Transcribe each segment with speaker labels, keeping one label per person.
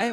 Speaker 1: 哎，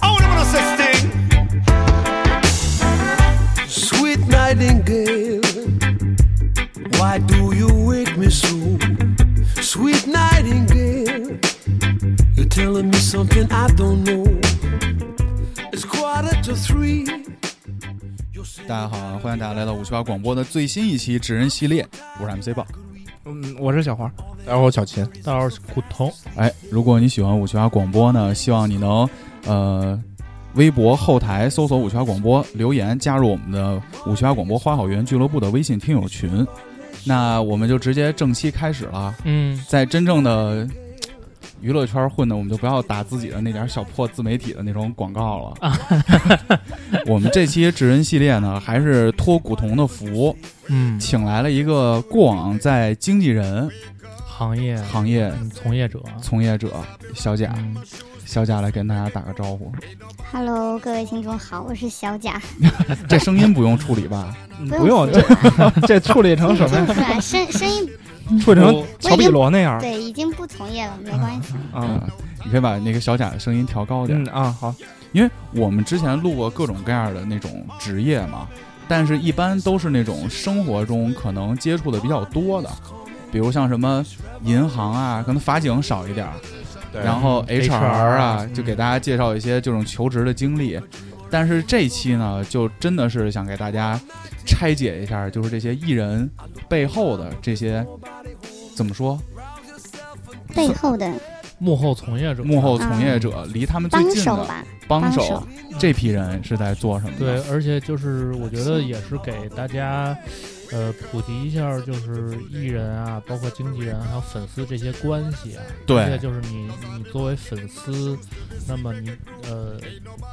Speaker 2: I wanna wanna say sting.
Speaker 3: Sweet nightingale, why do you wake me so? Sweet nightingale, you're telling me something I don't know. It's quarter to three.
Speaker 4: 大家好，啊欢迎大家来到五七八广播的最新一期纸人系列，我是 MC 豹。
Speaker 5: 嗯，我是小黄，
Speaker 6: 待会儿我小秦，
Speaker 5: 大伙是骨头，
Speaker 4: 哎，如果你喜欢五七八广播呢，希望你能呃，微博后台搜索五七八广播留言，加入我们的五七八广播花好园俱乐部的微信听友群。那我们就直接正期开始了，
Speaker 5: 嗯，
Speaker 4: 在真正的嘖娱乐圈混的，我们就不要打自己的那点小破自媒体的那种广告了。
Speaker 5: 啊
Speaker 4: 我们这期智人系列呢，还是托古潼的福，
Speaker 5: 嗯，
Speaker 4: 请来了一个过往在经纪人
Speaker 5: 行业
Speaker 4: 行业
Speaker 5: 嗯从业者，
Speaker 4: 从业者小贾，
Speaker 5: 嗯
Speaker 4: 小贾来跟大家打个招呼。
Speaker 7: Hello，各位听众好，我是小贾，
Speaker 4: 这声音不用处理吧？
Speaker 1: 嗯
Speaker 5: 不用
Speaker 7: 嗯 这
Speaker 5: 这处理成
Speaker 7: 听不 出来，啊声声音
Speaker 5: 处理成
Speaker 7: 乔碧
Speaker 5: 罗那样
Speaker 7: 对，已经不从业了，没关系。
Speaker 1: 嗯
Speaker 5: 啊，
Speaker 4: 嗯你可以把那个小贾的声音调高点，
Speaker 5: 嗯啊，好，
Speaker 4: 因为我们之前录过各种各样的那种职业嘛，但是一般都是那种生活中可能接触的比较多的，比如像什么银行啊，可能法警少一点儿，
Speaker 6: 对
Speaker 4: 然后 HR 啊，
Speaker 5: 嗯
Speaker 4: 就给大家介绍一些这种求职的经历。但是这期呢，就真的是想给大家拆解一下，就是这些艺人背后的这些怎么说
Speaker 7: 背后的
Speaker 5: 幕后从业者，啊
Speaker 4: 幕后从业者，离他们最
Speaker 7: 嗯帮
Speaker 4: 近
Speaker 7: 手
Speaker 4: 的
Speaker 7: 吧，
Speaker 4: 帮
Speaker 7: 帮
Speaker 4: 手
Speaker 7: 手，
Speaker 4: 这批人是在做什么
Speaker 5: 对
Speaker 4: 的？，
Speaker 5: 而且就是我觉得也是给大家，呃，普及一下，就是艺人啊，包括经纪人还有粉丝这些关系啊。
Speaker 4: 对
Speaker 5: 而且就是你你作为粉丝，那么你呃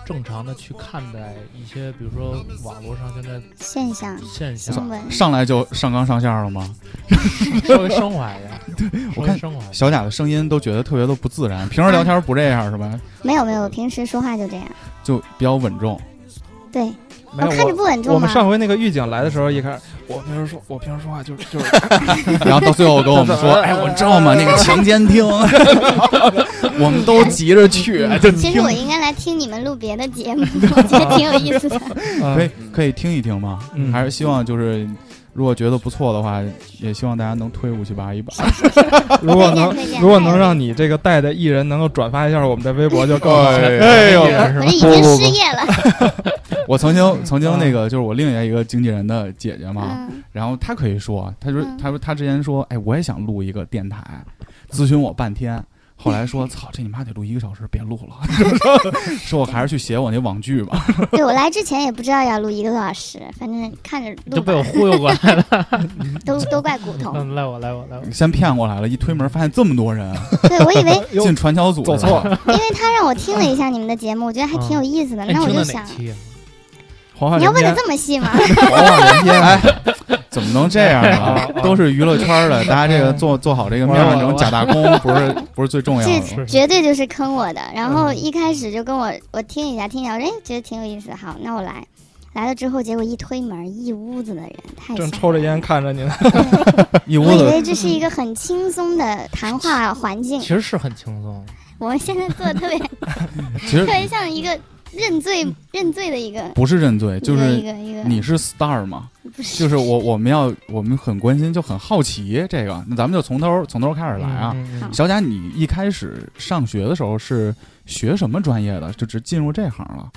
Speaker 5: 正常的去看待一些，比如说网络上现在
Speaker 7: 现象
Speaker 5: 现象，啊
Speaker 7: 新闻，
Speaker 4: 上来就上纲上线了吗？
Speaker 5: 稍微升华一下，对
Speaker 4: 我看
Speaker 5: 升华一下。
Speaker 4: 小贾的声音都觉得特别的不自然，平时聊天不这样是吧？
Speaker 7: 没有没有，我平时说话就这样。
Speaker 4: 就比较稳重。
Speaker 7: 对，哦
Speaker 5: 没有
Speaker 7: 看着不稳
Speaker 5: 我
Speaker 7: 重啊
Speaker 5: 们
Speaker 7: 吗？
Speaker 5: 上回那个狱警来的时候，一开始我平时说，我平时说话就是 就是，
Speaker 4: 然后到最后跟我们 说：“哎，我知道吗？那个强奸厅， 我们都急着去。就
Speaker 7: 嗯其实
Speaker 4: 听
Speaker 7: 我应该来听你们录别的节目， 我觉得挺有意思的。
Speaker 4: 可以可以听一听吗？
Speaker 5: 嗯
Speaker 4: 还是希望就是，如果觉得不错的话，也希望大家能推五七八一把。
Speaker 5: 如
Speaker 7: 推
Speaker 5: 果
Speaker 7: 荐
Speaker 5: 能
Speaker 7: 推荐，
Speaker 5: 如果
Speaker 7: 太有
Speaker 5: 能
Speaker 7: 意
Speaker 5: 让你这个带的艺人能够转发一下我们的微博，就更好。
Speaker 6: 哎
Speaker 5: 呦，
Speaker 7: 思了，我这已经失业了。
Speaker 4: 我曾经曾经那个就是我另一个经纪人的姐姐嘛，
Speaker 7: 嗯，
Speaker 4: 然后她可以说，她说
Speaker 7: 嗯
Speaker 4: 她说她之前说，哎，我也想录一个电台，咨询我半天。后来 说，操，这你妈得录一个小时，别录了。 说我还是去写我那网剧吧。
Speaker 7: 嗯对我来之前也不知道要录一个多小时，反正看着
Speaker 5: 就
Speaker 7: 录
Speaker 5: 被我
Speaker 7: 吧，
Speaker 5: 忽悠过来了。
Speaker 7: 都都怪骨头。
Speaker 5: 嗯，来我来我来我，
Speaker 4: 先骗过来了，一推门发现这么多人，
Speaker 7: 对我以为，
Speaker 4: 进传销组
Speaker 5: 走
Speaker 4: 是吧
Speaker 5: 错。了。
Speaker 7: 因为他让我听了一下你们的节目，我觉得还
Speaker 4: 嗯
Speaker 7: 挺有意思的。
Speaker 5: 哎，
Speaker 7: 那我
Speaker 5: 听
Speaker 7: 就
Speaker 5: 的
Speaker 7: 想
Speaker 5: 哪，期啊？黄花
Speaker 7: 你要问的
Speaker 5: 天，
Speaker 7: 这么细 吗？
Speaker 4: 往往连篇，哎，怎么能这样呢
Speaker 5: 啊？啊
Speaker 4: 都是娱乐圈的，大家这个做做好这个面上这种假大空，不是 不是最嗯重要的。
Speaker 7: 这绝对就是坑我的。然后一开始就跟我我听一下听一下，我说哎觉得挺有意思，好，那我来。来了之后，结果一推门，一屋子的人，太
Speaker 5: 正
Speaker 7: 吓
Speaker 5: 抽着
Speaker 7: 人
Speaker 5: 烟
Speaker 7: 了。
Speaker 5: 看着你呢。
Speaker 4: 一
Speaker 7: 我
Speaker 4: 屋
Speaker 7: 以
Speaker 4: 子
Speaker 7: 为这是一个很轻松的谈话环境
Speaker 5: 其，实是很轻松，
Speaker 7: 我们现在做的特别特
Speaker 4: 其实
Speaker 7: 别像一个认罪认罪的一个，
Speaker 4: 不是认罪，就
Speaker 7: 一
Speaker 4: 是
Speaker 7: 个一个一
Speaker 4: 你是 star 嘛，
Speaker 7: 个，不是
Speaker 4: 就是我我们要我们很关心，就很好奇这个。那咱们就从头从头开始来啊。
Speaker 5: 嗯，嗯嗯
Speaker 4: 小贾，你一开始上学的时候是学什么专业的？就直进入这行了？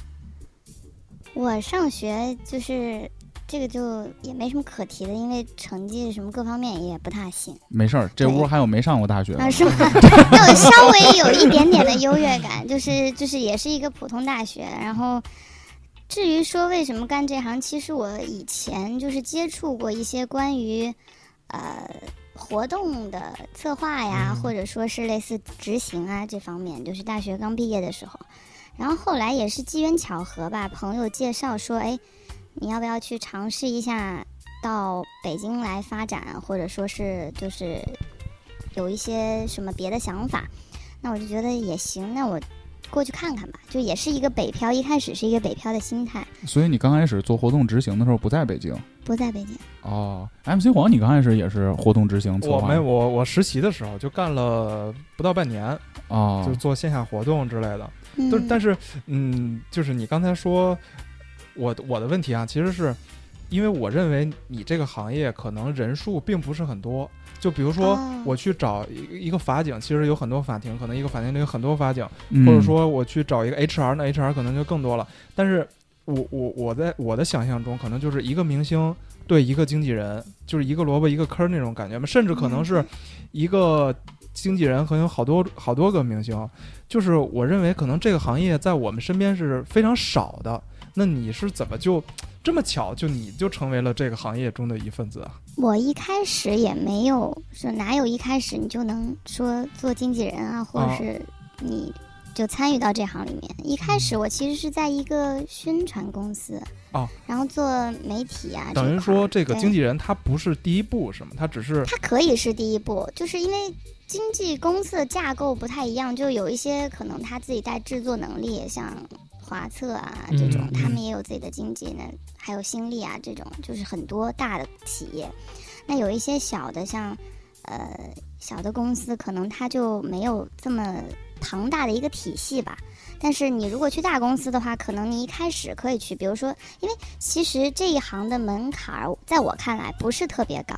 Speaker 7: 我上学就是这个就也没什么可提的，因为成绩什么各方面也不太行
Speaker 4: 没事儿，这屋还有没上过大学的
Speaker 7: 啊，是吗？那我稍微有一点点的优越感，就是就是也是一个普通大学。然后，至于说为什么干这行，其实我以前就是接触过一些关于呃活动的策划呀，或者说是类似执行啊这方面，就是大学刚毕业的时候。然后后来也是机缘巧合吧，朋友介绍说，哎，你要不要去尝试一下到北京来发展，或者说是就是有一些什么别的想法？那我就觉得也行，那我过去看看吧，就也是一个北漂，一开始是一个北漂的心态，
Speaker 4: 所以你刚开始做活动执行的时候不在北京
Speaker 7: 不在北京。
Speaker 4: 哦。MC 黄，你刚开始也是活动执行策
Speaker 6: 我
Speaker 4: 划
Speaker 6: 没我我实习的时候就干了不到半年，就
Speaker 4: 哦，
Speaker 6: 做线下活动之类的。
Speaker 7: 嗯，
Speaker 6: 但但是，嗯，就是你刚才说，我的我的问题啊，其实是因为我认为你这个行业可能人数并不是很多。就比如说
Speaker 7: 哦，
Speaker 6: 我去找一一个法警，其实有很多法庭，可能一个法庭里有很多法警，
Speaker 4: 嗯
Speaker 6: 或者说我去找一个 HR，那 HR 可能就更多了。但是我我我在我的想象中，可能就是一个明星对一个经纪人，就是一个萝卜一个坑儿那种感觉嘛，甚至可能是一个经纪人可能有好多好多个明星。就是我认为可能这个行业在我们身边是非常少的。那你是怎么就这么巧就你就成为了这个行业中的一份子啊？
Speaker 7: 我一开始也没有说哪有一开始你就能说做经纪人啊，或者
Speaker 6: 啊
Speaker 7: 是你就参与到这行里面。一开
Speaker 6: 嗯
Speaker 7: 始我其实是在一个宣传公司，
Speaker 6: 哦，
Speaker 7: 然后做媒体啊，
Speaker 6: 等于
Speaker 7: 这块儿
Speaker 6: 说这个
Speaker 7: 对
Speaker 6: 经纪人他不是第一步是吗？他只
Speaker 5: 嗯
Speaker 6: 是
Speaker 7: 它可以是第一步，就是因为经纪公司的架构不太一样，就有一些可能他自己带制作能力，像华策啊这种，
Speaker 5: 嗯
Speaker 7: 他们也有自己的经纪呢，还有新力啊这种，就是很多大的企业。那有一些小的像，呃，小的公司可能它就没有这么庞大的一个体系吧。但是你如果去大公司的话，可能你一开始可以去，比如说，因为其实这一行的门槛儿，在我看来不是特别高，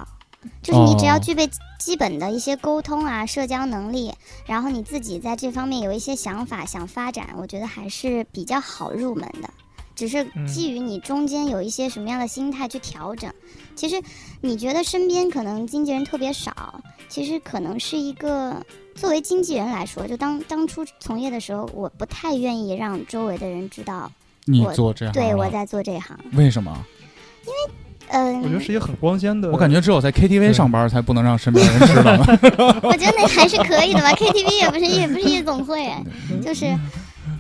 Speaker 7: 就是你只要
Speaker 4: 哦
Speaker 7: 具备基本的一些沟通啊、社交能力，然后你自己在这方面有一些想法想发展，我觉得还是比较好入门的。只是
Speaker 6: 嗯
Speaker 7: 基于你中间有一些什么样的心态去调整。其实你觉得身边可能经纪人特别少，其实可能是一个作为经纪人来说，就当当初从业的时候，我不太愿意让周围的人知道
Speaker 4: 你
Speaker 7: 我
Speaker 4: 做这行
Speaker 7: 对我
Speaker 4: 了
Speaker 7: 在做这行。
Speaker 4: 为什么？
Speaker 7: 嗯，
Speaker 6: 啊我觉得是一个很光鲜的，
Speaker 4: 我感觉只有在 KTV 上班才不能让身边人知道。
Speaker 7: 我觉得那还是可以的吧，KTV 也不是也不是夜总会，就是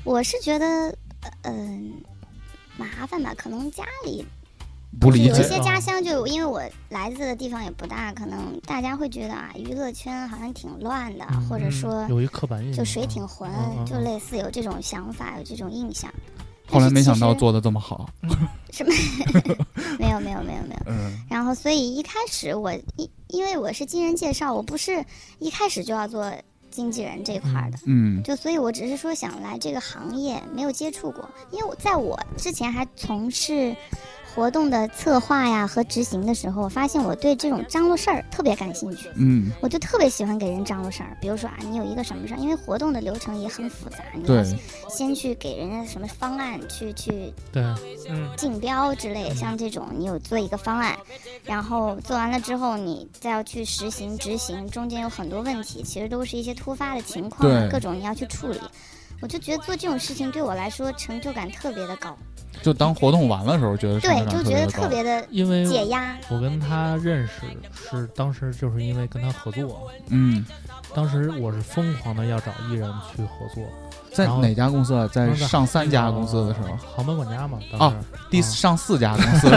Speaker 7: 我是觉得嗯、麻烦吧，可能家里
Speaker 4: 不理
Speaker 7: 有一
Speaker 4: 解
Speaker 7: 些家乡就因为我来自的地方也不大，可能大家会觉得啊，娱乐圈好像挺乱的，啊
Speaker 4: 嗯
Speaker 7: 或者说
Speaker 5: 有一刻板印象
Speaker 7: 就
Speaker 5: 啊，
Speaker 7: 水挺浑
Speaker 5: 嗯嗯，
Speaker 7: 就类似有这种想法，有这种印象。
Speaker 4: 后来没想到
Speaker 7: 但是
Speaker 4: 做的这么好。
Speaker 7: 其实没有没有没有没有，
Speaker 4: 嗯，
Speaker 7: 然后所以一开始我因因为我是经人介绍，我不是一开始就要做经纪人这一块儿的。
Speaker 4: 嗯，
Speaker 7: 就所以，我只是说想来这个行业，没有接触过，因为我在我之前还从事活动的策划呀和执行的时候，我发现我对这种张罗事儿特别感兴趣，
Speaker 4: 嗯，
Speaker 7: 我就特别喜欢给人张罗事儿。比如说啊，你有一个什么事儿，因为活动的流程也很复杂，你要
Speaker 4: 对，
Speaker 7: 先去给人家什么方案去去
Speaker 5: 对，
Speaker 6: 嗯
Speaker 7: 竞标之类，像这种你有做一个方案，然后做完了之后，你再要去实行执行，中间有很多问题，其实都是一些突发的情况啊
Speaker 4: 对，
Speaker 7: 各种你要去处理。我就觉得做这种事情对我来说成就感特别的高，
Speaker 4: 就当活动完了时候，觉得成
Speaker 7: 对
Speaker 4: 就，感
Speaker 7: 就觉得
Speaker 4: 地
Speaker 7: 特
Speaker 4: 高
Speaker 7: 别的
Speaker 5: 因为
Speaker 7: 解压。
Speaker 5: 我跟他认识是当时就是因为跟他合作，
Speaker 4: 嗯，
Speaker 5: 当时我是疯狂的要找艺人去合作，
Speaker 4: 在
Speaker 5: 然后
Speaker 4: 哪家公司啊？在
Speaker 5: 当时
Speaker 4: 上三家公司的时候
Speaker 5: 呃，航班管家嘛，当时
Speaker 4: 啊第
Speaker 5: 啊
Speaker 4: 上四家公司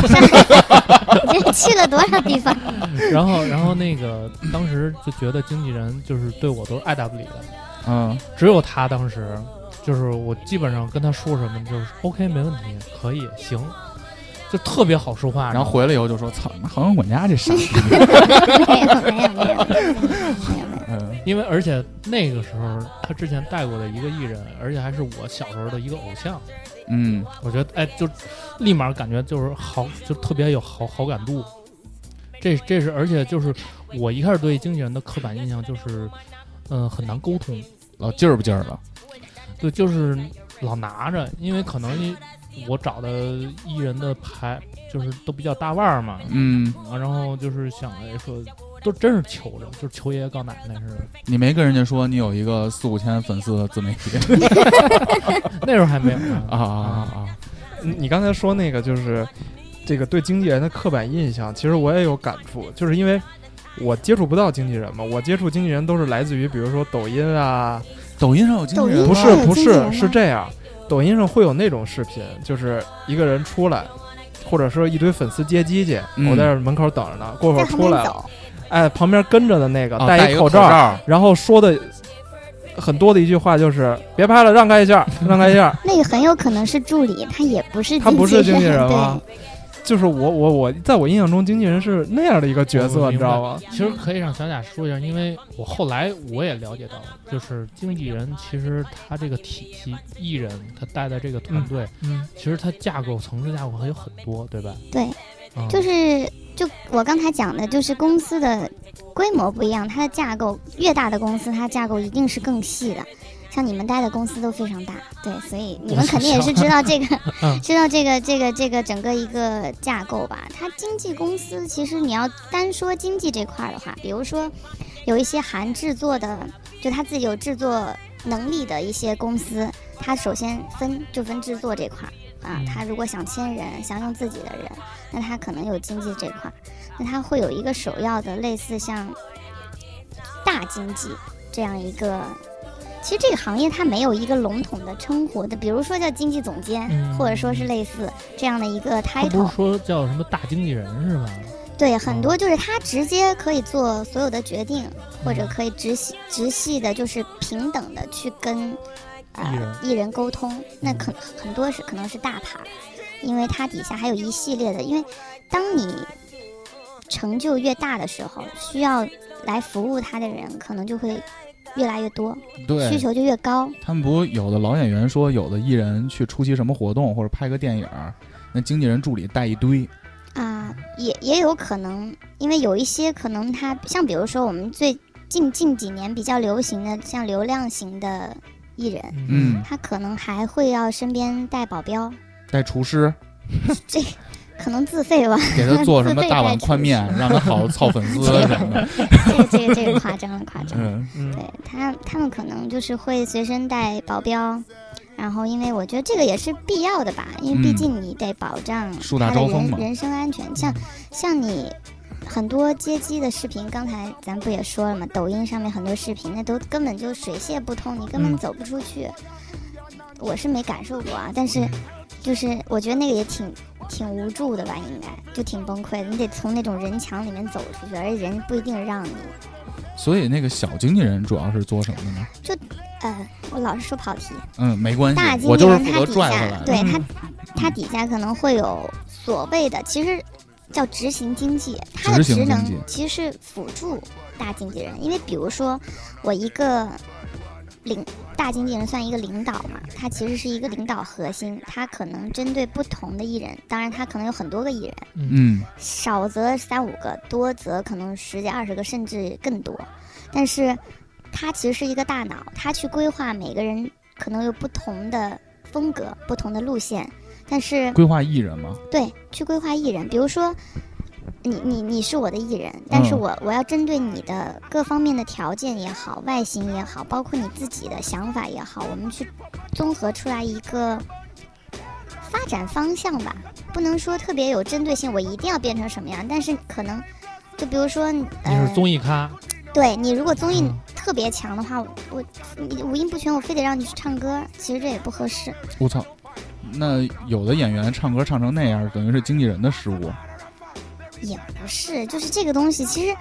Speaker 7: 你这去了多少地方？
Speaker 5: 然后然后那个当时就觉得经纪人就是对我都是爱答不理的，
Speaker 4: 嗯，
Speaker 5: 只有他当时就是我基本上跟他说什么就是 OK 没问题，可以行，就特别好说话。
Speaker 4: 然后回来以后就说：“操，那航空管家这傻逼。
Speaker 7: 没有没有没有没有没有没有。
Speaker 4: 嗯
Speaker 5: 因为而且那个时候他之前带过的一个艺人，而且还是我小时候的一个偶像，”
Speaker 4: 嗯，
Speaker 5: 我觉得哎，就立马感觉就是好，就特别有好好感度。这这是，而且就是我一开始对经纪人的刻板印象就是，嗯、很难沟通，
Speaker 4: 老劲儿不劲儿了？
Speaker 5: 对，就是老拿着，因为可能一我找的艺人的牌就是都比较大腕儿嘛，
Speaker 4: 嗯，
Speaker 5: 啊然后就是想哎说，都真是求着，就是求爷爷告奶奶似的。
Speaker 4: 你没跟人家说你有一个四五千粉丝的自媒体
Speaker 5: 那时候还没有呢
Speaker 4: 啊啊啊
Speaker 6: 你你刚才说那个就是这个对经纪人的刻板印象，其实我也有感触，就是因为我接触不到经纪人嘛，我接触经纪人都是来自于比如说抖音啊，
Speaker 4: 啊！抖音上有经纪人吗
Speaker 7: 抖
Speaker 6: 不
Speaker 7: 音
Speaker 6: 是
Speaker 7: 上有
Speaker 6: 不
Speaker 7: 经纪人啊
Speaker 6: 是
Speaker 7: 吗
Speaker 6: 是这样，抖音上会有那种视频，就是一个人出来，或者说一堆粉丝接机去，
Speaker 4: 嗯
Speaker 6: 我在这门口等着呢，过会
Speaker 7: 在
Speaker 6: 儿
Speaker 7: 旁
Speaker 6: 出
Speaker 7: 边
Speaker 6: 来了，
Speaker 7: 走，
Speaker 6: 哎，旁边跟着的那个
Speaker 4: 啊
Speaker 6: 戴
Speaker 4: 戴
Speaker 6: 一
Speaker 4: 口
Speaker 6: 罩，，然后说的很多的一句话就是别拍了，让开一下，让开一下，
Speaker 7: 那个很有可能是助理，他也不 是
Speaker 6: 他不是经纪人吗
Speaker 7: 对，？
Speaker 6: 就是我我我，在我印象中，经纪人是那样的一个角
Speaker 5: 我
Speaker 6: 色，
Speaker 5: 明白
Speaker 6: 你知道吗？
Speaker 5: 其实可以让小贾说一下，因为我后来我也了解到，就是经纪人其实他这个体系，艺人他带的这个团队，
Speaker 6: 嗯，
Speaker 5: 其实他架构层次架构还有很多，对吧？
Speaker 7: 对
Speaker 5: 嗯，
Speaker 7: 就是就我刚才讲的，就是公司的规模不一样，它的架构越大的公司，它架构一定是更细的。像你们待的公司都非常大，对，所以你们肯定也是知道这个
Speaker 5: 嗯，
Speaker 7: 知道这个这个这个整个一个架构吧。它经纪公司其实你要单说经济这块儿的话，比如说有一些含制作的，就他自己有制作能力的一些公司，它首先分就分制作这块儿啊
Speaker 5: 嗯，
Speaker 7: 他如果想签人，想用自己的人，那他可能有经济这块儿，那他会有一个首要的类似像大经济这样一个。其实这个行业它没有一个笼统的称呼的，比如说叫经济总监，
Speaker 5: 嗯
Speaker 7: 或者说是类似这样的一个
Speaker 5: 他不
Speaker 7: title
Speaker 5: 是。说叫什么大经纪人是吧？
Speaker 7: 对，很
Speaker 5: 哦
Speaker 7: 多就是他直接可以做所有的决定，或者可以直系直系的，就是平等的去跟
Speaker 5: 艺
Speaker 7: 呃
Speaker 5: 人
Speaker 7: 艺人沟通。那
Speaker 5: 嗯
Speaker 7: 可很多是可能是大牌儿，因为它底下还有一系列的，因为当你成就越大的时候，需要来服务他的人可能就会越来越多，需
Speaker 4: 对，
Speaker 7: 求就越高。
Speaker 4: 他们不有的老演员说，有的艺人去出席什么活动或者拍个电影儿，那经纪人助理带一堆，
Speaker 7: 啊，也也有可能，因为有一些可能它像比如说我们最近近几年比较流行的像流量型的艺人，
Speaker 4: 嗯，
Speaker 7: 他可能还会要身边带保镖，
Speaker 4: 带厨 师
Speaker 7: 可能自费吧，
Speaker 4: 给他做什么
Speaker 7: 自备带
Speaker 4: 大碗宽面， 让他好操粉丝什么的。
Speaker 7: 这个这个这个夸张了夸张了。
Speaker 4: 嗯，
Speaker 6: 嗯
Speaker 7: 对他他们可能就是会随身带保镖。然后，因为我觉得这个也是必要的吧，因为毕
Speaker 4: 嗯
Speaker 7: 竟你得保障
Speaker 4: 树
Speaker 7: 他
Speaker 4: 大
Speaker 7: 的
Speaker 4: 招风
Speaker 7: 人
Speaker 4: 嘛
Speaker 7: 人身安全。像像你很多接机的视频，刚才咱不也说了嘛，抖音上面很多视频，那都根本就水泄不通，你根本
Speaker 6: 嗯
Speaker 7: 走不出去。我是没感受过啊，但
Speaker 4: 嗯
Speaker 7: 是就是我觉得那个也挺挺无助的吧，应该就挺崩溃的。你得从那种人墙里面走出去，而且人不一定让你。
Speaker 4: 所以那个小经纪人主要是做什么的呢？
Speaker 7: 呃，我老是说跑题，
Speaker 4: 嗯，没关
Speaker 7: 大
Speaker 4: 系，
Speaker 7: 经
Speaker 4: 我
Speaker 7: 纪
Speaker 4: 就是
Speaker 7: 人
Speaker 4: 负
Speaker 7: 他
Speaker 4: 责
Speaker 7: 底
Speaker 4: 拽回
Speaker 7: 下
Speaker 4: 来，的。嗯
Speaker 7: 对他他底下可能会有所谓的，其实叫执行经济，他
Speaker 4: 执
Speaker 7: 的
Speaker 4: 行
Speaker 7: 职
Speaker 4: 经
Speaker 7: 能
Speaker 4: 济
Speaker 7: 其实是辅助大经纪人，因为比如说我一个领大经纪人算一个领导嘛，他其实是一个领导核心，他可能针对不同的艺人，当然他可能有很多个艺人，
Speaker 4: 嗯，
Speaker 7: 少则三五个，多则可能十几二十个，甚至更多。但是，他其实是一个大脑，他去规划每个人可能有不同的风格、不同的路线，但是
Speaker 4: 规划艺人嘛，
Speaker 7: 对去规划艺人，比如说。你你你是我的艺人，但是
Speaker 4: 嗯
Speaker 7: 我我要针对你的各方面的条件也好，外形也好，包括你自己的想法也好，我们去综合出来一个发展方向吧。不能说特别有针对性，我一定要变成什么样，但是可能就比如说，
Speaker 5: 你
Speaker 7: 呃
Speaker 5: 是，综艺咖，
Speaker 7: 对你如果综艺
Speaker 5: 嗯
Speaker 7: 特别强的话，我你五音不全，我非得让你去唱歌，其实这也不合适。
Speaker 4: 我操。那有的演员唱歌唱成那样，等于是经纪人的失误。
Speaker 7: 也不是，就是这个东西，其实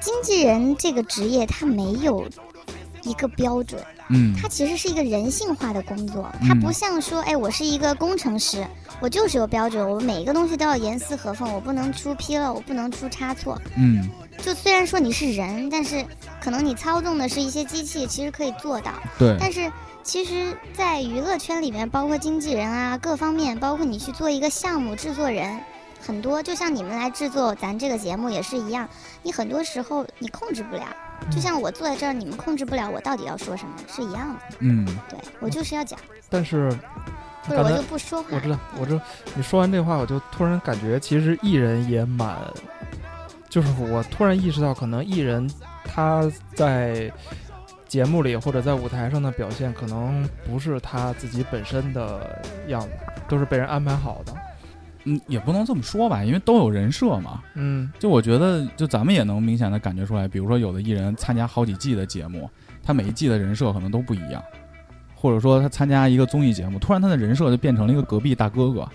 Speaker 7: 经纪人这个职业它没有一个标准，
Speaker 4: 嗯，
Speaker 7: 它其实是一个人性化的工作，它不
Speaker 4: 嗯
Speaker 7: 像说，哎，我是一个工程师，我就是有标准，我每一个东西都要严丝合缝，我不能出纰漏，我不能出差错。
Speaker 4: 嗯，
Speaker 7: 就虽然说你是人，但是可能你操纵的是一些机器，其实可以做到。
Speaker 4: 对，
Speaker 7: 但是其实，在娱乐圈里面，包括经纪人啊，各方面，包括你去做一个项目制作人，很多就像你们来制作咱这个节目也是一样，你很多时候你控制不了。就
Speaker 4: 嗯
Speaker 7: 像我坐在这儿，你们控制不了我到底要说什么，是一样的。
Speaker 4: 嗯，
Speaker 7: 对我就是要讲，
Speaker 6: 但是
Speaker 7: 或者
Speaker 6: 刚
Speaker 7: 我
Speaker 6: 才
Speaker 7: 就不说话。
Speaker 6: 我知道，我知道。你说完这话，我就突然感觉，其实艺人也蛮，就是我突然意识到，可能艺人他在节目里或者在舞台上的表现，可能不是他自己本身的样子，都是被人安排好的。
Speaker 4: 嗯，也不能这么说吧，因为都有人设嘛。
Speaker 6: 嗯
Speaker 4: 就我觉得，就咱们也能明显的感觉出来，比如说有的艺人参加好几季的节目，他每一季的人设可能都不一样，或者说他参加一个综艺节目，突然他的人设就变成了一个隔壁大哥哥，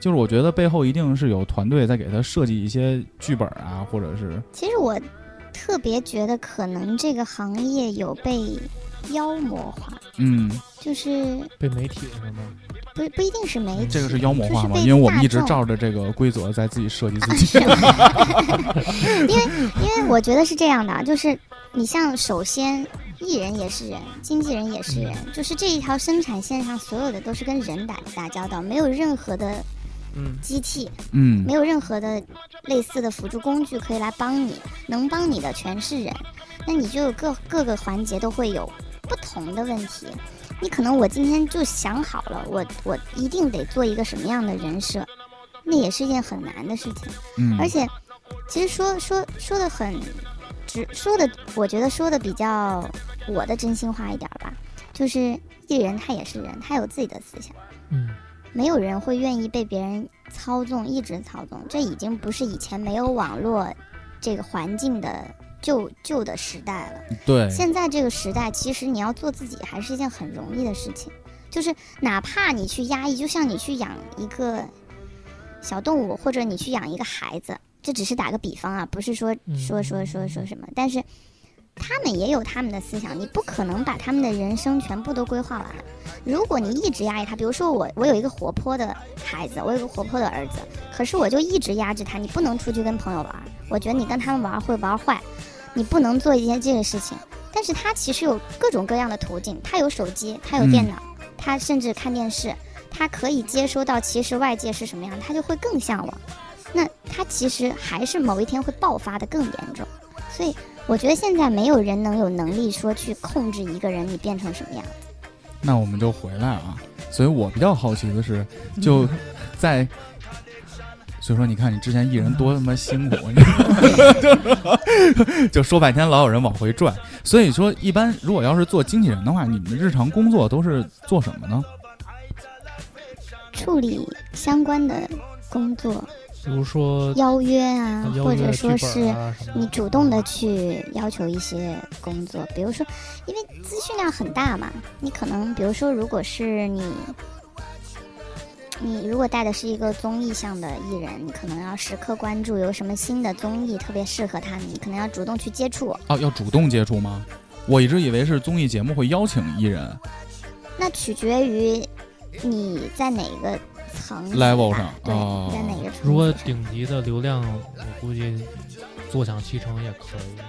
Speaker 4: 就是我觉得背后一定是有团队在给他设计一些剧本啊，或者是
Speaker 7: 其实我特别觉得，可能这个行业有被妖魔化，
Speaker 4: 嗯，
Speaker 7: 就是
Speaker 5: 被媒体什么
Speaker 7: 不不一定是媒体，
Speaker 4: 嗯这个是妖魔化吗？
Speaker 7: 哎就是被
Speaker 4: 因为我们一直
Speaker 7: 大众
Speaker 4: 照着这个规则在自己设计自
Speaker 7: 啊
Speaker 4: 己。
Speaker 7: 是吗 因为因为我觉得是这样的，就是你像首先艺人也是人，经纪人也是人，就是这一条生产线上所有的都是跟人打打交道，没有任何的
Speaker 6: 嗯
Speaker 7: 机器，
Speaker 4: 嗯
Speaker 7: 哎没有任何的类似的辅助工具可以来帮你，能帮你的全是人，那你就各各个环节都会有不同的问题。你可能我今天就想好了，我我一定得做一个什么样的人设，那也是一件很难的事情。
Speaker 4: 嗯，
Speaker 7: 而且，其实说说说的很直，说的我觉得说的比较我的真心话一点儿吧，就是艺人他也是人，他有自己的思想，
Speaker 5: 嗯
Speaker 7: 没有人会愿意被别人操纵，一直操纵，这已经不是以前没有网络这个环境的旧旧的时代了。
Speaker 4: 对，
Speaker 7: 现在这个时代，其实你要做自己还是一件很容易的事情，就是哪怕你去压抑，就像你去养一个小动物，或者你去养一个孩子，这只是打个比方啊，不是说
Speaker 5: 嗯
Speaker 7: 说说说说什么，但是他们也有他们的思想，你不可能把他们的人生全部都规划完。如果你一直压抑他，比如说我，我有一个活泼的孩子，我有一个活泼的儿子，可是我就一直压制他，你不能出去跟朋友玩儿，我觉得你跟他们玩儿会玩坏，你不能做一件这个事情。但是他其实有各种各样的途径，他有手机，他有
Speaker 4: 嗯
Speaker 7: 电脑，他甚至看电视，他可以接收到其实外界是什么样，他就会更向往。那他其实还是某一天会爆发的更严重，所以我觉得现在没有人能有能力说去控制一个人你变成什么样。
Speaker 4: 那我们就回来啊。所以我比较好奇的是，就在，所以说你看你之前艺人多他妈辛苦， 你知道吗就 说半天老有人往回转。所以说，一般如果要是做经纪人的话，你们的日常工作都是做什么呢？
Speaker 7: 处理相关的工作
Speaker 5: 比如说
Speaker 7: 邀约啊，
Speaker 5: 呃邀
Speaker 7: 或
Speaker 5: 约
Speaker 7: 者
Speaker 5: 剧
Speaker 7: 说是
Speaker 5: 本啊什么的
Speaker 7: 你主动的去要求一些工作，比如说，因为资讯量很大嘛，你可能比如说，如果是你，你如果带的是一个综艺向的艺人，你可能要时刻关注有什么新的综艺特别适合他们，你可能要主动去接触。
Speaker 4: 哦，要主动接触吗？我一直以为是综艺节目会邀请艺人
Speaker 7: 那取决于你在哪个层级
Speaker 4: level
Speaker 7: 吧
Speaker 4: 上
Speaker 7: 对，
Speaker 4: 哦
Speaker 7: 你在哪个层
Speaker 5: 如果
Speaker 7: 级上
Speaker 5: 顶级的流量，我估计坐享其成也可以。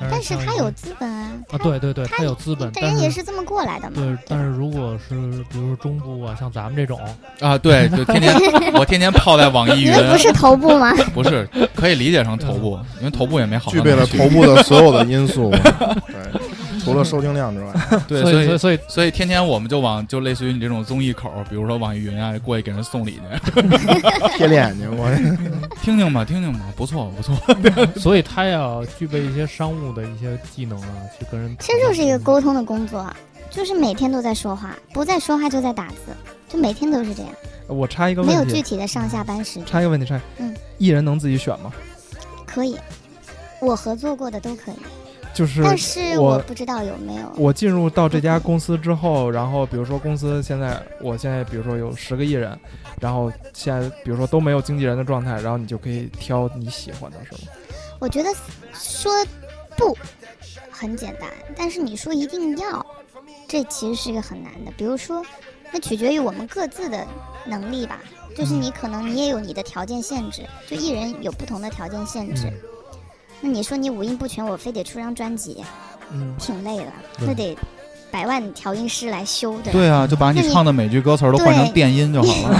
Speaker 7: 但
Speaker 5: 但
Speaker 7: 是
Speaker 5: 像
Speaker 7: 他
Speaker 5: 一
Speaker 7: 有
Speaker 5: 些
Speaker 7: 资本啊，
Speaker 5: 啊，对对对，他有资本，
Speaker 7: 这
Speaker 5: 但
Speaker 7: 人也是这么过来的嘛。
Speaker 5: 对，但
Speaker 7: 吧
Speaker 5: 是如果是比如说中部啊，像咱们这种，
Speaker 4: 啊，对， 就天天 我天天泡在网易
Speaker 7: 你
Speaker 4: 云，
Speaker 7: 们不是头部吗？
Speaker 4: 不是可以理解成头部，因为头部也没好到
Speaker 8: 具备
Speaker 4: 哪
Speaker 8: 了
Speaker 4: 儿去
Speaker 8: 头部的所有的因素，对，除了收听量之外，
Speaker 4: 对，
Speaker 5: 所
Speaker 4: 所
Speaker 5: 以所以
Speaker 4: 所以天天我们就往就类似于你这种综艺口，比如说网易云啊，过去给人送礼去，
Speaker 8: 贴脸去，我这
Speaker 4: 听听吧，听听吧，不错不错。
Speaker 5: 所以他要具备一些商务的一些技能啊，去跟人。
Speaker 7: 这就是一个沟通的工作啊，就是每天都在说话，不在说话就在打字，就每天都是这样，
Speaker 6: 我插一个
Speaker 7: 没有
Speaker 6: 问
Speaker 7: 具
Speaker 6: 题，
Speaker 7: 体的上下班时间。
Speaker 6: 插一个问题，插一个
Speaker 7: 嗯
Speaker 6: 艺人能自己选吗？
Speaker 7: 可以，我合作过的都可以，
Speaker 6: 就是
Speaker 7: 但是
Speaker 6: 我
Speaker 7: 我不知道有没有。
Speaker 6: 我进入到这家公司之后，然后比如说公司现在，我现在比如说有十个艺人，然后现在比如说都没有经纪人的状态，然后你就可以挑你喜欢的，是吗？
Speaker 7: 我觉得说不很简单，但是你说一定要，这其实是一个很难的。比如说，那取决于我们各自的能力吧。就是
Speaker 6: 嗯
Speaker 7: 你可能你也有你的条件限制，就艺人有不同的条件限制。
Speaker 6: 嗯
Speaker 5: 嗯
Speaker 7: 那你说你五音不全，我非得出张专辑，
Speaker 6: 嗯，
Speaker 7: 挺累的，
Speaker 5: 对
Speaker 7: 那得百万调音师来修，对吧？
Speaker 4: 对啊，就把你
Speaker 7: 那你
Speaker 4: 唱的每句歌词儿都换成
Speaker 7: 对
Speaker 4: 电音就好了。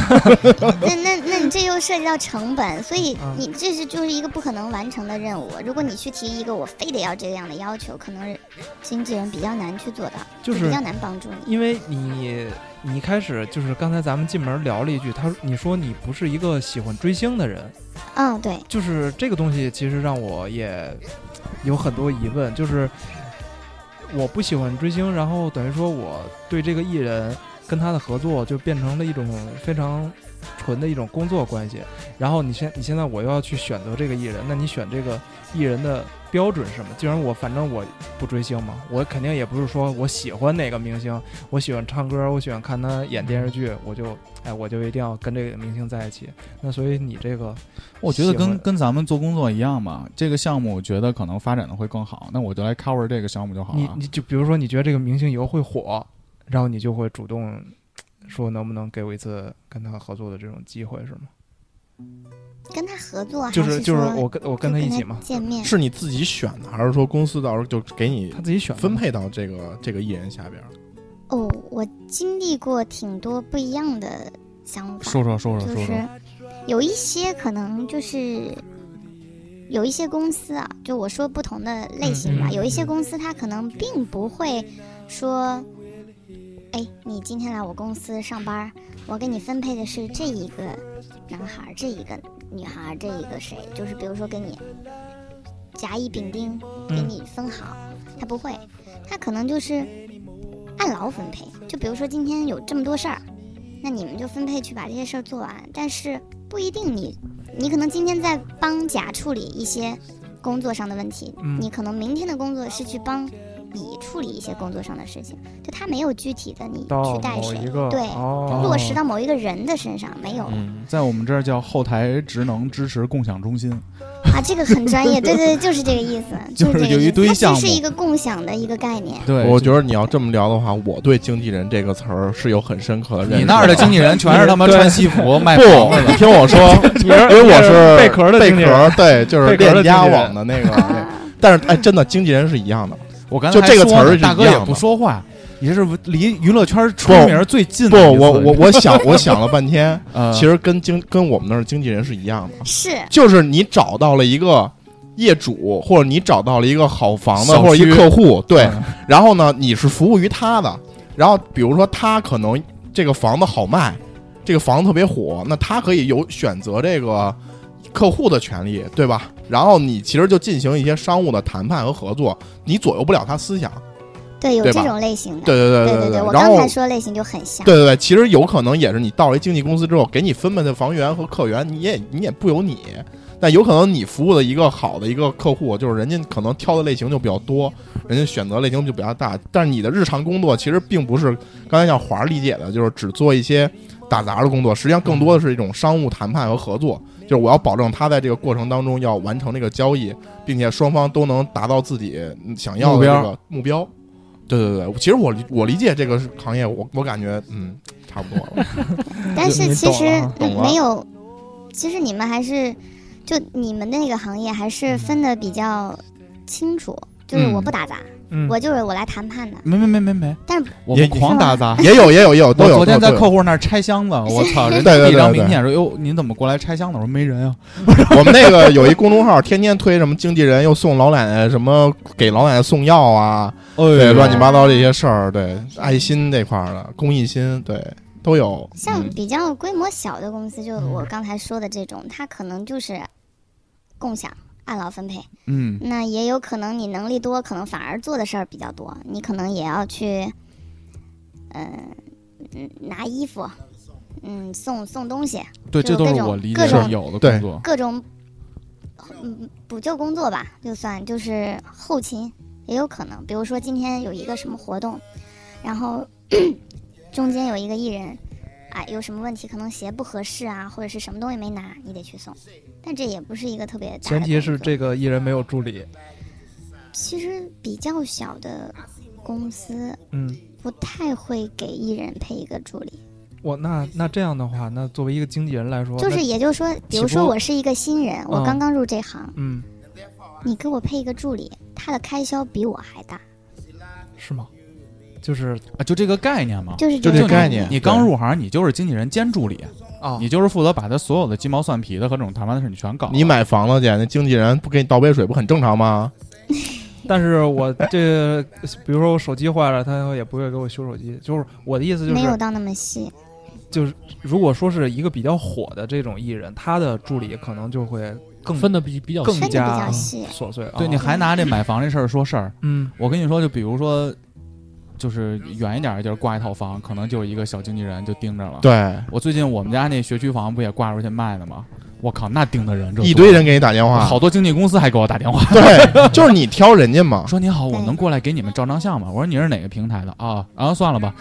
Speaker 7: 那那那你这又涉及到成本，所以
Speaker 6: 嗯
Speaker 7: 你这是就是一个不可能完成的任务。如果你去提一个我非得要这样的要求，可能经纪人比较难去做到，
Speaker 6: 就
Speaker 7: 比
Speaker 6: 是
Speaker 7: 较难帮助你。
Speaker 6: 因为你你一开始就是刚才咱们进门聊了一句，他你说你不是一个喜欢追星的人，
Speaker 7: 嗯，对，
Speaker 6: 就是这个东西其实让我也有很多疑问，就是我不喜欢追星，然后等于说我对这个艺人跟他的合作就变成了一种非常纯的一种工作关系。然后你现你现在我又要去选择这个艺人，那你选这个艺人的标准是什么？既然我反正我不追星嘛，我肯定也不是说我喜欢哪个明星，我喜欢唱歌，我喜欢看他演电视剧，我就哎我就一定要跟这个明星在一起。那所以你这个
Speaker 4: 我觉得
Speaker 6: 喜
Speaker 4: 跟
Speaker 6: 欢
Speaker 4: 跟咱们做工作一样嘛，这个项目我觉得可能发展的会更好，那我就来 cover 这个项目就好啊
Speaker 6: 你
Speaker 4: 了。
Speaker 6: 你就比如说，你觉得这个明星以后会火，然后你就会主动说能不能给我一次跟他合作的这种机会，是吗？
Speaker 7: 跟他合作啊还
Speaker 6: 就是就是
Speaker 7: 说
Speaker 6: 我跟我跟他一起嘛，
Speaker 7: 见面
Speaker 8: 是你自己选的，还是说公司到时候就给你
Speaker 6: 他自己选的
Speaker 8: 分配到这个这个艺人下边？
Speaker 7: 哦，我经历过挺多不一样的想法，
Speaker 4: 说说说说
Speaker 7: 就
Speaker 4: 说说，
Speaker 7: 是有一些可能就是有一些公司啊，就我说不同的类型吧，
Speaker 5: 嗯嗯
Speaker 7: 有一些公司它可能并不会说，哎，你今天来我公司上班儿，我给你分配的是这一个男孩儿，这一个女孩儿，这一个谁，就是比如说给你甲乙丙丁给
Speaker 4: 嗯
Speaker 7: 你分好，他不会，他可能就是按劳分配。就比如说今天有这么多事儿，那你们就分配去把这些事儿做完。但是不一定你，你可能今天在帮甲处理一些工作上的问题，
Speaker 6: 嗯
Speaker 7: 你可能明天的工作是去帮乙处理一些工作上的事情，就他没有具体的你
Speaker 6: 到
Speaker 7: 去带
Speaker 6: 某
Speaker 7: 谁
Speaker 6: 一，个
Speaker 7: 对
Speaker 6: 哦
Speaker 7: 落实到某一个人的身上没有。
Speaker 8: 嗯，
Speaker 4: 在我们这儿叫后台职能支持共享中心，
Speaker 7: 啊，这个很专业，对对，对就是这个意思，
Speaker 4: 就是
Speaker 7: 这个
Speaker 4: 有一
Speaker 7: 意思
Speaker 4: 堆
Speaker 7: 它
Speaker 4: 项
Speaker 7: 其实
Speaker 4: 目
Speaker 7: 是一个共享的一个概念。
Speaker 4: 对，
Speaker 8: 我觉得你要这么聊的话，我对经纪人这个词儿是有很深刻的认识。
Speaker 4: 你那儿的经纪人全是他妈 穿西服卖
Speaker 8: 不
Speaker 4: 房子，的，
Speaker 8: 你听 我说，
Speaker 6: 你是
Speaker 8: 因为我是
Speaker 6: 贝壳的
Speaker 8: 贝
Speaker 6: 经纪人
Speaker 8: 壳，对，就是
Speaker 6: 贝壳的
Speaker 8: 链家
Speaker 6: 经纪人
Speaker 8: 网的那 个。
Speaker 7: 啊
Speaker 8: 但是哎，真的经纪人是一样的，
Speaker 4: 我刚才
Speaker 8: 就这个
Speaker 4: 还说呢
Speaker 8: 词儿是一
Speaker 4: 大哥
Speaker 8: 样
Speaker 4: 也
Speaker 8: 的
Speaker 4: 不说话，你这是离娱乐圈出
Speaker 8: 不
Speaker 4: 名最近
Speaker 8: 不，
Speaker 4: 的一次
Speaker 8: 我我我想我想了半天，
Speaker 4: 呃，
Speaker 8: 其实跟经跟我们那儿经纪人是一样的，
Speaker 7: 是，
Speaker 8: 就是你找到了一个业主，或者你找到了一个好房子
Speaker 4: 小区
Speaker 8: 或者一个客户，对
Speaker 4: 嗯，
Speaker 8: 然后呢，你是服务于他的，然后比如说他可能这个房子好卖，这个房子特别火，那他可以有选择这个客户的权利，对吧？然后你其实就进行一些商务的谈判和合作，你左右不了他思想，
Speaker 7: 对，有
Speaker 8: 对
Speaker 7: 这
Speaker 8: 吧
Speaker 7: 种类型的。
Speaker 8: 对对
Speaker 7: 对
Speaker 8: 对
Speaker 7: 对，我
Speaker 8: 然
Speaker 7: 刚
Speaker 8: 后
Speaker 7: 才说类型就很像。
Speaker 8: 对对对，其实有可能也是你到了一经纪公司之后，给你分配的房源和客源，你也你也不由你。但有可能你服务的一个好的一个客户，就是人家可能挑的类型就比较多，人家选择类型就比较大。但是你的日常工作其实并不是刚才像华儿理解的，就是只做一些打杂的工作，实际上更多的是一种商务谈判和合作。
Speaker 4: 嗯
Speaker 8: 就是我要保证他在这个过程当中要完成这个交易，并且双方都能达到自己想要的这个目标。对对对，其实我理我理解这个行业，我我感觉嗯差不多 了。
Speaker 7: 但是
Speaker 6: 你
Speaker 7: 其
Speaker 6: 懂
Speaker 7: 实
Speaker 6: 了
Speaker 8: 懂了
Speaker 7: 没有，其实你们还是就你们那个行业还是分的比较清楚。就是我不打杂，
Speaker 6: 嗯
Speaker 7: 我就是我来谈判的。
Speaker 4: 没没没没没，
Speaker 7: 但是
Speaker 4: 我
Speaker 8: 也
Speaker 4: 们狂打杂。
Speaker 8: 也有也有也有都
Speaker 4: 我
Speaker 8: 有。
Speaker 4: 昨天
Speaker 8: 都有
Speaker 4: 在客户那儿拆箱子，我 操！人
Speaker 8: 对对
Speaker 4: 递一张
Speaker 8: 对对
Speaker 4: 名片说：“哟，您怎么过来拆箱子？”我说：“没人啊。
Speaker 8: 我们那个有一公众号，天天推什么经纪人又送老奶奶什么给老奶奶送药啊，”对
Speaker 4: 对
Speaker 8: 乱七八糟这些事儿，对爱心这块儿的公益心，对都有。
Speaker 7: 像
Speaker 8: 嗯
Speaker 7: 比较规模小的公司，就我刚才说的这种，它可能就是共享、按劳分配。
Speaker 4: 嗯，
Speaker 7: 那也有可能你能力多，可能反而做的事儿比较多，你可能也要去，呃，嗯拿衣服，嗯，送送东西，
Speaker 4: 对，
Speaker 7: 就
Speaker 4: 这都
Speaker 7: 是各
Speaker 4: 是
Speaker 7: 种
Speaker 4: 我理
Speaker 7: 各
Speaker 4: 解
Speaker 7: 种
Speaker 4: 有的
Speaker 8: 对
Speaker 4: 工作。
Speaker 7: 各种，嗯，补救工作吧，就算就是后勤也有可能，比如说今天有一个什么活动，然后 中间有一个艺人，啊，有什么问题，可能鞋不合适啊，或者是什么东西没拿，你得去送，但这也不是一个特别大的
Speaker 6: 前提
Speaker 7: 工
Speaker 6: 是
Speaker 7: 作
Speaker 6: 这个艺人没
Speaker 7: 嗯
Speaker 6: 有助理，
Speaker 7: 其实比较小的公司
Speaker 6: 嗯。
Speaker 7: 不太会给艺人配一个助理，
Speaker 6: 我那那这样的话，那作为一个经纪人来说，
Speaker 7: 就
Speaker 6: 那
Speaker 7: 是也就是说，比
Speaker 6: 岂
Speaker 7: 如说
Speaker 6: 不
Speaker 7: 我是一个新人，我
Speaker 6: 嗯
Speaker 7: 刚刚入这行，
Speaker 6: 嗯，
Speaker 7: 你给我配一个助理，他的开销比我还大，
Speaker 6: 是吗？就是
Speaker 4: 啊，就这个概念嘛，
Speaker 7: 就是
Speaker 8: 就
Speaker 7: 这
Speaker 8: 这
Speaker 7: 个
Speaker 8: 概
Speaker 7: 念。
Speaker 8: 念哦
Speaker 4: 你刚入行，你就是经纪人兼助理，
Speaker 6: 啊，
Speaker 4: 你就是负责把他所有的鸡毛蒜皮的和这种谈判的事你全搞。
Speaker 8: 你买房子去，那经纪人不给你倒杯水，不很正常吗？
Speaker 6: 但是我这比如说我手机坏了，他也不会给我修手机。就是我的意思就
Speaker 7: 没有
Speaker 6: 是，
Speaker 7: 到那么细，
Speaker 6: 就是如果说是一个比较火的这种艺人，他的助理可能就会更
Speaker 5: 分的比比较
Speaker 6: 更
Speaker 5: 细
Speaker 7: 分得比
Speaker 6: 加
Speaker 7: 较细
Speaker 6: 琐碎。
Speaker 4: 对，
Speaker 6: 啊
Speaker 4: 你还拿这买房这事儿说事儿。
Speaker 6: 嗯
Speaker 4: 我跟你说，就比如说，就是远一点的地儿挂一套房，可能就一个小经纪人就盯着了。
Speaker 8: 对，
Speaker 4: 我最近我们家那学区房不也挂出去卖的吗？我靠，那盯的人这
Speaker 8: 一
Speaker 4: 多
Speaker 8: 堆人给你打电话，
Speaker 4: 好多经纪公司还给我打电话，
Speaker 8: 对，就是你挑人家嘛，
Speaker 4: 说你好，我能过来给你们照张相吗？我说你是哪个平台的啊？然后算了吧，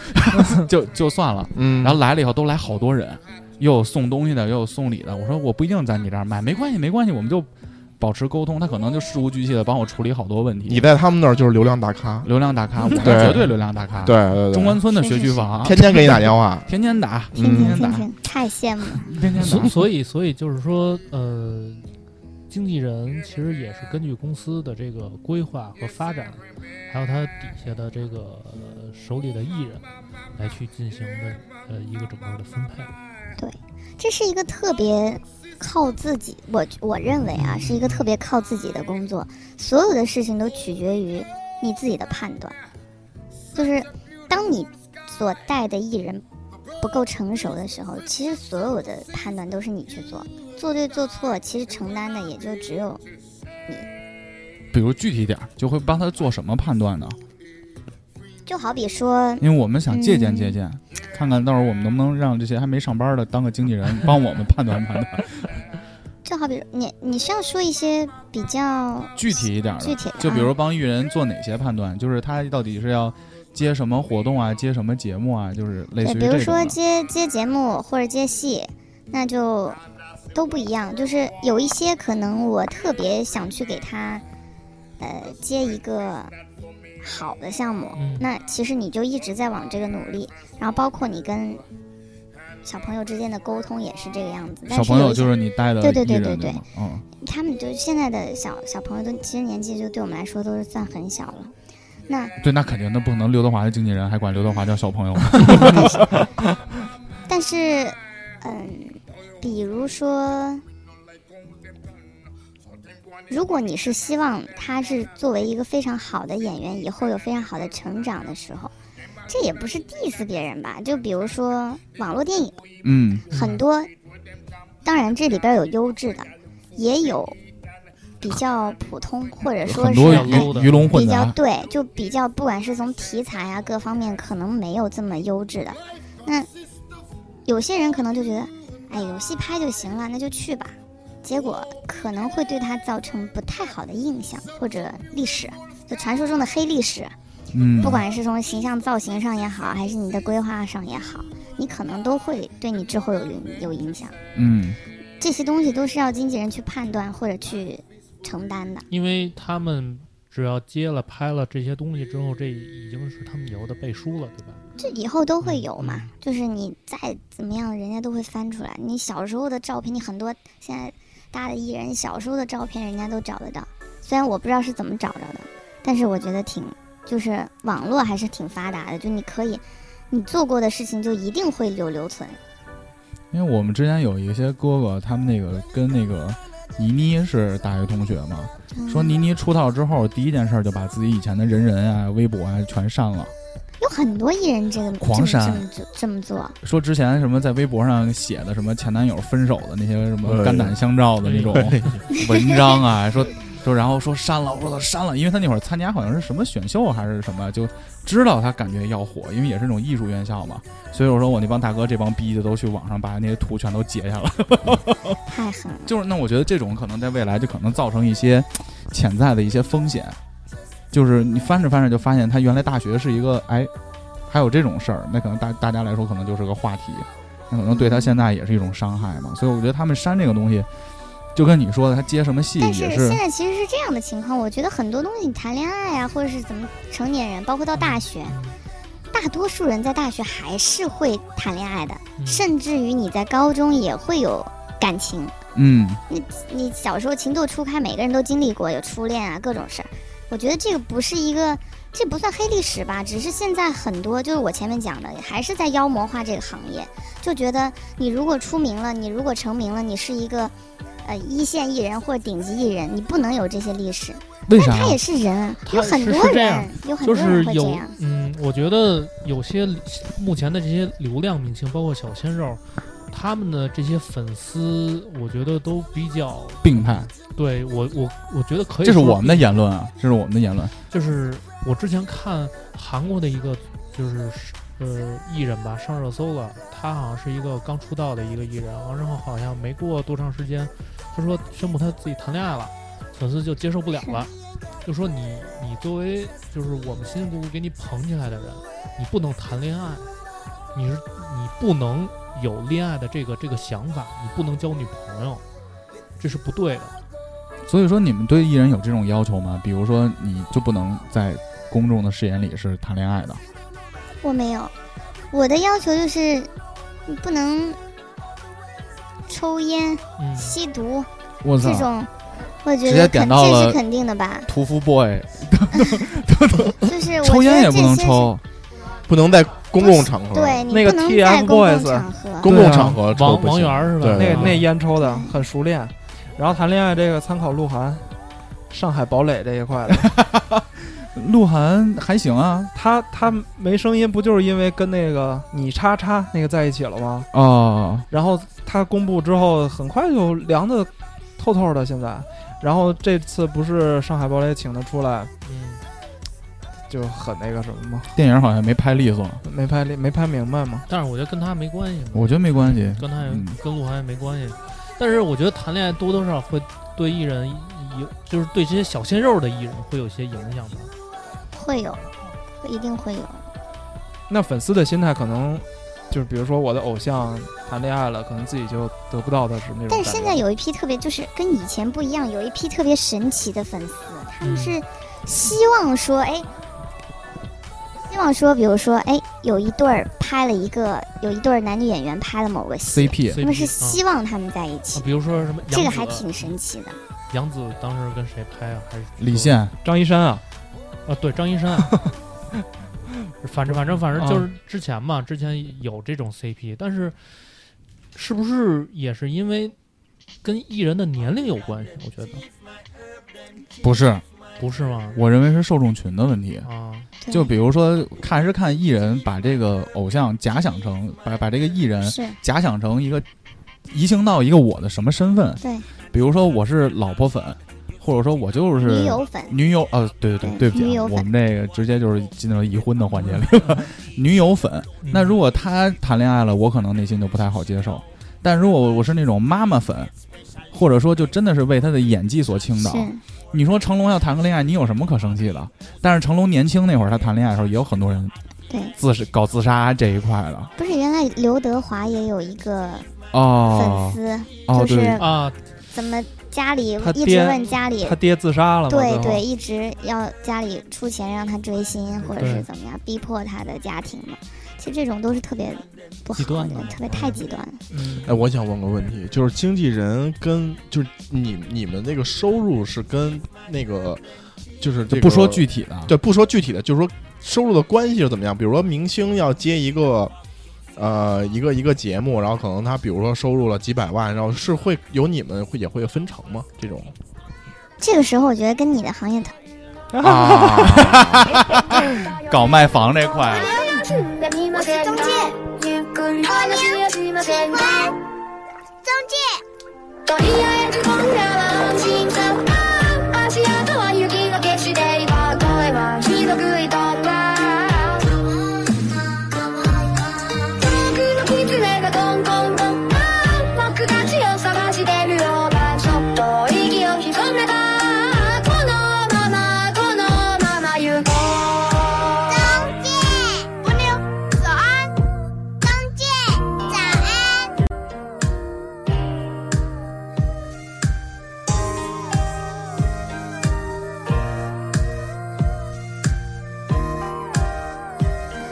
Speaker 4: 就就算了。
Speaker 8: 嗯，
Speaker 4: 然后来了以后都来好多人，又有送东西的，又有送礼的。我说我不一定在你这儿买，没关系，没关系，我们就保持沟通。他可能就事无巨细的帮我处理好多问题。
Speaker 8: 你在他们那儿就是流量大咖，
Speaker 4: 流量大咖， 我是
Speaker 8: 对
Speaker 4: 绝对流量大咖。
Speaker 8: 对，对对，
Speaker 4: 中关村的
Speaker 7: 是
Speaker 4: 学
Speaker 7: 是
Speaker 4: 区
Speaker 7: 是
Speaker 4: 房，
Speaker 8: 天天给你打电话，
Speaker 4: 天天打，
Speaker 7: 天
Speaker 8: 嗯
Speaker 4: 天
Speaker 7: 天
Speaker 4: 打
Speaker 7: 天，天，太羡慕了。
Speaker 4: 天天
Speaker 5: 所
Speaker 4: 打。
Speaker 5: 所以所以就是说，呃，经纪人其实也是根据公司的这个规划和发展，还有他底下的这个、呃手里的艺人，来去进行的呃一个整个的分配。
Speaker 7: 这是一个特别靠自己，我我认为啊，是一个特别靠自己的工作，所有的事情都取决于你自己的判断。就是当你所带的艺人不够成熟的时候，其实所有的判断都是你去做，做对做错，其实承担的也就只有
Speaker 4: 比如具体点儿，就会帮他做什么判断呢？
Speaker 7: 就好比说，
Speaker 4: 因为我们想借鉴
Speaker 7: 嗯
Speaker 4: 借鉴，看看到时候我们能不能让这些还没上班的当个经纪人，帮我们判断判 断，
Speaker 7: 就好比你你是要说一些比较
Speaker 4: 具体一点儿的
Speaker 7: 具。体的，
Speaker 4: 就比
Speaker 7: 啊
Speaker 4: 如帮艺人做哪些判断，就是他到底是要接什么活动啊，接什么节目啊，就是类似
Speaker 7: 对，
Speaker 4: 于
Speaker 7: 比
Speaker 4: 这
Speaker 7: 如
Speaker 4: 种
Speaker 7: 说
Speaker 4: 的
Speaker 7: 接接节目或者接戏，那就都不一样。就是有一些可能我特别想去给他，呃，接一个好的项目，
Speaker 5: 嗯
Speaker 7: 那其实你就一直在往这个努力，然后包括你跟小朋友之间的沟通也是这个样子。但
Speaker 4: 小朋
Speaker 7: 有
Speaker 4: 友
Speaker 7: 一些
Speaker 4: 就是你带的
Speaker 7: 对对对
Speaker 4: 艺
Speaker 7: 对
Speaker 4: 人
Speaker 7: 对
Speaker 4: 吗？嗯，
Speaker 7: 他们就现在的小小朋友都其实年纪就对我们来说都是算很小了。那
Speaker 4: 对，那肯定，那不可能。刘德华的经纪人还管刘德华叫小朋友 吗？
Speaker 7: 但是，嗯，比如说，如果你是希望他是作为一个非常好的演员，以后有非常好的成长的时候，这也不是 diss 别人吧？就比如说网络电影
Speaker 4: 嗯，
Speaker 7: 很多，当然这里边有优质的，也有比较普通或者说
Speaker 4: 很
Speaker 7: 是
Speaker 4: 多
Speaker 5: 要
Speaker 7: 哎
Speaker 5: 优的
Speaker 4: 鱼鱼龙混
Speaker 7: 比较
Speaker 4: 杂。
Speaker 7: 对，就比较不管是从题材啊各方面，可能没有这么优质的。那有些人可能就觉得，哎，有戏拍就行了，那就去吧。结果可能会对他造成不太好的印象或者历史，就传说中的黑历史。
Speaker 4: 嗯，
Speaker 7: 不管是从形象造型上也好，还是你的规划上也好，你可能都会对你之后有影有影响。
Speaker 4: 嗯，
Speaker 7: 这些东西都是要经纪人去判断或者去承担的。
Speaker 5: 因为他们只要接了拍了这些东西之后，这已经是他们以后的背书了，对吧？
Speaker 7: 这以后都会有嘛，就是你再怎么样，人家都会翻出来。你小时候的照片，你很多现在大的艺人小时候的照片，人家都找得到。虽然我不知道是怎么找着的，但是我觉得挺，就是网络还是挺发达的，就你可以，你做过的事情就一定会有留存。
Speaker 4: 因为我们之前有一些哥哥，他们那个跟那个倪妮是大学同学嘛，
Speaker 7: 嗯
Speaker 4: 说倪妮出道之后，第一件事就把自己以前的人人啊、微博啊全删了。
Speaker 7: 有很多艺人这个
Speaker 4: 狂
Speaker 7: 这么
Speaker 4: 删
Speaker 7: 这么做这么做，
Speaker 4: 说之前什么在微博上写的什么前男友分手的那些什么肝胆相照的那种文章啊， 说说然后说删了，我说他删了，因为他那会儿参加好像是什么选秀还是什么，就知道他感觉要火，因为也是那种艺术院校嘛，所以我说我那帮大哥这帮逼的都去网上把那些图全都截下了，
Speaker 7: 太狠了。
Speaker 4: 就是那我觉得这种可能在未来就可能造成一些潜在的一些风险，就是你翻着翻着就发现他原来大学是一个哎，还有这种事儿，那可能大大家来说可能就是个话题，那可能
Speaker 7: 嗯
Speaker 4: 对他现在也是一种伤害嘛。所以我觉得他们删这个东西，就跟你说的他接什么戏
Speaker 7: 但
Speaker 4: 也
Speaker 7: 现在其实是这样的情况，我觉得很多东西，你谈恋爱啊，或者是怎么成年人，包括到大学，大多数人在大学还是会谈恋爱的，
Speaker 5: 嗯
Speaker 7: 甚至于你在高中也会有感情。
Speaker 4: 嗯，
Speaker 7: 你小时候情窦初开，每个人都经历过有初恋啊各种事儿。我觉得这个不是一个，这不算黑历史吧，只是现在很多就是我前面讲的，还是在妖魔化这个行业，就觉得你如果出名了，你如果成名了，你是一个。呃，一线艺人或者顶级艺人，你不能有这些历史。
Speaker 4: 为啥
Speaker 7: 他也是人啊，
Speaker 5: 他
Speaker 7: 有很
Speaker 5: 是
Speaker 7: 多
Speaker 5: 是这
Speaker 7: 人
Speaker 5: 样，
Speaker 7: 有很
Speaker 5: 就
Speaker 7: 多
Speaker 5: 是
Speaker 7: 人会这
Speaker 5: 有
Speaker 7: 样。，
Speaker 5: 嗯，我觉得有些目前的这些流量明星，包括小鲜肉，他们的这些粉丝，我觉得都比较
Speaker 4: 病态？
Speaker 5: 对我，我我觉得可以
Speaker 4: 这
Speaker 5: 说，
Speaker 4: 是我们的言论啊，这是我们的言论。
Speaker 5: 就是我之前看韩国的一个就是呃艺人吧上热搜了。他好像是一个刚出道的一个艺人，完之后好像没过多长时间，他说宣布他自己谈恋爱了，粉丝就接受不了了，就说你你作为就是我们辛辛苦苦给你捧起来的人，你不能谈恋爱，你是你不能有恋爱的这个这个想法，你不能交女朋友，这是不对的。
Speaker 4: 所以说，你们对艺人有这种要求吗？比如说，你就不能在公众的视野里是谈恋爱的，
Speaker 7: 我没有，我的要求就是你不能抽烟、
Speaker 5: 嗯，
Speaker 7: 吸毒
Speaker 4: 我
Speaker 7: 这
Speaker 4: 操，
Speaker 7: 种，我觉
Speaker 4: 嗯直接
Speaker 7: 得
Speaker 4: 点
Speaker 7: 肯
Speaker 4: 到
Speaker 7: 这
Speaker 4: 了。
Speaker 7: 是肯定的吧
Speaker 4: 屠夫 boy，
Speaker 7: 就是我
Speaker 4: 呃抽
Speaker 7: 觉
Speaker 4: 烟
Speaker 7: 得
Speaker 4: 也
Speaker 7: 这
Speaker 4: 不能
Speaker 7: 些是
Speaker 4: 抽，嗯
Speaker 8: 不能在公共场合，
Speaker 7: 对你
Speaker 6: 那个
Speaker 7: 不能在公
Speaker 6: TFBOYS
Speaker 7: 共场合。
Speaker 8: 公共场合抽
Speaker 5: 啊王
Speaker 8: 不
Speaker 5: 王
Speaker 8: 行
Speaker 5: 源儿是吧？
Speaker 8: 对
Speaker 6: 那
Speaker 8: 对
Speaker 5: 啊
Speaker 6: 那烟抽的很熟练，然后谈恋爱这个参考鹿晗、上海堡垒这一块的，
Speaker 4: 鹿晗还行啊，
Speaker 6: 他他没声音不就是因为跟那个你叉叉那个在一起了吗？
Speaker 4: 哦，
Speaker 6: 然后他公布之后，很快就凉的透透的。现在，然后这次不是上海堡垒请他出来，
Speaker 5: 嗯，
Speaker 6: 就很那个什么吗？
Speaker 4: 电影好像没拍利索，
Speaker 6: 没拍没拍明白吗？
Speaker 5: 但是我觉得跟他没关系嘛，
Speaker 4: 我觉得没关系，
Speaker 5: 跟他也、
Speaker 4: 嗯
Speaker 5: 跟鹿晗也没关系。但是我觉得谈恋爱多多少少会对艺人有，就是对这些小鲜肉的艺人会有一些影响吧。
Speaker 7: 会有，一定会有。
Speaker 4: 嗯
Speaker 6: 那粉丝的心态可能就是，比如说我的偶像谈恋爱了，可能自己就得不到的是那种感觉。
Speaker 7: 但是现在有一批特别，就是跟以前不一样，有一批特别神奇的粉丝，他
Speaker 4: 嗯
Speaker 7: 们是希望说，哎，希望说，比如说，哎，有一对儿拍了一个，有一对儿男女演员拍了某个戏，
Speaker 4: CP
Speaker 5: 所
Speaker 7: 他
Speaker 5: 以
Speaker 7: 们是
Speaker 5: 啊
Speaker 7: 希望他们在一起
Speaker 4: 嗯
Speaker 5: 啊，，比如说什么
Speaker 7: 这个
Speaker 5: 杨
Speaker 7: 还
Speaker 5: 紫
Speaker 7: 挺神奇的。
Speaker 5: 杨紫当时跟谁拍啊？还是
Speaker 4: 李现，
Speaker 6: 张一山啊，
Speaker 5: 啊？对，张一山啊。 反正反正反正
Speaker 4: 啊
Speaker 5: 就是之前嘛，之前有这种 CP，但是是不是也是因为跟艺人的年龄有关系？我觉得
Speaker 4: 不是，
Speaker 5: 不是吗？
Speaker 4: 我认为是受众群的问题。
Speaker 5: 啊，
Speaker 7: 对
Speaker 4: 就比如说，看是看艺人把这个偶像假想成，把把这个艺人
Speaker 7: 是
Speaker 4: 假想成一个移情到一个我的什么身份？
Speaker 7: 对，
Speaker 4: 比如说我是老婆粉，或者说我就是
Speaker 7: 女友粉，
Speaker 4: 女友啊，对对对，对不
Speaker 7: 女
Speaker 4: 起啊，
Speaker 7: 友粉
Speaker 4: 我们这个直接就是进入已婚的环节里 了。女友粉，
Speaker 5: 嗯
Speaker 4: 那如果她谈恋爱了，我可能内心就不太好接受。但如果我是那种妈妈粉，或者说就真的是为她的啊演技所倾倒，
Speaker 7: 是
Speaker 4: 你说成龙要谈个恋爱，你有什么可生气的？但是成龙年轻那会儿，他谈恋爱的时候，也有很多人
Speaker 7: 对，
Speaker 4: 自是搞自杀这一块的
Speaker 7: 不是原来刘德华也有一个粉
Speaker 4: 哦
Speaker 7: 丝，
Speaker 4: 哦，
Speaker 7: 就
Speaker 4: 对
Speaker 7: 是
Speaker 5: 啊，
Speaker 7: 怎么家里
Speaker 6: 他
Speaker 7: 一直
Speaker 6: 爹
Speaker 7: 问家里
Speaker 6: 他爹自杀了嘛？最
Speaker 7: 对
Speaker 6: 后
Speaker 7: 对，，一直要家里出钱让他追星，或者是怎么样，逼迫他的家庭嘛。其实这种都是特别不好
Speaker 5: 极端的
Speaker 7: 的，特别太极端了。
Speaker 6: 嗯，
Speaker 8: 哎，我想问个问题，就是经纪人跟就是你你们那个收入是跟那个就是、
Speaker 4: 就
Speaker 8: 这个、
Speaker 4: 不说具体的，
Speaker 8: 对不说具体的，就是说收入的关系是怎么样？比如说明星要接一个呃一个一个节目，然后可能他比如说收入了几百万，然后是会有你们会也会分成吗？这种
Speaker 7: 这个时候，我觉得跟你的行业特
Speaker 4: 啊，搞卖房这块，
Speaker 7: 我是中介，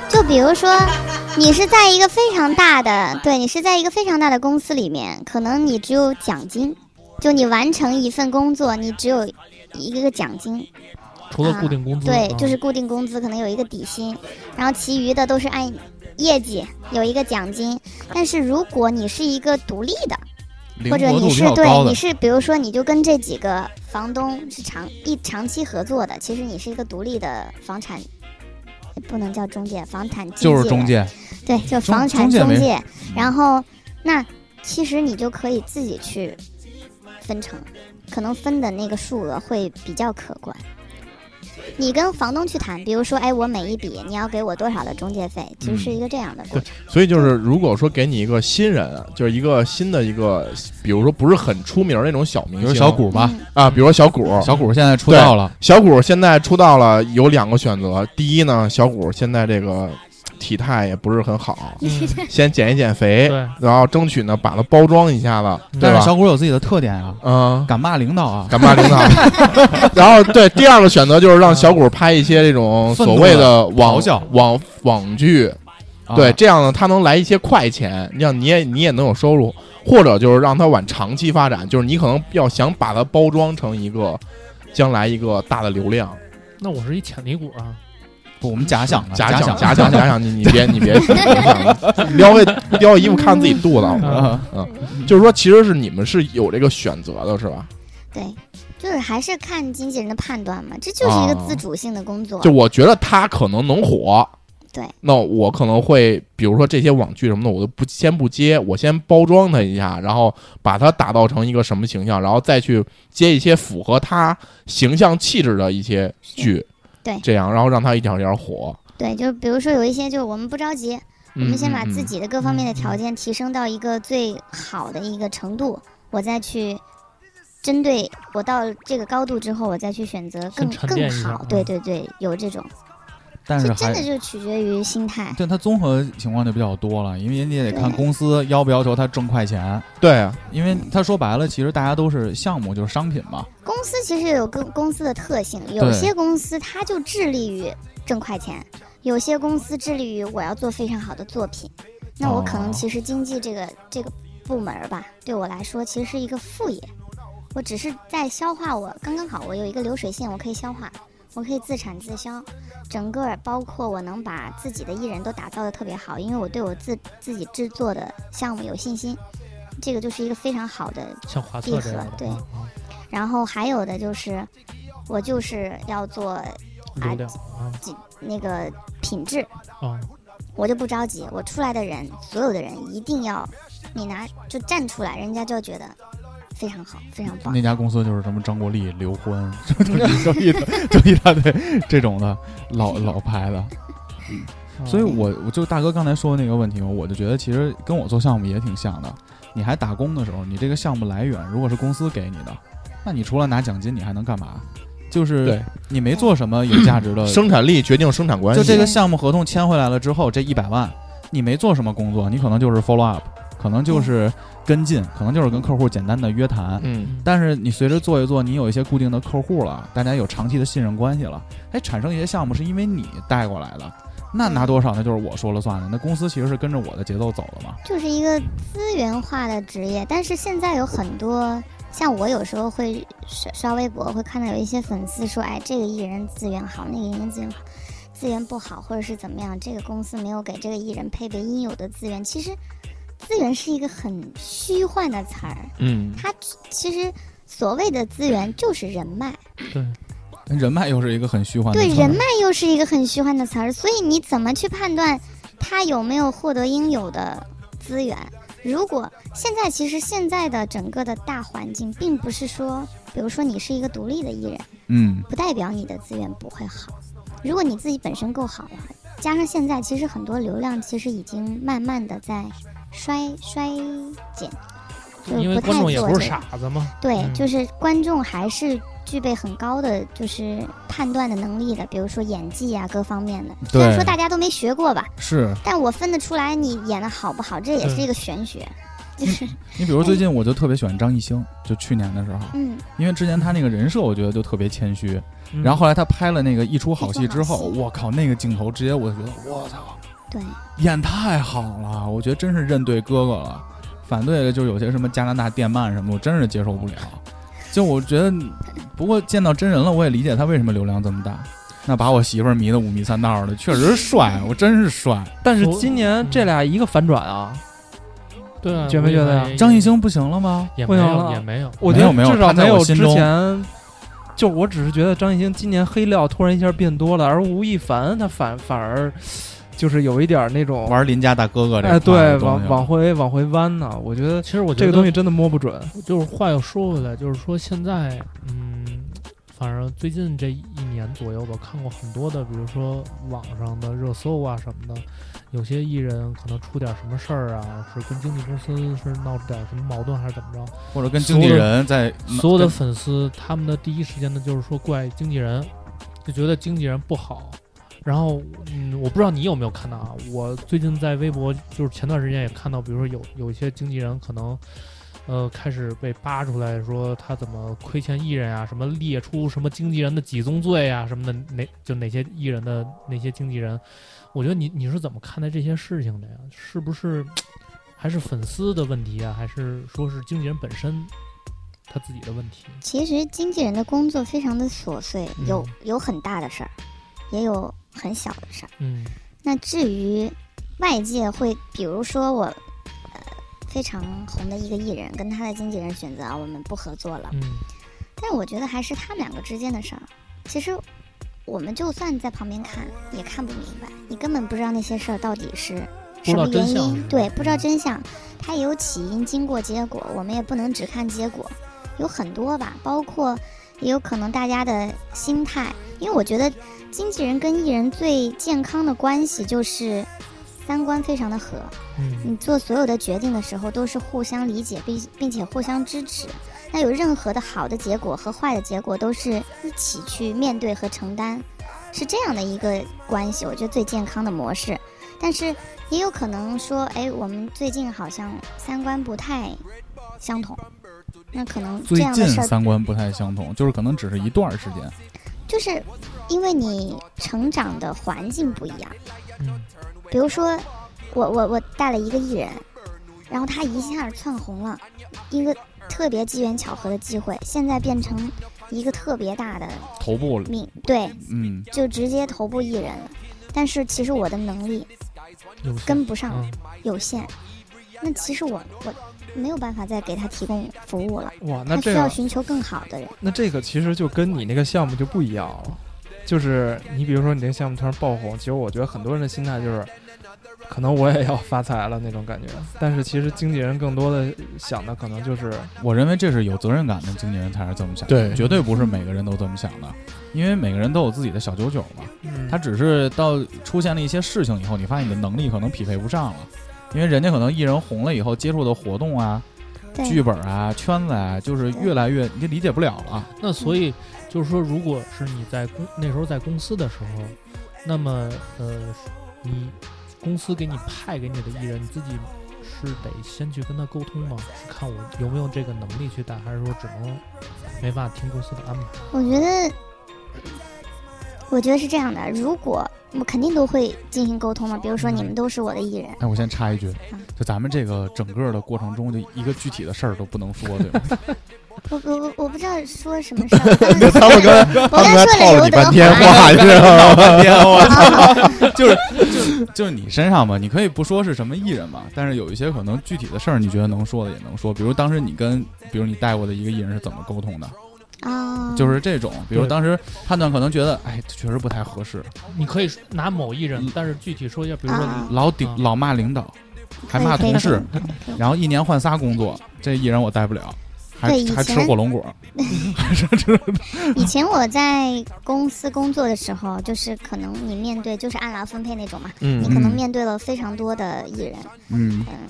Speaker 7: 就比如说，你是在一个非常大的，对你是在一个非常大的公司里面，可能你只有奖金，就你完成一份工作，你只有一个个奖金，
Speaker 5: 除了固定工
Speaker 4: 嗯
Speaker 5: 资，
Speaker 7: 对
Speaker 5: 啊，
Speaker 7: 就是固定工资，可能有一个底薪，然后其余的都是按业绩有一个奖金。但是如果你是一个独立的，
Speaker 4: 灵
Speaker 7: 或者
Speaker 4: 活度
Speaker 7: 你
Speaker 4: 比
Speaker 7: 是
Speaker 4: 较高
Speaker 7: 对
Speaker 4: 的
Speaker 7: 你，是比如说你就跟这几个房东是长一长期合作的，其实你是一个独立的房产，不能叫中介，房产经纪
Speaker 4: 就是中
Speaker 7: 人，
Speaker 4: 介，
Speaker 7: 对，就是
Speaker 4: 中
Speaker 7: 房
Speaker 4: 中
Speaker 7: 产
Speaker 4: 介没嗯
Speaker 7: 介。然后那其实你就可以自己去分成，可能分的那个数额会比较可观。你跟房东去谈，比如说，哎，我每一笔你要给我多少的中介费，就是
Speaker 4: 嗯
Speaker 7: 一个这样的过程。
Speaker 8: 所以就是，如果说给你一个新人，啊就是一个新的一个，比如说不是很出名儿那种小明
Speaker 4: 比
Speaker 8: 星，
Speaker 4: 如小谷吧，
Speaker 7: 嗯
Speaker 8: 啊，比如说小谷，
Speaker 4: 小谷现在出道了，
Speaker 8: 小谷现在出道了，有两个选择。第一呢，小谷现在这个体态也不是很好，
Speaker 4: 嗯
Speaker 8: 先减一减肥，
Speaker 5: 对
Speaker 6: 哎
Speaker 8: 然后争取呢把它包装一下子，对
Speaker 4: 但
Speaker 8: 吧
Speaker 4: 是？小谷有自己的特点啊，
Speaker 8: 嗯。
Speaker 4: 敢骂领导啊，
Speaker 8: 敢骂领导， 然后对第二个选择就是让小谷拍一些这种所谓的网
Speaker 4: 嘲笑
Speaker 8: 网网剧，
Speaker 4: 啊
Speaker 8: 对，这样呢他能来一些快钱，让你也你也能有收入，或者就是让他往长期发展，就是你可能要想把它包装成一个将来一个大的流量，
Speaker 5: 那我是一潜力股啊，
Speaker 4: 不我们啊假想的，
Speaker 8: 假
Speaker 4: 想
Speaker 8: 想假想
Speaker 4: 的
Speaker 8: 假想，你你别你别撩个撩个衣服看自己肚子，
Speaker 4: 啊
Speaker 8: 嗯就是说其实是你们是有这个选择的，是吧？
Speaker 7: 对，就是 还是看经纪人的判断嘛，这
Speaker 4: 哦
Speaker 7: 就是一个
Speaker 8: 啊
Speaker 7: 自主性的工作。
Speaker 8: 就我觉得他可能能火，
Speaker 7: 对，
Speaker 8: 那我可能会比如说这些网剧什么的，我都不先不接，我先包装他一下，然后把他打造成一个什么形象，然后再去接一些符合他形象气质的一些剧，
Speaker 7: 嗯对
Speaker 8: 这样然后让他一点儿一点儿火。
Speaker 7: 对，就比如说有一些，就是我们不着急，我
Speaker 8: 我
Speaker 7: 们
Speaker 5: 嗯
Speaker 7: 先把自
Speaker 8: 嗯
Speaker 7: 己的各方面的条件提升到一个最好的一个程度，我再去针对我到这个高度之后，我再去选择
Speaker 5: 先
Speaker 7: 更
Speaker 5: 沉淀
Speaker 7: 更
Speaker 5: 一下
Speaker 7: 好
Speaker 5: 啊。
Speaker 7: 对对对，有这种，
Speaker 4: 但是
Speaker 7: 这
Speaker 4: 还
Speaker 7: 真的就取决于心态。
Speaker 4: 但他综合情况就比较多了，因为你也得看
Speaker 7: 对
Speaker 4: 公司要不要求他挣快钱，
Speaker 8: 对啊，
Speaker 4: 因为他说白了，其实大家都是项目，就是商品嘛。
Speaker 7: 公司其实有公公司的特性，有
Speaker 4: 对
Speaker 7: 些公司它就致力于挣快钱，有些公司致力于我要做非常好的作品。那我可能
Speaker 4: 哦
Speaker 7: 其实经济这个这个部门儿吧，对我来说其实是一个副业，我只是在消化我刚刚好，我有一个流水线，我可以消化，我可以自产自销，整个儿包括我能把自己的艺人都打造的特别好，因为我对我自自己制作的项目有信心，这个就是一个非常好的
Speaker 5: 像华策这样的，
Speaker 7: 对
Speaker 5: 啊
Speaker 7: 然后还有的就是，我就是要做
Speaker 5: 流量啊
Speaker 7: 几那个品质，
Speaker 5: 啊，
Speaker 7: 我就不着急。我出来的人，所有的人一定要，你拿就站出来，人家就觉得非常好，非常棒。
Speaker 4: 那家公司就是什么张国立、刘欢， 就就一就一大堆这种的老老牌的。
Speaker 5: 啊
Speaker 4: 嗯所以我我就大哥刚才说的那个问题，我就觉得其实跟我做项目也挺像的。你还打工的时候，你这个项目来源如果是公司给你的，那你除了拿奖金，你还能干嘛？就是
Speaker 8: 对
Speaker 4: 你没做什么有价值 的
Speaker 8: 生产力决定生产关系。
Speaker 4: 就这个项目合同签回来了之后，这一百万你没做什么工作，你可能就是 follow up，可能就是跟进，可能就是跟客户简单的约谈。
Speaker 8: 嗯，
Speaker 4: 但是你随着做一做，你有一些固定的客户了，大家有长期的信任关系了，哎，产生一些项目是因为你带过来的，那拿多少那就是我说了算的，那公司其实是跟着我的节奏走的嘛。
Speaker 7: 就是一个资源化的职业，但是现在有很多，像我有时候会刷刷微博，会看到有一些粉丝说，哎，这个艺人资源好，那个艺人资源好，资源不好，或者是怎么样，这个公司没有给这个艺人配备应有的资源。其实，资源是一个很虚幻的词儿，
Speaker 8: 嗯，
Speaker 7: 它其实所谓的资源就是人脉，
Speaker 4: 嗯人脉又是一个很虚幻的
Speaker 7: 对，
Speaker 4: 词儿
Speaker 7: 人脉又是一个很虚幻的词儿，所以你怎么去判断他有没有获得应有的资源？如果现在其实现在的整个的大环境，并不是说，比如说你是一个独立的艺人，
Speaker 4: 嗯，
Speaker 7: 不代表你的资源不会好。如果你自己本身够好了，加上现在其实很多流量其实已经慢慢的在衰衰减，就
Speaker 5: 因为
Speaker 7: 不太
Speaker 5: 观众也
Speaker 7: 做
Speaker 5: 不是
Speaker 7: 这个
Speaker 5: 傻子嘛，
Speaker 7: 对，
Speaker 5: 嗯
Speaker 7: 就是观众还是具备很高的就是判断的能力的，比如说演技啊各方面的。虽然
Speaker 4: 对
Speaker 7: 说大家都没学过吧，
Speaker 4: 是
Speaker 7: 但我分得出来你演的好不好，这
Speaker 5: 嗯
Speaker 7: 也是一个玄学。就是
Speaker 4: 你比如最近我就特别喜欢张艺兴，就去年的时候，
Speaker 7: 嗯，
Speaker 4: 因为之前他那个人设我觉得就特别谦虚，
Speaker 5: 嗯
Speaker 4: 然后后来他拍了那个一出好戏之后，
Speaker 7: 一出好戏
Speaker 4: 我靠，那个镜头直接我就觉得我操，
Speaker 7: 对，
Speaker 4: 演太好了，我觉得真是认对哥哥了。反对的就是有些什么加拿大电鳗什么的，我真是接受不了。就我觉得，不过见到真人了，我也理解他为什么流量这么大。那把我媳妇儿迷得五迷三道的，确实是帅，我真是帅。
Speaker 6: 但是
Speaker 5: 所嗯
Speaker 6: 今年这俩一个反转啊，
Speaker 5: 对啊，
Speaker 6: 觉没觉得呀
Speaker 5: 呀？
Speaker 4: 张艺兴不行了吗？
Speaker 5: 也
Speaker 6: 不
Speaker 5: 没
Speaker 6: 行
Speaker 5: 有，
Speaker 6: 了
Speaker 5: 也没有，
Speaker 6: 我觉得
Speaker 4: 没有
Speaker 6: 至少
Speaker 4: 他在
Speaker 6: 没有
Speaker 4: 我心
Speaker 6: 之
Speaker 4: 中
Speaker 6: 前。就我只是觉得张艺兴今年黑料突然一下变多了，而吴亦凡他反反而就是有一点儿那种
Speaker 4: 玩邻家大哥哥这
Speaker 6: 哎，
Speaker 4: 块儿
Speaker 6: 对，
Speaker 4: 的东
Speaker 6: 往
Speaker 4: 西
Speaker 6: 往回往回弯呢。我觉得
Speaker 5: 其实我觉
Speaker 6: 这
Speaker 5: 得
Speaker 6: 个东西真的摸不准。
Speaker 5: 就是话又说回来，就是说现在，嗯，反正最近这一年左右吧，看过很多的，比如说网上的热搜啊什么的，有些艺人可能出点什么事儿啊，是跟经纪公司是闹点什么矛盾还是怎么着，
Speaker 4: 或者跟经纪人在
Speaker 5: 所有的粉丝他们的第一时间呢，就是说怪经纪人，就觉得经纪人不好。然后，嗯，我不知道你有没有看到啊？我最近在微博，就是前段时间也看到，比如说有有一些经纪人可能，呃，开始被扒出来说他怎么亏欠艺人啊，什么列出什么经纪人的几宗罪啊什么的，哪就哪些艺人的哪些经纪人，我觉得你你是怎么看待这些事情的呀？是不是还是粉丝的问题啊？还是说是经纪人本身他自己的问题？
Speaker 7: 其实经纪人的工作非常的琐碎，
Speaker 5: 嗯
Speaker 7: 有有很大的事儿，也有很小的事儿。
Speaker 5: 嗯
Speaker 7: 那至于外界会，比如说我，呃，非常红的一个艺人跟他的经纪人选择啊，我们不合作了。
Speaker 5: 嗯
Speaker 7: 但我觉得还是他们两个之间的事儿。其实我们就算在旁边看，也看不明白，你根本不知道那些事儿到底是
Speaker 5: 不
Speaker 7: 什
Speaker 5: 知道
Speaker 7: 么原
Speaker 5: 真相
Speaker 7: 因，对，不知道真相，它也有起因、经过、结果，我们也不能只看结果，有很多吧，包括也有可能大家的心态，因为我觉得经纪人跟艺人最健康的关系就是三观非常的合，
Speaker 5: 嗯
Speaker 7: 你做所有的决定的时候都是互相理解，并并且互相支持。那有任何的好的结果和坏的结果，都是一起去面对和承担，是这样的一个关系，我觉得最健康的模式。但是也有可能说，哎，我们最近好像三观不太相同，那可能这
Speaker 4: 最
Speaker 7: 样
Speaker 4: 近
Speaker 7: 的事儿，
Speaker 4: 三观不太相同，就是可能只是一段时间。
Speaker 7: 就是因为你成长的环境不一样。
Speaker 5: 嗯
Speaker 7: 比如说，我我我带了一个艺人，然后他一下窜红了，一个特别机缘巧合的机会，现在变成一个特别大的
Speaker 4: 头部，
Speaker 7: 命，对，
Speaker 4: 嗯，
Speaker 7: 就直接头部艺人了。但是其实我的能力
Speaker 5: 有些
Speaker 7: 跟不上，
Speaker 5: 嗯
Speaker 7: 有限。那其实我我没有办法再给他提供服务了，
Speaker 6: 哇，那
Speaker 7: 他
Speaker 6: 这
Speaker 7: 需要
Speaker 6: 样
Speaker 7: 寻求更好的人。
Speaker 6: 那这个其实就跟你那个项目就不一样了，就是你比如说你这个项目突然爆红，其实我觉得很多人的心态就是，可能我也要发财了那种感觉，但是其实经纪人更多的想的可能就是，
Speaker 4: 我认为这是有责任感的经纪人才是这么想的，
Speaker 8: 对
Speaker 4: 绝对不是每个人都这么想的，因为每个人都有自己的小九九嘛。
Speaker 6: 嗯
Speaker 4: 他只是到出现了一些事情以后，你发现你的能力可能匹配不上了，因为人家可能艺人红了以后接触的活动啊、剧
Speaker 7: 对，
Speaker 4: 本啊、圈子啊，就是越来越你理解不了了。
Speaker 5: 那所以就是说，如果是你在公那时候在公司的时候，那么呃，你公司给你派给你的艺人，你自己是得先去跟他沟通吗？是看我有没有这个能力去带，还是说只能没办法听公司的安排？
Speaker 7: 我觉得，我觉得是这样的。如果我肯定都会进行沟通嘛，比如说你们
Speaker 6: 嗯
Speaker 7: 都是我的艺人，
Speaker 4: 哎，我先插一句
Speaker 7: 嗯，
Speaker 4: 就咱们这个整个的过程中，就一个具体的事儿都不能说，对吧？
Speaker 7: 我我我我不知道说什 么事儿，我刚
Speaker 8: 他
Speaker 7: 才
Speaker 8: 们
Speaker 7: 说
Speaker 8: 刚才
Speaker 7: 我
Speaker 8: 他
Speaker 7: 刚才说了刘
Speaker 8: 们刚才套了你
Speaker 7: 德
Speaker 8: 半天
Speaker 7: 华，
Speaker 8: 话，你知道吗？半天我操！
Speaker 4: 就是就是就是你身上吧，你可以不说是什么艺人吧，但是有一些可能具体的事儿，你觉得能说的也能说，比如当时你跟，比如你带过的一个艺人是怎么沟通的，
Speaker 7: 啊，
Speaker 4: 就是这种，比如
Speaker 5: 对
Speaker 4: 当时判断可能觉得，哎，确实不太合适，
Speaker 5: 你可以拿某艺人
Speaker 4: 嗯，
Speaker 5: 但是具体说一下，比如说
Speaker 7: 啊
Speaker 4: 老顶
Speaker 5: 啊
Speaker 4: 老骂领导，还
Speaker 7: 可以
Speaker 4: 骂
Speaker 7: 可以
Speaker 4: 同事
Speaker 7: 可以可以
Speaker 4: 然后一年换仨工作，这艺人我带不了，还
Speaker 7: 对以
Speaker 4: 还吃
Speaker 7: 前
Speaker 4: 火龙果，
Speaker 7: 以前我在公司工作的时候，就是可能你面对就是按劳分配那种嘛，你
Speaker 8: 嗯
Speaker 7: 可能面对了非常多的艺人，
Speaker 4: 嗯，
Speaker 7: 嗯，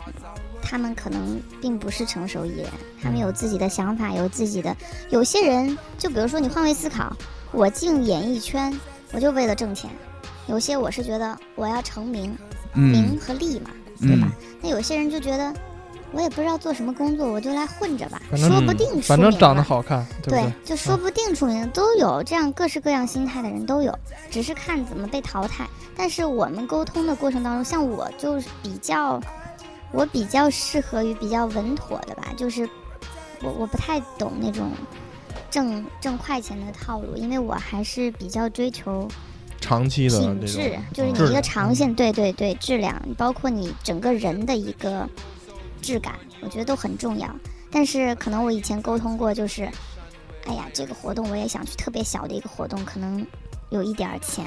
Speaker 7: 他们可能并不是成熟艺人，他
Speaker 8: 嗯
Speaker 7: 们有自己的想法，有自己的。有些人，就比如说你换位思考，我进演艺圈，我就为了挣钱；有些我是觉得我要成名，名
Speaker 4: 嗯
Speaker 7: 和利嘛，对吧
Speaker 4: 嗯？，
Speaker 7: 那有些人就觉得，我也不知道做什么工作，我就来混着吧，
Speaker 6: 反正嗯
Speaker 7: 说不定出名
Speaker 6: 反正长得
Speaker 7: 了
Speaker 6: 好看，对不嗯
Speaker 7: 对，就说不定出名的都有，这样各式各样心态的人都有，只是看怎么被淘汰。但是我们沟通的过程当中，像我就是比较，我比较适合于比较稳妥的吧，就是我我不太懂那种挣挣快钱的套路，因为我还是比较追求
Speaker 8: 长期的
Speaker 7: 品
Speaker 8: 这
Speaker 7: 质
Speaker 8: 种，嗯
Speaker 7: 就是
Speaker 8: 质
Speaker 7: 你一个
Speaker 8: 量
Speaker 7: 长线，对对对，质量，包括你整个人的一个质感，我觉得都很重要。但是可能我以前沟通过，就是，哎呀，这个活动我也想去，特别小的一个活动，可能有一点儿钱，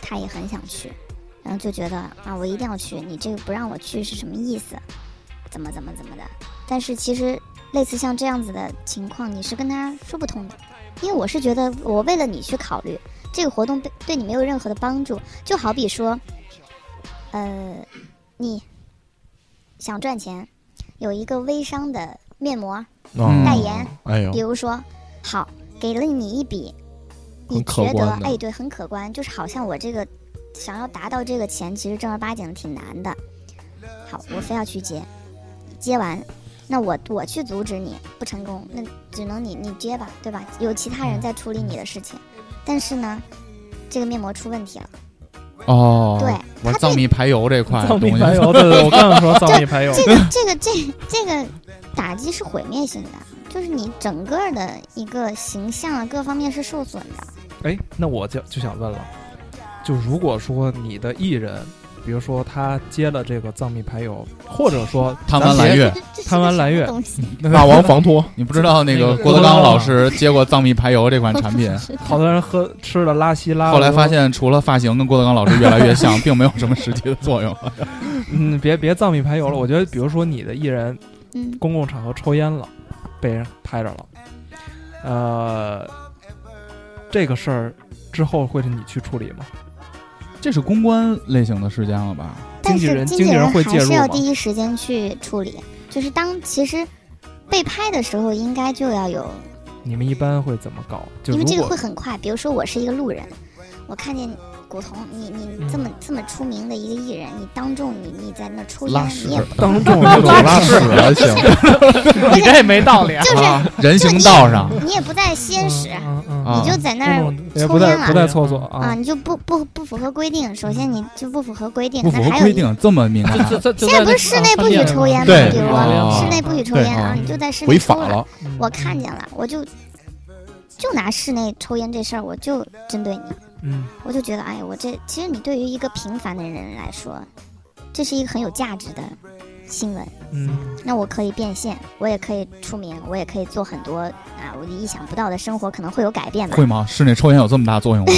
Speaker 7: 他也很想去，然后就觉得啊，我一定要去，你这个不让我去是什么意思？怎么怎么怎么的？但是其实类似像这样子的情况，你是跟他说不通的。因为我是觉得我为了你去考虑这个活动对对你没有任何的帮助，就好比说，呃，你想赚钱，有一个微商的面膜，
Speaker 8: 嗯
Speaker 7: 代言，
Speaker 8: 哎
Speaker 7: 比
Speaker 8: 呦，
Speaker 7: 如说，好给了你一笔，
Speaker 8: 很
Speaker 7: 你
Speaker 8: 可
Speaker 7: 觉得
Speaker 8: 观的
Speaker 7: 哎对，很可观，就是好像我这个想要达到这个钱，其实正儿八经挺难的。好，我非要去接，接完，那我我去阻止你不成功，那只能你你接吧，对吧？有其他
Speaker 8: 嗯
Speaker 7: 人在处理你的事情，但是呢，这个面膜出问题了，
Speaker 4: 哦，
Speaker 7: 对，
Speaker 4: 玩
Speaker 7: 他
Speaker 4: 藏
Speaker 7: 这
Speaker 4: 秘排油这块
Speaker 9: 藏
Speaker 4: 东
Speaker 9: 秘
Speaker 4: 西，
Speaker 9: 排 油，对对，我 刚想说藏秘排油，
Speaker 7: 这个这个这这个打击是毁灭性的，就是你整个的一个形象啊各方面是受损的。
Speaker 6: 哎，那我就就想问了，就如果说你的艺人，比如说他接了这个藏秘排油，或者说
Speaker 4: 贪玩蓝月，
Speaker 7: 这是
Speaker 6: 贪
Speaker 7: 个
Speaker 6: 玩
Speaker 7: 什
Speaker 6: 蓝
Speaker 7: 么
Speaker 6: 月
Speaker 7: 东西
Speaker 8: 大王防脱，
Speaker 4: 你不知道那个啊
Speaker 5: 那个
Speaker 4: 郭德纲老师接过藏秘排油这款产 品，
Speaker 6: 好多人喝吃了拉稀拉，
Speaker 4: 后来发，现除了发型跟郭德纲老师越来越 像，并没有什么实际的作用。
Speaker 6: 嗯，别别藏秘排油了。我觉得，比如说你的艺人
Speaker 7: 嗯，
Speaker 6: 公共场合抽烟了，被人拍着了，呃，这个事儿之后会是你去处理吗？
Speaker 4: 这是公关类型的事件了吧？
Speaker 7: 但
Speaker 6: 经纪
Speaker 7: 是
Speaker 6: 人
Speaker 7: 经
Speaker 6: 经纪人会介
Speaker 7: 还
Speaker 6: 入
Speaker 7: 是要
Speaker 6: 吗
Speaker 7: 第一时间去处理，就是当其实被拍的时候，应该就要有，
Speaker 6: 你们一般会怎么搞？就
Speaker 7: 因为
Speaker 6: 如
Speaker 7: 这个
Speaker 6: 果
Speaker 7: 会很快。比如说我是一个路人，我看见古潼，你你这
Speaker 6: 嗯
Speaker 7: 么、这么出名的一个艺人，你当众你你在那抽
Speaker 4: 拉
Speaker 7: 烟，
Speaker 4: 屎
Speaker 7: 你 也
Speaker 6: 当众
Speaker 8: 我拉屎还行，
Speaker 9: 你这也没道理啊。
Speaker 7: 就是、
Speaker 4: 啊，人行道上
Speaker 7: 你也不在吸烟室，
Speaker 5: 嗯嗯
Speaker 4: 啊
Speaker 5: 嗯，
Speaker 7: 你就在那儿
Speaker 5: 公众
Speaker 6: 也
Speaker 7: 抽
Speaker 6: 不
Speaker 7: 烟
Speaker 6: 在不嗯
Speaker 7: 了。
Speaker 6: 在厕所
Speaker 7: 啊，
Speaker 6: 啊，
Speaker 7: 你就不不不符合规定。首先，你就不符合规定。
Speaker 4: 不符合
Speaker 7: 那还有
Speaker 4: 规
Speaker 7: 一
Speaker 4: 定，这么敏感啊
Speaker 9: 就就就
Speaker 7: 现在不是室内不许抽烟吗？
Speaker 8: 对
Speaker 7: 比如
Speaker 4: 哦
Speaker 7: 室内不许抽
Speaker 8: 对
Speaker 7: 烟啊，
Speaker 4: 哦
Speaker 7: 你就在室内
Speaker 8: 违
Speaker 7: 抽
Speaker 8: 法
Speaker 7: 了。
Speaker 8: 了。
Speaker 7: 我看见了，我就就拿室内抽烟这事儿，我就针对你，
Speaker 6: 嗯，
Speaker 7: 我就觉得，哎，我这其实你对于一个平凡的人来说，这是一个很有价值的新闻。
Speaker 6: 嗯
Speaker 7: 那我可以变现，我也可以出名，我也可以做很多啊，我意想不到的生活可能会有改变吧。
Speaker 4: 会吗？室内抽烟有这么大作 用吗？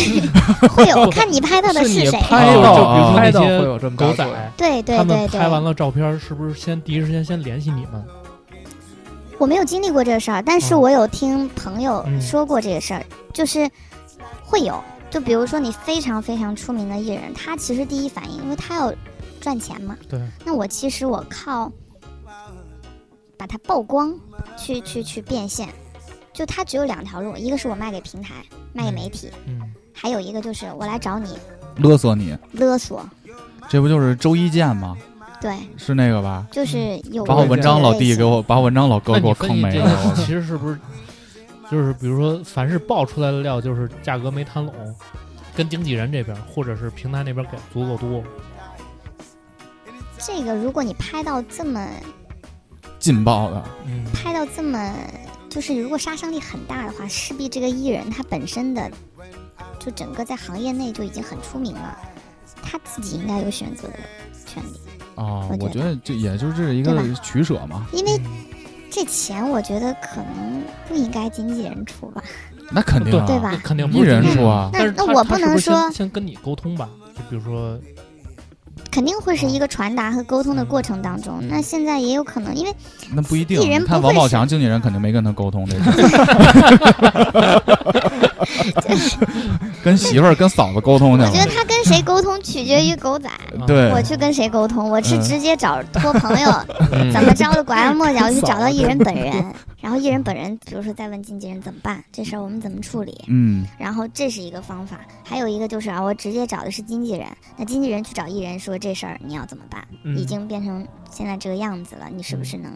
Speaker 7: 会有，看你拍到的
Speaker 5: 是你
Speaker 7: 谁。
Speaker 5: 拍
Speaker 4: 哦
Speaker 5: 到，
Speaker 4: 哦哦
Speaker 5: 就比
Speaker 6: 拍
Speaker 5: 如说
Speaker 6: 到
Speaker 5: 那
Speaker 6: 啊会
Speaker 5: 些
Speaker 6: 有这么大
Speaker 5: 狗
Speaker 6: 作用
Speaker 5: 仔，
Speaker 7: 对对
Speaker 5: 他
Speaker 7: 对
Speaker 5: 们
Speaker 7: 对
Speaker 5: 拍，完了照片，是不是先第一时间先联系你们？
Speaker 7: 我没有经历过这个事儿，但是
Speaker 5: 嗯
Speaker 7: 我有听朋友
Speaker 5: 嗯
Speaker 7: 说过这个事儿，就是会有，就比如说你非常非常出名的艺人，他其实第一反应，因为他要赚钱嘛，
Speaker 5: 对，嗯
Speaker 7: 那我其实我靠把它曝光，去去去变现，就他只有两条路，一个是我卖给平台，卖给媒体，
Speaker 5: 嗯，
Speaker 7: 还有一个就是我来找你
Speaker 4: 勒索你，
Speaker 7: 勒索，
Speaker 4: 这不就是周一见吗？
Speaker 7: 对，
Speaker 4: 是那个吧？
Speaker 7: 就是有
Speaker 4: 嗯把我文章老弟
Speaker 7: 弟
Speaker 4: 给，我，把我文章老哥
Speaker 5: 那
Speaker 4: 给
Speaker 5: 你
Speaker 4: 我
Speaker 5: 分
Speaker 4: 坑
Speaker 5: 析
Speaker 4: 没
Speaker 5: 这
Speaker 4: 了。
Speaker 5: 个其实是不是就是比如说，凡是爆出来的料，就是价格没谈拢，跟经纪人这边或者是平台那边给足够多，
Speaker 7: 这个如果你拍到这么
Speaker 4: 劲爆的，
Speaker 5: 嗯，
Speaker 7: 拍到这么，就是如果杀伤力很大的话，势必这个艺人他本身的，就整个在行业内就已经很出名了，他自己应该有选择的权利。
Speaker 4: 啊
Speaker 7: 我，
Speaker 4: 我觉
Speaker 7: 觉
Speaker 4: 得这也就是一个
Speaker 7: 对
Speaker 4: 取舍嘛，
Speaker 7: 因为这钱，我觉得可能不应该经纪人出吧，
Speaker 4: 那肯定啊，
Speaker 7: 对吧？
Speaker 5: 肯定
Speaker 4: 一
Speaker 5: 不是
Speaker 4: 人
Speaker 5: 经纪
Speaker 4: 说啊，
Speaker 7: 那
Speaker 5: 但是
Speaker 7: 那
Speaker 5: 他
Speaker 7: 我
Speaker 5: 他
Speaker 7: 不
Speaker 5: 是
Speaker 7: 能
Speaker 5: 是先
Speaker 7: 说
Speaker 5: 先跟你沟通吧，就比如说，
Speaker 7: 肯定会是一个传达和沟通的过程当中。
Speaker 5: 嗯
Speaker 7: 那现在也有可能，因为
Speaker 4: 那不一定。
Speaker 7: 艺人
Speaker 4: 你看
Speaker 7: 不
Speaker 4: 王
Speaker 7: 会
Speaker 4: 宝
Speaker 7: 是
Speaker 4: 强经纪人肯定没跟他沟通 这事儿，跟媳妇儿跟嫂子沟通去
Speaker 7: 我觉得
Speaker 4: 了。
Speaker 7: 他跟谁沟通取决于狗仔。
Speaker 4: 对
Speaker 7: 我去跟谁沟通？我是
Speaker 4: 嗯
Speaker 7: 直接找托朋友，
Speaker 8: 嗯
Speaker 7: 怎么着的拐弯 抹角去找到
Speaker 4: 啊
Speaker 7: 艺人本人，然后艺人本人，比如说再问经纪人怎么办，这事儿我们怎么处理？
Speaker 4: 嗯，
Speaker 7: 然后这是一个方法，还有一个就是啊，我直接找的是经纪人，那经纪人去找艺人说这事儿你要怎么办，
Speaker 6: 嗯
Speaker 7: 已经变成现在这个样子了，你是不
Speaker 4: 嗯
Speaker 7: 是能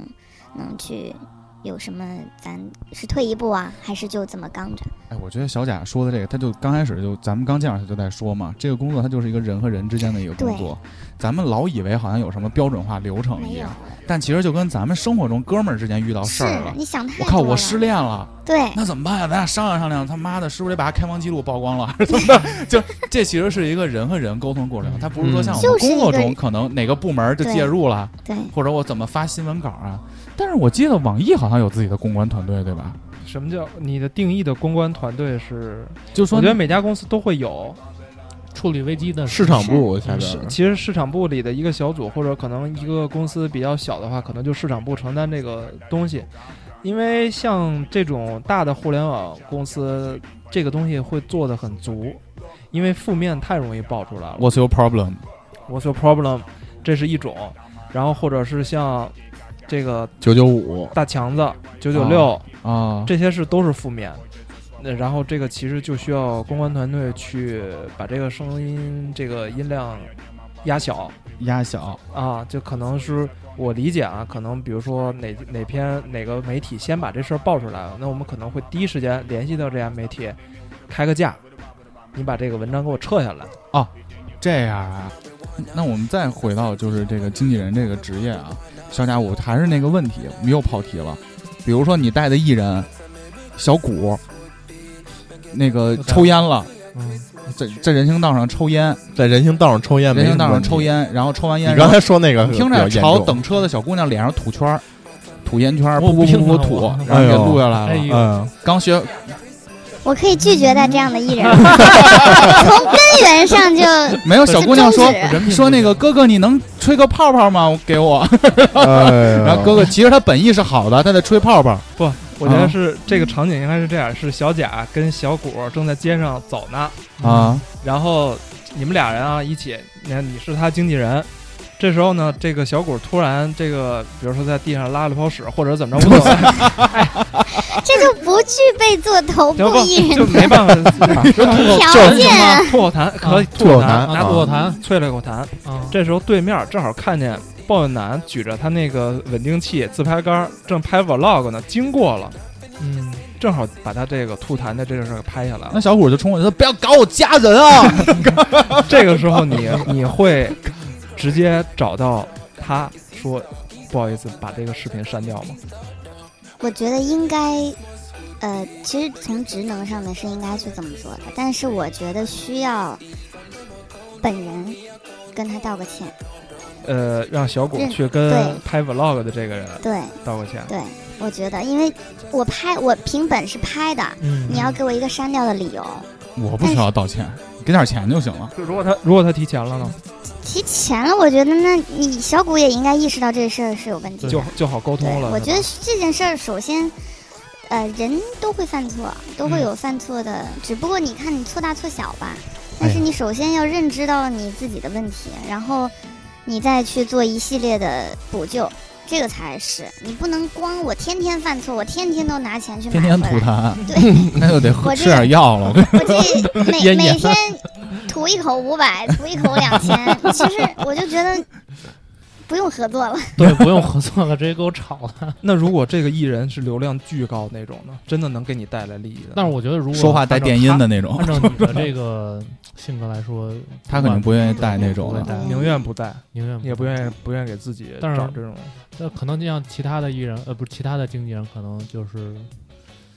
Speaker 7: 能去有什么？咱是退一步啊，还是就这么刚着？
Speaker 4: 哎，我觉得小贾说的这个，他就刚开始就咱们刚见着他就在说嘛，这个工作它就是一个人和人之间的一个工作，咱们老以为好像有什么标准化流程一
Speaker 7: 没有
Speaker 4: 样，，但其实就跟咱们生活中哥们儿之间遇到事
Speaker 7: 是
Speaker 4: 儿了。
Speaker 7: 你想太
Speaker 4: 我
Speaker 7: 多
Speaker 4: 靠，
Speaker 7: 了
Speaker 4: 我失恋了，
Speaker 7: 对，
Speaker 4: 那怎么办呀？咱俩商量商量，他妈的，是不是得把他开房记录曝光了， 还是怎么着？就这其实是一个人和人沟通过程，他不是说像我们
Speaker 7: 嗯就是一
Speaker 4: 工
Speaker 7: 个
Speaker 4: 作中可能哪个部门就介入了，
Speaker 7: 对。
Speaker 4: 或者我怎么发新闻稿啊。但是我记得网易好像有自己的公关团队，对吧？
Speaker 6: 什么叫你的定义的公关团队是？
Speaker 4: 就说
Speaker 6: 我觉得每家公司都会有，
Speaker 5: 处理危机的
Speaker 8: 市场部下边
Speaker 6: 是
Speaker 8: 儿
Speaker 6: 其实市场部里的一个小组，或者可能一个公司比较小的话，可能就市场部承担这个东西。因为像这种大的互联网公司，这个东西会做的很足，因为负面太容易爆出来了。
Speaker 4: What's your problem？
Speaker 6: What's your problem？这是一种，然后或者是像这个
Speaker 8: 九九五，
Speaker 6: 大强子九九六，
Speaker 4: 啊，
Speaker 6: 这些是都是负面。那然后这个其实就需要公关团队去把这个声音这个音量压小
Speaker 4: 压小
Speaker 6: 啊，就可能是我理解啊，可能比如说哪哪篇哪个媒体先把这事儿爆出来了，那我们可能会第一时间联系到这家媒体，开个价，你把这个文章给我撤下来。
Speaker 4: 这样啊。那我们再回到就是这个经纪人这个职业啊，小贾，我还是那个问题，我们又跑题了。比如说你带的艺人小谷，那个抽烟了，
Speaker 6: 嗯，
Speaker 4: 在在人行道上抽烟，
Speaker 8: 在人行道上抽烟，
Speaker 4: 人行
Speaker 8: 没什么
Speaker 4: 道上
Speaker 8: 问题
Speaker 4: 抽。烟，然后抽完烟，
Speaker 8: 你
Speaker 4: 然
Speaker 8: 刚
Speaker 4: 后
Speaker 8: 才说那个
Speaker 4: 听
Speaker 8: 比
Speaker 4: 着
Speaker 8: 较严重
Speaker 4: 朝等车的小姑娘脸上吐圈儿，吐烟圈儿，
Speaker 5: 我
Speaker 4: 噗噗噗
Speaker 5: 病
Speaker 4: 噗
Speaker 5: 了
Speaker 4: 吐
Speaker 5: 我，
Speaker 4: 然后给
Speaker 8: 哎呦
Speaker 4: 录下来
Speaker 5: 哎
Speaker 4: 了。
Speaker 5: 呦，
Speaker 8: 嗯，
Speaker 4: 刚学
Speaker 7: 我可以拒
Speaker 4: 嗯
Speaker 7: 绝他这样的艺 人， 从根源上就
Speaker 4: 没有小姑娘说
Speaker 7: 这终止
Speaker 5: 人品
Speaker 4: 说那个
Speaker 5: 不
Speaker 4: 哥哥，你能吹个泡泡吗？给我。
Speaker 8: 哎
Speaker 4: 然
Speaker 8: 然
Speaker 4: 后哥哥其实他本意是好的，他在吹泡泡。
Speaker 6: 我觉
Speaker 4: 啊
Speaker 6: 得是这个场景应该是这样：是小贾跟小谷正在街上走呢，
Speaker 4: 啊，
Speaker 6: 然后你们俩人啊一起，你看你是他经纪人。这时候呢，这个小谷突然这个，比如说在地上拉了泡屎，行或者怎么着，无所谓，
Speaker 7: 这就不具备做头
Speaker 6: 就
Speaker 7: 部艺
Speaker 6: 不
Speaker 7: 人
Speaker 6: 就没办法，
Speaker 7: 的条
Speaker 6: 就是
Speaker 7: 件啊。
Speaker 6: 吐口痰可以
Speaker 5: 啊
Speaker 6: 吐口痰，
Speaker 8: 痰
Speaker 6: 拿
Speaker 5: 拿
Speaker 6: 口
Speaker 5: 过痰
Speaker 6: 啐了口痰。
Speaker 5: 啊，
Speaker 6: 这时候对面正好看见鲍远南举着他那个稳定器自拍杆儿正拍 vlog 呢，经过了，
Speaker 5: 嗯，
Speaker 6: 正好把他这个吐痰的这个事儿给拍下来
Speaker 4: 那
Speaker 6: 了。
Speaker 4: 小虎就冲过去说：“不要搞我家人啊
Speaker 6: 这个时候你你会直接找到他说。不好意思，把这个视频删掉吗？
Speaker 7: 我觉得应该，呃，其实从职能上面是应该去这么做的，但是我觉得需要本人跟他道个歉。
Speaker 6: 呃，让小谷
Speaker 7: 嗯
Speaker 6: 去跟
Speaker 7: 对
Speaker 6: 拍 vlog 的这个人
Speaker 7: 对
Speaker 6: 道个歉。
Speaker 7: 对，我觉得，因为我拍我凭本事拍的，
Speaker 5: 嗯
Speaker 7: 你要给我一个删掉的理由。！”
Speaker 4: 我不需要道歉，给点钱就行了。
Speaker 6: 就如果他如果他提前了呢，
Speaker 7: 提前了，我觉得那你小谷也应该意识到这事儿是有问题的。
Speaker 6: 就就好沟
Speaker 7: 对
Speaker 6: 通了。，
Speaker 7: 我
Speaker 6: 是
Speaker 7: 觉
Speaker 6: 吧
Speaker 7: 得这件事儿首先，呃，人都会犯错，都会
Speaker 6: 嗯
Speaker 7: 有犯错的，只不过你看你错大错小吧。
Speaker 4: 哎
Speaker 7: 但
Speaker 4: 呀
Speaker 7: 是你首先要认知到你自己的问题，然后你再去做一系列的补救，这个才是。你不能光我天天犯错，我天天都拿钱去买
Speaker 4: 天天
Speaker 7: 回
Speaker 4: 吐
Speaker 7: 来
Speaker 4: 痰，
Speaker 7: 对，
Speaker 4: 那就得喝
Speaker 7: 我
Speaker 4: 吃
Speaker 7: 哎这
Speaker 4: 点药了。
Speaker 7: 我这 每
Speaker 9: 咽
Speaker 7: 每
Speaker 9: 炎
Speaker 7: 天吐一口五百，吐一口两千，其实我就觉得不用合作了。
Speaker 9: 对，不用合作了，直接给我炒了。
Speaker 6: 那如果这个艺人是流量巨高那种呢，真的能给你带来利益的？
Speaker 5: 但是我觉得如果
Speaker 4: 说话带电音的那
Speaker 5: 按
Speaker 4: 种，
Speaker 5: 照他，按照你的这个性格来说，
Speaker 4: 他肯定不愿意哎带那种的。
Speaker 5: 对
Speaker 6: 宁愿不带，
Speaker 5: 宁愿不
Speaker 6: 也不愿意不愿意给自己
Speaker 5: 但是
Speaker 6: 找这种。
Speaker 5: 那可能就像其他的艺人，呃，不是其他的经纪人，可能就是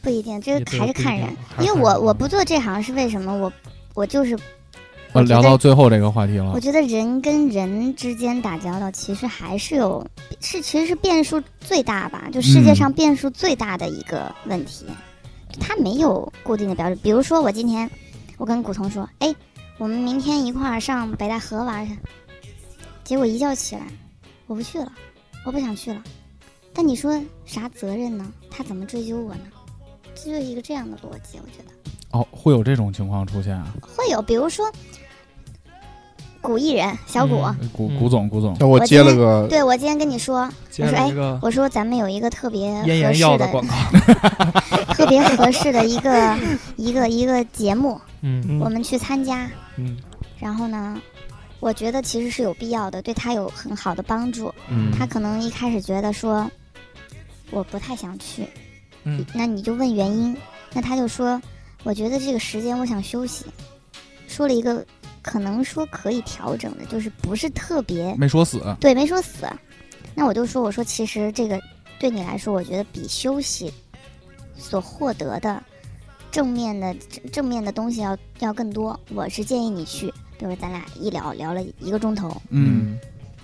Speaker 7: 不一定，这
Speaker 5: 也
Speaker 7: 个
Speaker 5: 对
Speaker 7: 还是
Speaker 5: 不一
Speaker 7: 看
Speaker 5: 定
Speaker 7: 人
Speaker 5: 还。
Speaker 7: 因
Speaker 5: 是
Speaker 7: 为
Speaker 5: 看
Speaker 7: 我
Speaker 5: 人嗯啊
Speaker 7: 我不做这行是为什么？我我就是
Speaker 4: 呃，聊到最后这个话题了
Speaker 7: 我，觉得人跟人之间打交道，其实还是有是其实是变数最大吧，就世界
Speaker 4: 嗯
Speaker 7: 上变数最大的一个问题，它没有固定的标准。比如说我今天我跟古潼说，哎，我们明天一块儿上北戴河玩去，结果一觉起来，我不去了，我不想去了。但你说啥责任呢？他怎么追究我呢？这就是一个这样的逻辑，我觉得。
Speaker 4: 哦，会有这种情况出现啊。
Speaker 7: 会哦有，比如说古艺人小谷，
Speaker 5: 嗯
Speaker 4: 古
Speaker 5: 嗯
Speaker 4: 古总，古总，
Speaker 8: 那我
Speaker 7: 我
Speaker 8: 接
Speaker 7: 今
Speaker 8: 了
Speaker 7: 天
Speaker 8: 个
Speaker 7: 对我今天跟你说，哎
Speaker 6: 接了一个
Speaker 7: 我说咱们有一个特别
Speaker 6: 咽
Speaker 7: 合
Speaker 6: 炎
Speaker 7: 适
Speaker 6: 药
Speaker 7: 的、
Speaker 6: 广告，
Speaker 7: 特别合适的一个一个一个节目，
Speaker 5: 嗯
Speaker 7: 我们去参加。
Speaker 6: 嗯
Speaker 7: 然后呢，我觉得其实是有必要的，对他有很好的帮助。
Speaker 6: 嗯
Speaker 7: 他可能一开始觉得说我不太想去，
Speaker 6: 嗯
Speaker 7: 那你就问原因，那他就说我觉得这个时间我想休息，说了一个可能说可以调整的，就是不是特别
Speaker 4: 没说死，
Speaker 7: 对，没说死。那我就说，我说其实这个对你来说，我觉得比休息所获得的正面的正正面的东西要要更多。我是建议你去，比如咱俩一聊聊了一个钟头，
Speaker 4: 嗯，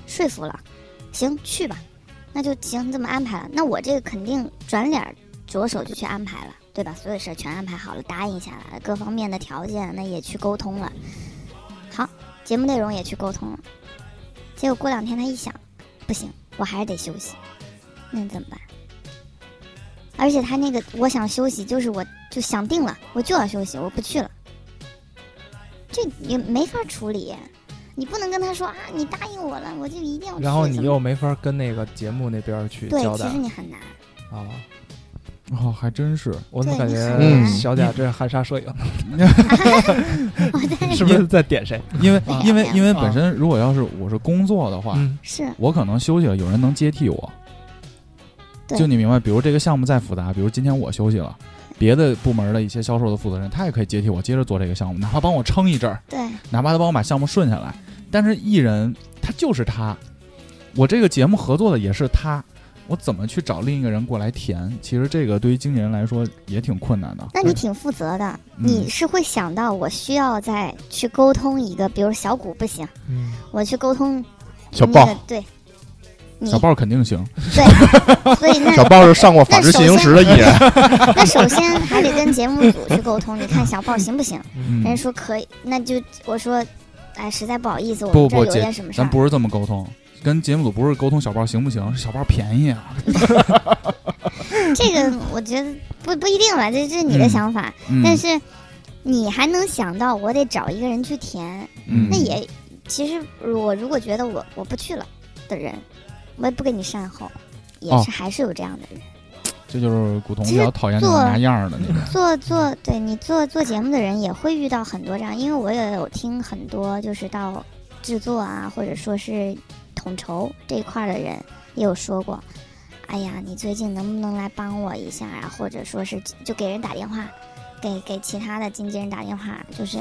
Speaker 7: 说服了，行，去吧，那就行，这么安排了。那我这个肯定转脸儿着手就去安排了，对吧？所有事儿全安排好了，答应下来了，各方面的条件那也去沟通了，好，节目内容也去沟通了。结果过两天他一想，不行，我还是得休息，那怎么办？而且他那个我想休息，就是我就想定了，我就要休息，我不去了，这也没法处理。你不能跟他说啊，你答应我了，我就一定要去。
Speaker 6: 然后你
Speaker 7: 怎么
Speaker 6: 又没法跟那个节目那边去
Speaker 7: 对，
Speaker 6: 交代
Speaker 7: 其实你很难。
Speaker 6: 啊。
Speaker 4: 哦，还真是。
Speaker 6: 我怎么
Speaker 7: 对
Speaker 6: 感
Speaker 7: 你
Speaker 6: 觉
Speaker 7: 很
Speaker 8: 难
Speaker 6: 小贾这是含沙射影，
Speaker 7: 我在
Speaker 6: 是不是在点谁？
Speaker 4: 因为
Speaker 7: 对
Speaker 4: 因为
Speaker 7: 啊
Speaker 4: 因为本身如果要是我是工作的话，
Speaker 6: 嗯，
Speaker 7: 是
Speaker 4: 我可能休息了，有人能接替我。
Speaker 7: 对
Speaker 4: 就你明白，比如这个项目再复杂，比如今天我休息了，别的部门的一些销售的负责人，他也可以接替我接着做这个项目，哪怕帮我撑一阵儿，
Speaker 7: 对
Speaker 4: 哪怕他帮我把项目顺下来。但是艺人他就是他，我这个节目合作的也是他，我怎么去找另一个人过来填？其实这个对于经纪人来说也挺困难的。
Speaker 7: 那你挺负责的，
Speaker 4: 嗯
Speaker 7: 你是会想到我需要再去沟通一个，比如小谷不行，
Speaker 5: 嗯，
Speaker 7: 我去沟通
Speaker 8: 小
Speaker 7: 那
Speaker 8: 豹
Speaker 7: 个，对，你
Speaker 4: 小豹肯定行，
Speaker 7: 对，所以那
Speaker 8: 小豹是上过《法制进行时》的艺人，
Speaker 7: 那首先还得跟节目组去沟通，你看小豹行不行？
Speaker 4: 嗯，
Speaker 7: 哎人家说可以，那就我说，哎，实在不好意思，我
Speaker 4: 不
Speaker 7: 们这儿
Speaker 4: 不
Speaker 7: 有
Speaker 4: 姐
Speaker 7: 件什么事
Speaker 4: 咱
Speaker 7: 儿，
Speaker 4: 不是这么沟通，跟节目组不是沟通小豹行不行，是小豹便宜啊。
Speaker 7: 这个我觉得不不一定吧，这这是你的
Speaker 4: 嗯
Speaker 7: 想法，
Speaker 4: 嗯、
Speaker 7: 但是你还能想到我得找一个人去填，
Speaker 4: 嗯
Speaker 7: 那也其实我如果觉得我我不去了的人，我也不跟你善后，也
Speaker 4: 哦
Speaker 7: 是还是有这样的人。
Speaker 4: 这就是古潼比
Speaker 7: 其实
Speaker 4: 较讨厌那种
Speaker 7: 做
Speaker 4: 拿样儿的那种。
Speaker 7: 做做对你做做节目的人也会遇到很多这样，因为我也有听很多就是到制作啊，或者说是统筹这一块儿的人也有说过，哎呀，你最近能不能来帮我一下啊？或者说是就给人打电话，给给其他的经纪人打电话，就是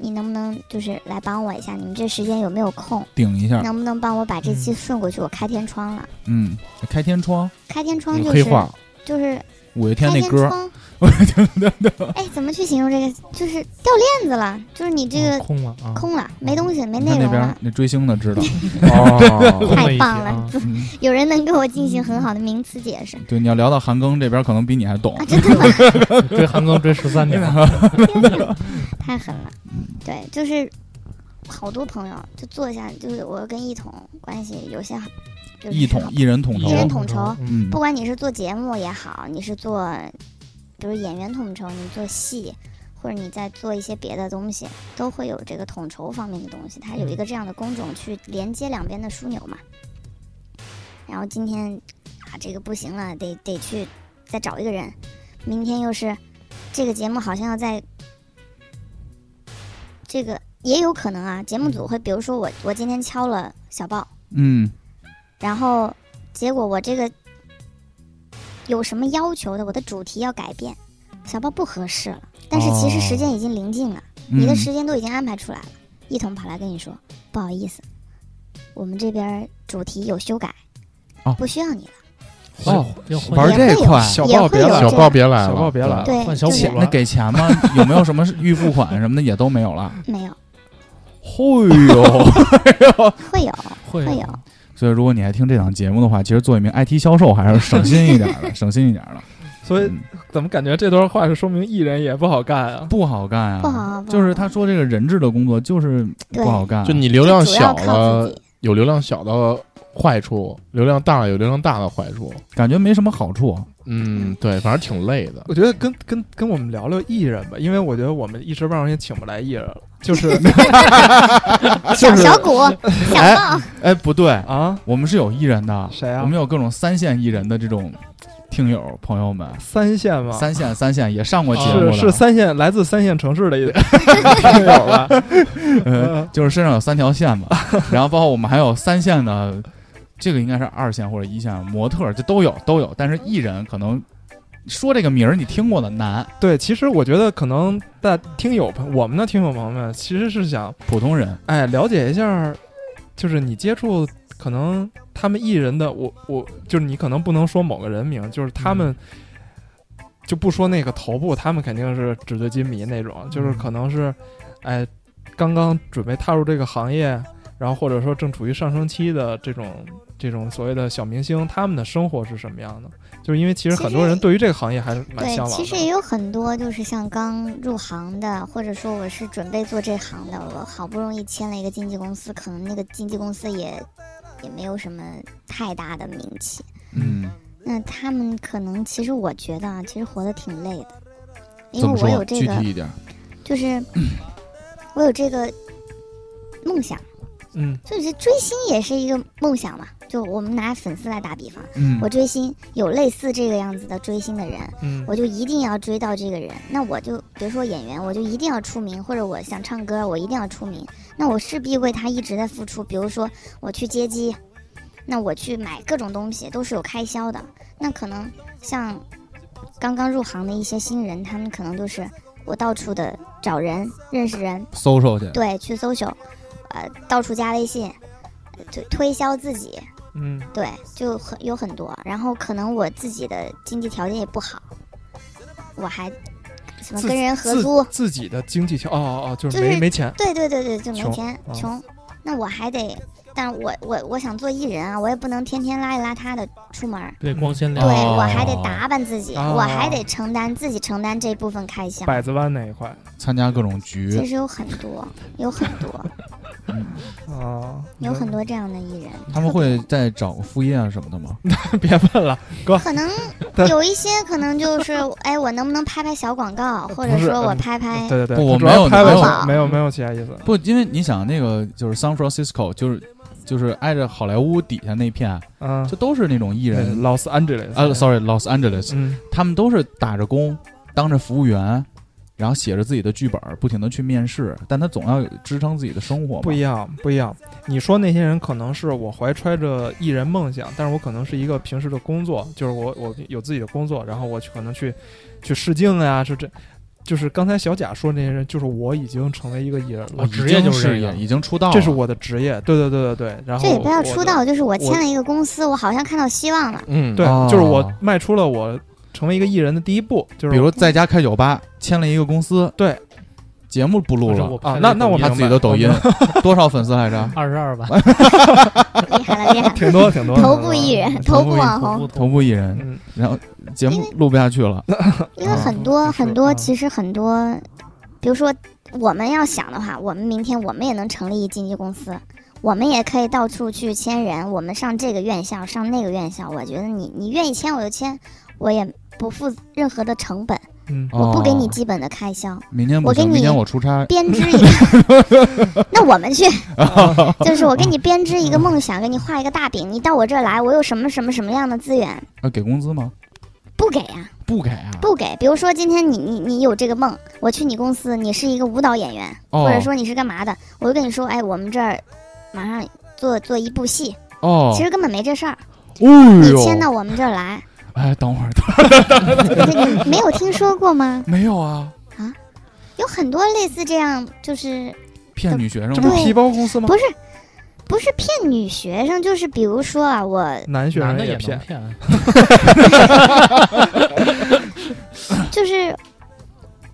Speaker 7: 你能不能就是来帮我一下？你们这时间有没有空？
Speaker 4: 顶一下，
Speaker 7: 能不能帮我把这期顺过去？我开天窗了，
Speaker 4: 嗯，开天窗，
Speaker 7: 开天窗
Speaker 4: 嗯
Speaker 7: 就
Speaker 4: 黑
Speaker 7: 是
Speaker 4: 化，
Speaker 7: 就是
Speaker 4: 五月天
Speaker 7: 开
Speaker 4: 那
Speaker 7: 天
Speaker 4: 歌，
Speaker 7: 窗。 哎，怎么去形容这个？就是掉链子了，就是你这
Speaker 5: 啊
Speaker 7: 个
Speaker 5: 空了啊，
Speaker 7: 空了，没东西，没
Speaker 4: 你
Speaker 7: 内
Speaker 4: 哦嗯看那
Speaker 7: 容
Speaker 4: 边
Speaker 7: 了。
Speaker 4: 那追星的知 道，
Speaker 6: 哦
Speaker 5: 空
Speaker 7: 太
Speaker 5: 了一些
Speaker 7: 棒
Speaker 5: 啊
Speaker 7: 了！
Speaker 4: 嗯
Speaker 7: 有人能给我进行很好的名词解释
Speaker 4: 对，你要聊到韩庚这边，可能比你还懂
Speaker 7: 啊！。真的吗？
Speaker 5: 啊
Speaker 9: 追韩庚追十三年，
Speaker 7: 太狠了。
Speaker 4: 嗯
Speaker 7: 对，就是好多朋友就坐下，就是我跟一统关系有些好，就是
Speaker 4: 一统一人统
Speaker 7: 一人
Speaker 4: 筹，
Speaker 7: 统筹
Speaker 4: 嗯
Speaker 7: 不管你是做节目也好，你是做比如演员统筹，你做戏，或者你在做一些别的东西，都会有这个统筹方面的东西。它有一个这样的工种去连接两边的枢纽嘛。然后今天啊，这个不行了，得得去再找一个人。明天又是这个节目好像要在这个也有可能啊，节目组会比如说我我今天敲了小豹，
Speaker 4: 嗯
Speaker 7: 然后结果我这个有什么要求的，我的主题要改变，小报不合适了。但是其实时间已经临近了，你的
Speaker 4: 嗯
Speaker 7: 时间都已经安排出来了。一同跑来跟你说，不好意思，我们这边主题有修改，
Speaker 4: 哦
Speaker 7: 不需要你了。
Speaker 4: 哦，
Speaker 5: 要换
Speaker 4: 玩
Speaker 5: 一
Speaker 7: 也
Speaker 5: 个
Speaker 4: 这
Speaker 7: 会有
Speaker 4: 块，
Speaker 6: 小
Speaker 7: 也
Speaker 6: 豹
Speaker 7: 会
Speaker 6: 别
Speaker 7: 有
Speaker 6: 来
Speaker 7: 这
Speaker 8: 小
Speaker 7: 样
Speaker 8: 豹别来了，
Speaker 6: 小豹别
Speaker 4: 啊
Speaker 6: 来了，
Speaker 7: 对，
Speaker 9: 换小
Speaker 7: 就是
Speaker 9: 虎
Speaker 4: 那给钱吗？有没有什么预付款什么的也都没有 了？
Speaker 7: 没有，
Speaker 6: 哎
Speaker 4: 嘿呦！
Speaker 7: 会有，
Speaker 5: 会
Speaker 7: 会
Speaker 5: 有
Speaker 7: 有
Speaker 4: 所以如果你还听这档节目的话，其实做一名 IT 销售还是省心一点 的，省心一点的。
Speaker 6: 所以
Speaker 4: 嗯
Speaker 6: 怎么感觉这段话是说明艺人也不好干啊？
Speaker 4: 不好干啊，
Speaker 7: 不好不
Speaker 4: 就是
Speaker 7: 好
Speaker 4: 他说这个人质的工作就是
Speaker 7: 对
Speaker 4: 不好干啊，
Speaker 8: 就你流量
Speaker 7: 主要
Speaker 8: 小
Speaker 7: 靠
Speaker 8: 了
Speaker 7: 自己。
Speaker 8: 有流量小的坏处，流量大了有流量大的坏处。
Speaker 4: 感觉没什么好处。
Speaker 8: 嗯，对，反正挺累的。
Speaker 6: 我觉得跟跟跟我们聊聊艺人吧，因为我觉得我们一时半会儿也请不来艺人了，就是
Speaker 7: 小小谷、小豹，
Speaker 4: 哎，不对，
Speaker 6: 啊，
Speaker 4: 我们是有艺人的，
Speaker 6: 谁啊
Speaker 4: 我们有各种三线艺人的这种听友朋友们，
Speaker 6: 三线吗？
Speaker 4: 三线三线也上过节目
Speaker 6: 啊是
Speaker 4: 的，
Speaker 6: 是三线，来自三线城 市的 一听友吧？
Speaker 4: 呃就是身上有三条线 嘛，然后包括我们还有三线的，这个应该是二线或者一线模特儿，这都有都有，但是艺人可能说这个名儿你听过的难，
Speaker 6: 对，其实我觉得可能大听友朋我们的听友朋友们其实是想
Speaker 4: 普通人
Speaker 6: 哎了解一下，就是你接触可能他们艺人的，我我就是你可能不能说某个人名，就是他们、就不说那个头部，他们肯定是纸醉金迷那种，就是可能是哎刚刚准备踏入这个行业，然后或者说正处于上升期的这种。这种所谓的小明星，他们的生活是什么样的？就是因为其实
Speaker 7: 其
Speaker 6: 很多
Speaker 7: 实
Speaker 6: 人对于这个行业还是蛮
Speaker 7: 对
Speaker 6: 向，往的。
Speaker 7: 其实也有很多就是像刚入行的，或者说我是准备做这行的，我好不容易签了一个经纪公司，可
Speaker 4: 嗯
Speaker 7: 能那个经纪公司也也没有什么太大的名气，那他们可能，其实我觉得啊，其实活得挺累的，因
Speaker 4: 怎么
Speaker 7: 为我
Speaker 4: 说？
Speaker 7: 有这
Speaker 4: 具
Speaker 7: 个，
Speaker 4: 体一点，
Speaker 7: 就是我有这个梦想，
Speaker 6: 嗯
Speaker 7: 就是追星也是一个梦想嘛。就我们拿粉丝来打比方，
Speaker 4: 嗯
Speaker 7: 我追星有类似这个样子的追星的人，
Speaker 6: 嗯
Speaker 7: 我就一定要追到这个人。那我就比如说演员，我就一定要出名，或者我想唱歌，我一定要出名。那我势必为他一直在付出，比如说我去接机，那我去买各种东西都是有开销的。那可能像刚刚入行的一些新人，他们可能就是我到处的找人、认识人，
Speaker 4: 搜搜去，
Speaker 7: 对，去搜 l 呃，到处加微信，呃推推销自己，
Speaker 6: 嗯
Speaker 7: 对，就很有很多。然后可能我自己的经济条件也不好，我还什么
Speaker 6: 自
Speaker 7: 跟人合
Speaker 6: 自
Speaker 7: 租，
Speaker 6: 自己的经济条，哦哦哦，就是
Speaker 7: 就
Speaker 6: 没
Speaker 7: 是
Speaker 6: 没钱，
Speaker 7: 对对对对，就没
Speaker 6: 穷
Speaker 7: 钱，
Speaker 6: 啊
Speaker 7: 穷。那我还得，但我我我想做艺人啊，我也不能天天邋里邋遢的出门儿。
Speaker 9: 对，光鲜
Speaker 7: 对
Speaker 9: 亮丽。
Speaker 7: 我还得打扮自己，我还
Speaker 6: 哦
Speaker 7: 得承担自己承担这部分开销。
Speaker 6: 百子湾那一块
Speaker 4: 参加各种局
Speaker 7: 其，实有很多，有很多，
Speaker 6: 啊，
Speaker 7: 有很多这样的艺人。
Speaker 4: 他们
Speaker 7: 特别
Speaker 4: 会再找个副业啊什么的吗？
Speaker 6: 别问了，
Speaker 7: 可能有一些可能 就是，哎，我能不能拍拍小广告，或者
Speaker 6: 不是
Speaker 7: 说我
Speaker 6: 嗯
Speaker 7: 拍拍
Speaker 6: 对对对，
Speaker 4: 不我
Speaker 6: 主要
Speaker 4: 没
Speaker 6: 嗯
Speaker 4: 有
Speaker 6: 拍
Speaker 4: 没
Speaker 6: 完
Speaker 4: 有
Speaker 6: 手没有没有其他意思，
Speaker 4: 不，因为你想那个就是 San Francisco，就是就是挨着好莱坞底下那片，啊
Speaker 6: 嗯，
Speaker 4: 就都是那种艺
Speaker 6: 对
Speaker 4: 人。
Speaker 6: Los Angeles
Speaker 4: 啊，sorry，Los Angeles，
Speaker 6: 嗯
Speaker 4: 他们都是打着工，当着服务员，然后写着自己的剧本，不停的去面试，但他总要支撑自己的生活嘛。
Speaker 6: 不一样，不一样。你说那些人可能是我怀揣着艺人梦想，但是我可能是一个平时的工作，就是我我有自己的工作，然后我去可能去去试镜啊，是这，就是刚才小贾说那些人，就是我已经成为一个艺人了，
Speaker 9: 我
Speaker 4: 已
Speaker 9: 职业
Speaker 4: 经
Speaker 9: 就是这
Speaker 4: 是
Speaker 9: 个
Speaker 4: 已经出道了，
Speaker 6: 这是我的职业。对对对对对，然后
Speaker 7: 这也不要
Speaker 6: 我
Speaker 7: 出，道，就是我
Speaker 6: 我
Speaker 7: 签了一个公司，我好像看到希望 了。
Speaker 8: 嗯，
Speaker 6: 对，
Speaker 4: 哦
Speaker 6: 就是我迈出了我成为一个艺人的第一步，就是
Speaker 4: 比如在家开酒吧，签了一个公司，
Speaker 6: 对，
Speaker 4: 节目不录
Speaker 9: 或者
Speaker 4: 了
Speaker 9: 我，
Speaker 6: 啊
Speaker 9: 拍
Speaker 6: 那
Speaker 9: 了一个抖
Speaker 6: 那我
Speaker 4: 他
Speaker 9: 音
Speaker 4: 自己的抖音
Speaker 6: 明
Speaker 4: 多少粉丝来 着？
Speaker 9: 二十二吧，
Speaker 7: 厉害了，厉害了！
Speaker 6: 挺多挺多
Speaker 7: 头部艺人，头部
Speaker 9: 部
Speaker 7: 网
Speaker 9: 头
Speaker 7: 红，
Speaker 9: 部
Speaker 4: 头部艺人，
Speaker 6: 嗯
Speaker 4: 然后节
Speaker 7: 因
Speaker 4: 目
Speaker 7: 为
Speaker 4: 录不下去了，
Speaker 7: 因为
Speaker 4: 啊
Speaker 7: 很多
Speaker 6: 就是
Speaker 7: 很多，
Speaker 6: 啊
Speaker 7: 其实很多，比如说我们要想的话，我们明天我们也能成立经纪公司。我们也可以到处去签人，我们上这个院校，上那个院校。我觉得你你愿意签我就签，我也不付任何的成本，
Speaker 6: 嗯，
Speaker 7: 我不给你
Speaker 4: 哦
Speaker 7: 基本的开销。
Speaker 4: 明天不
Speaker 7: 我给
Speaker 4: 行，
Speaker 7: 你
Speaker 4: 明天我出差，
Speaker 7: 编织一 个，那我们去，就是我给你编织一个梦想，给你画一个大饼，你到我这儿来，我有什么什么什么样的资源？
Speaker 4: 啊，给工资吗？
Speaker 7: 不给啊，
Speaker 4: 不给啊，
Speaker 7: 不给。比如说今天你你你有这个梦，我去你公司，你是一个舞蹈演员，
Speaker 4: 哦
Speaker 7: 或者说你是干嘛的，我就跟你说，哎，我们这儿马上做做一部戏，
Speaker 4: 哦，
Speaker 7: 其实根本没这事儿，
Speaker 4: 哦
Speaker 7: 你
Speaker 4: 呦，
Speaker 7: 签到我们这儿来，
Speaker 4: 哎，等会儿，等会儿
Speaker 7: 你没有听说过吗？
Speaker 4: 没有啊，
Speaker 7: 有很多类似这样，就是
Speaker 4: 骗女学生
Speaker 6: 这
Speaker 4: 吗
Speaker 6: 不是皮包公司吗？
Speaker 7: 不是不是骗女学生，就是比如说啊，我
Speaker 6: 男学
Speaker 9: 男
Speaker 6: 生
Speaker 9: 的也能
Speaker 6: 骗，
Speaker 9: 骗，
Speaker 7: 就是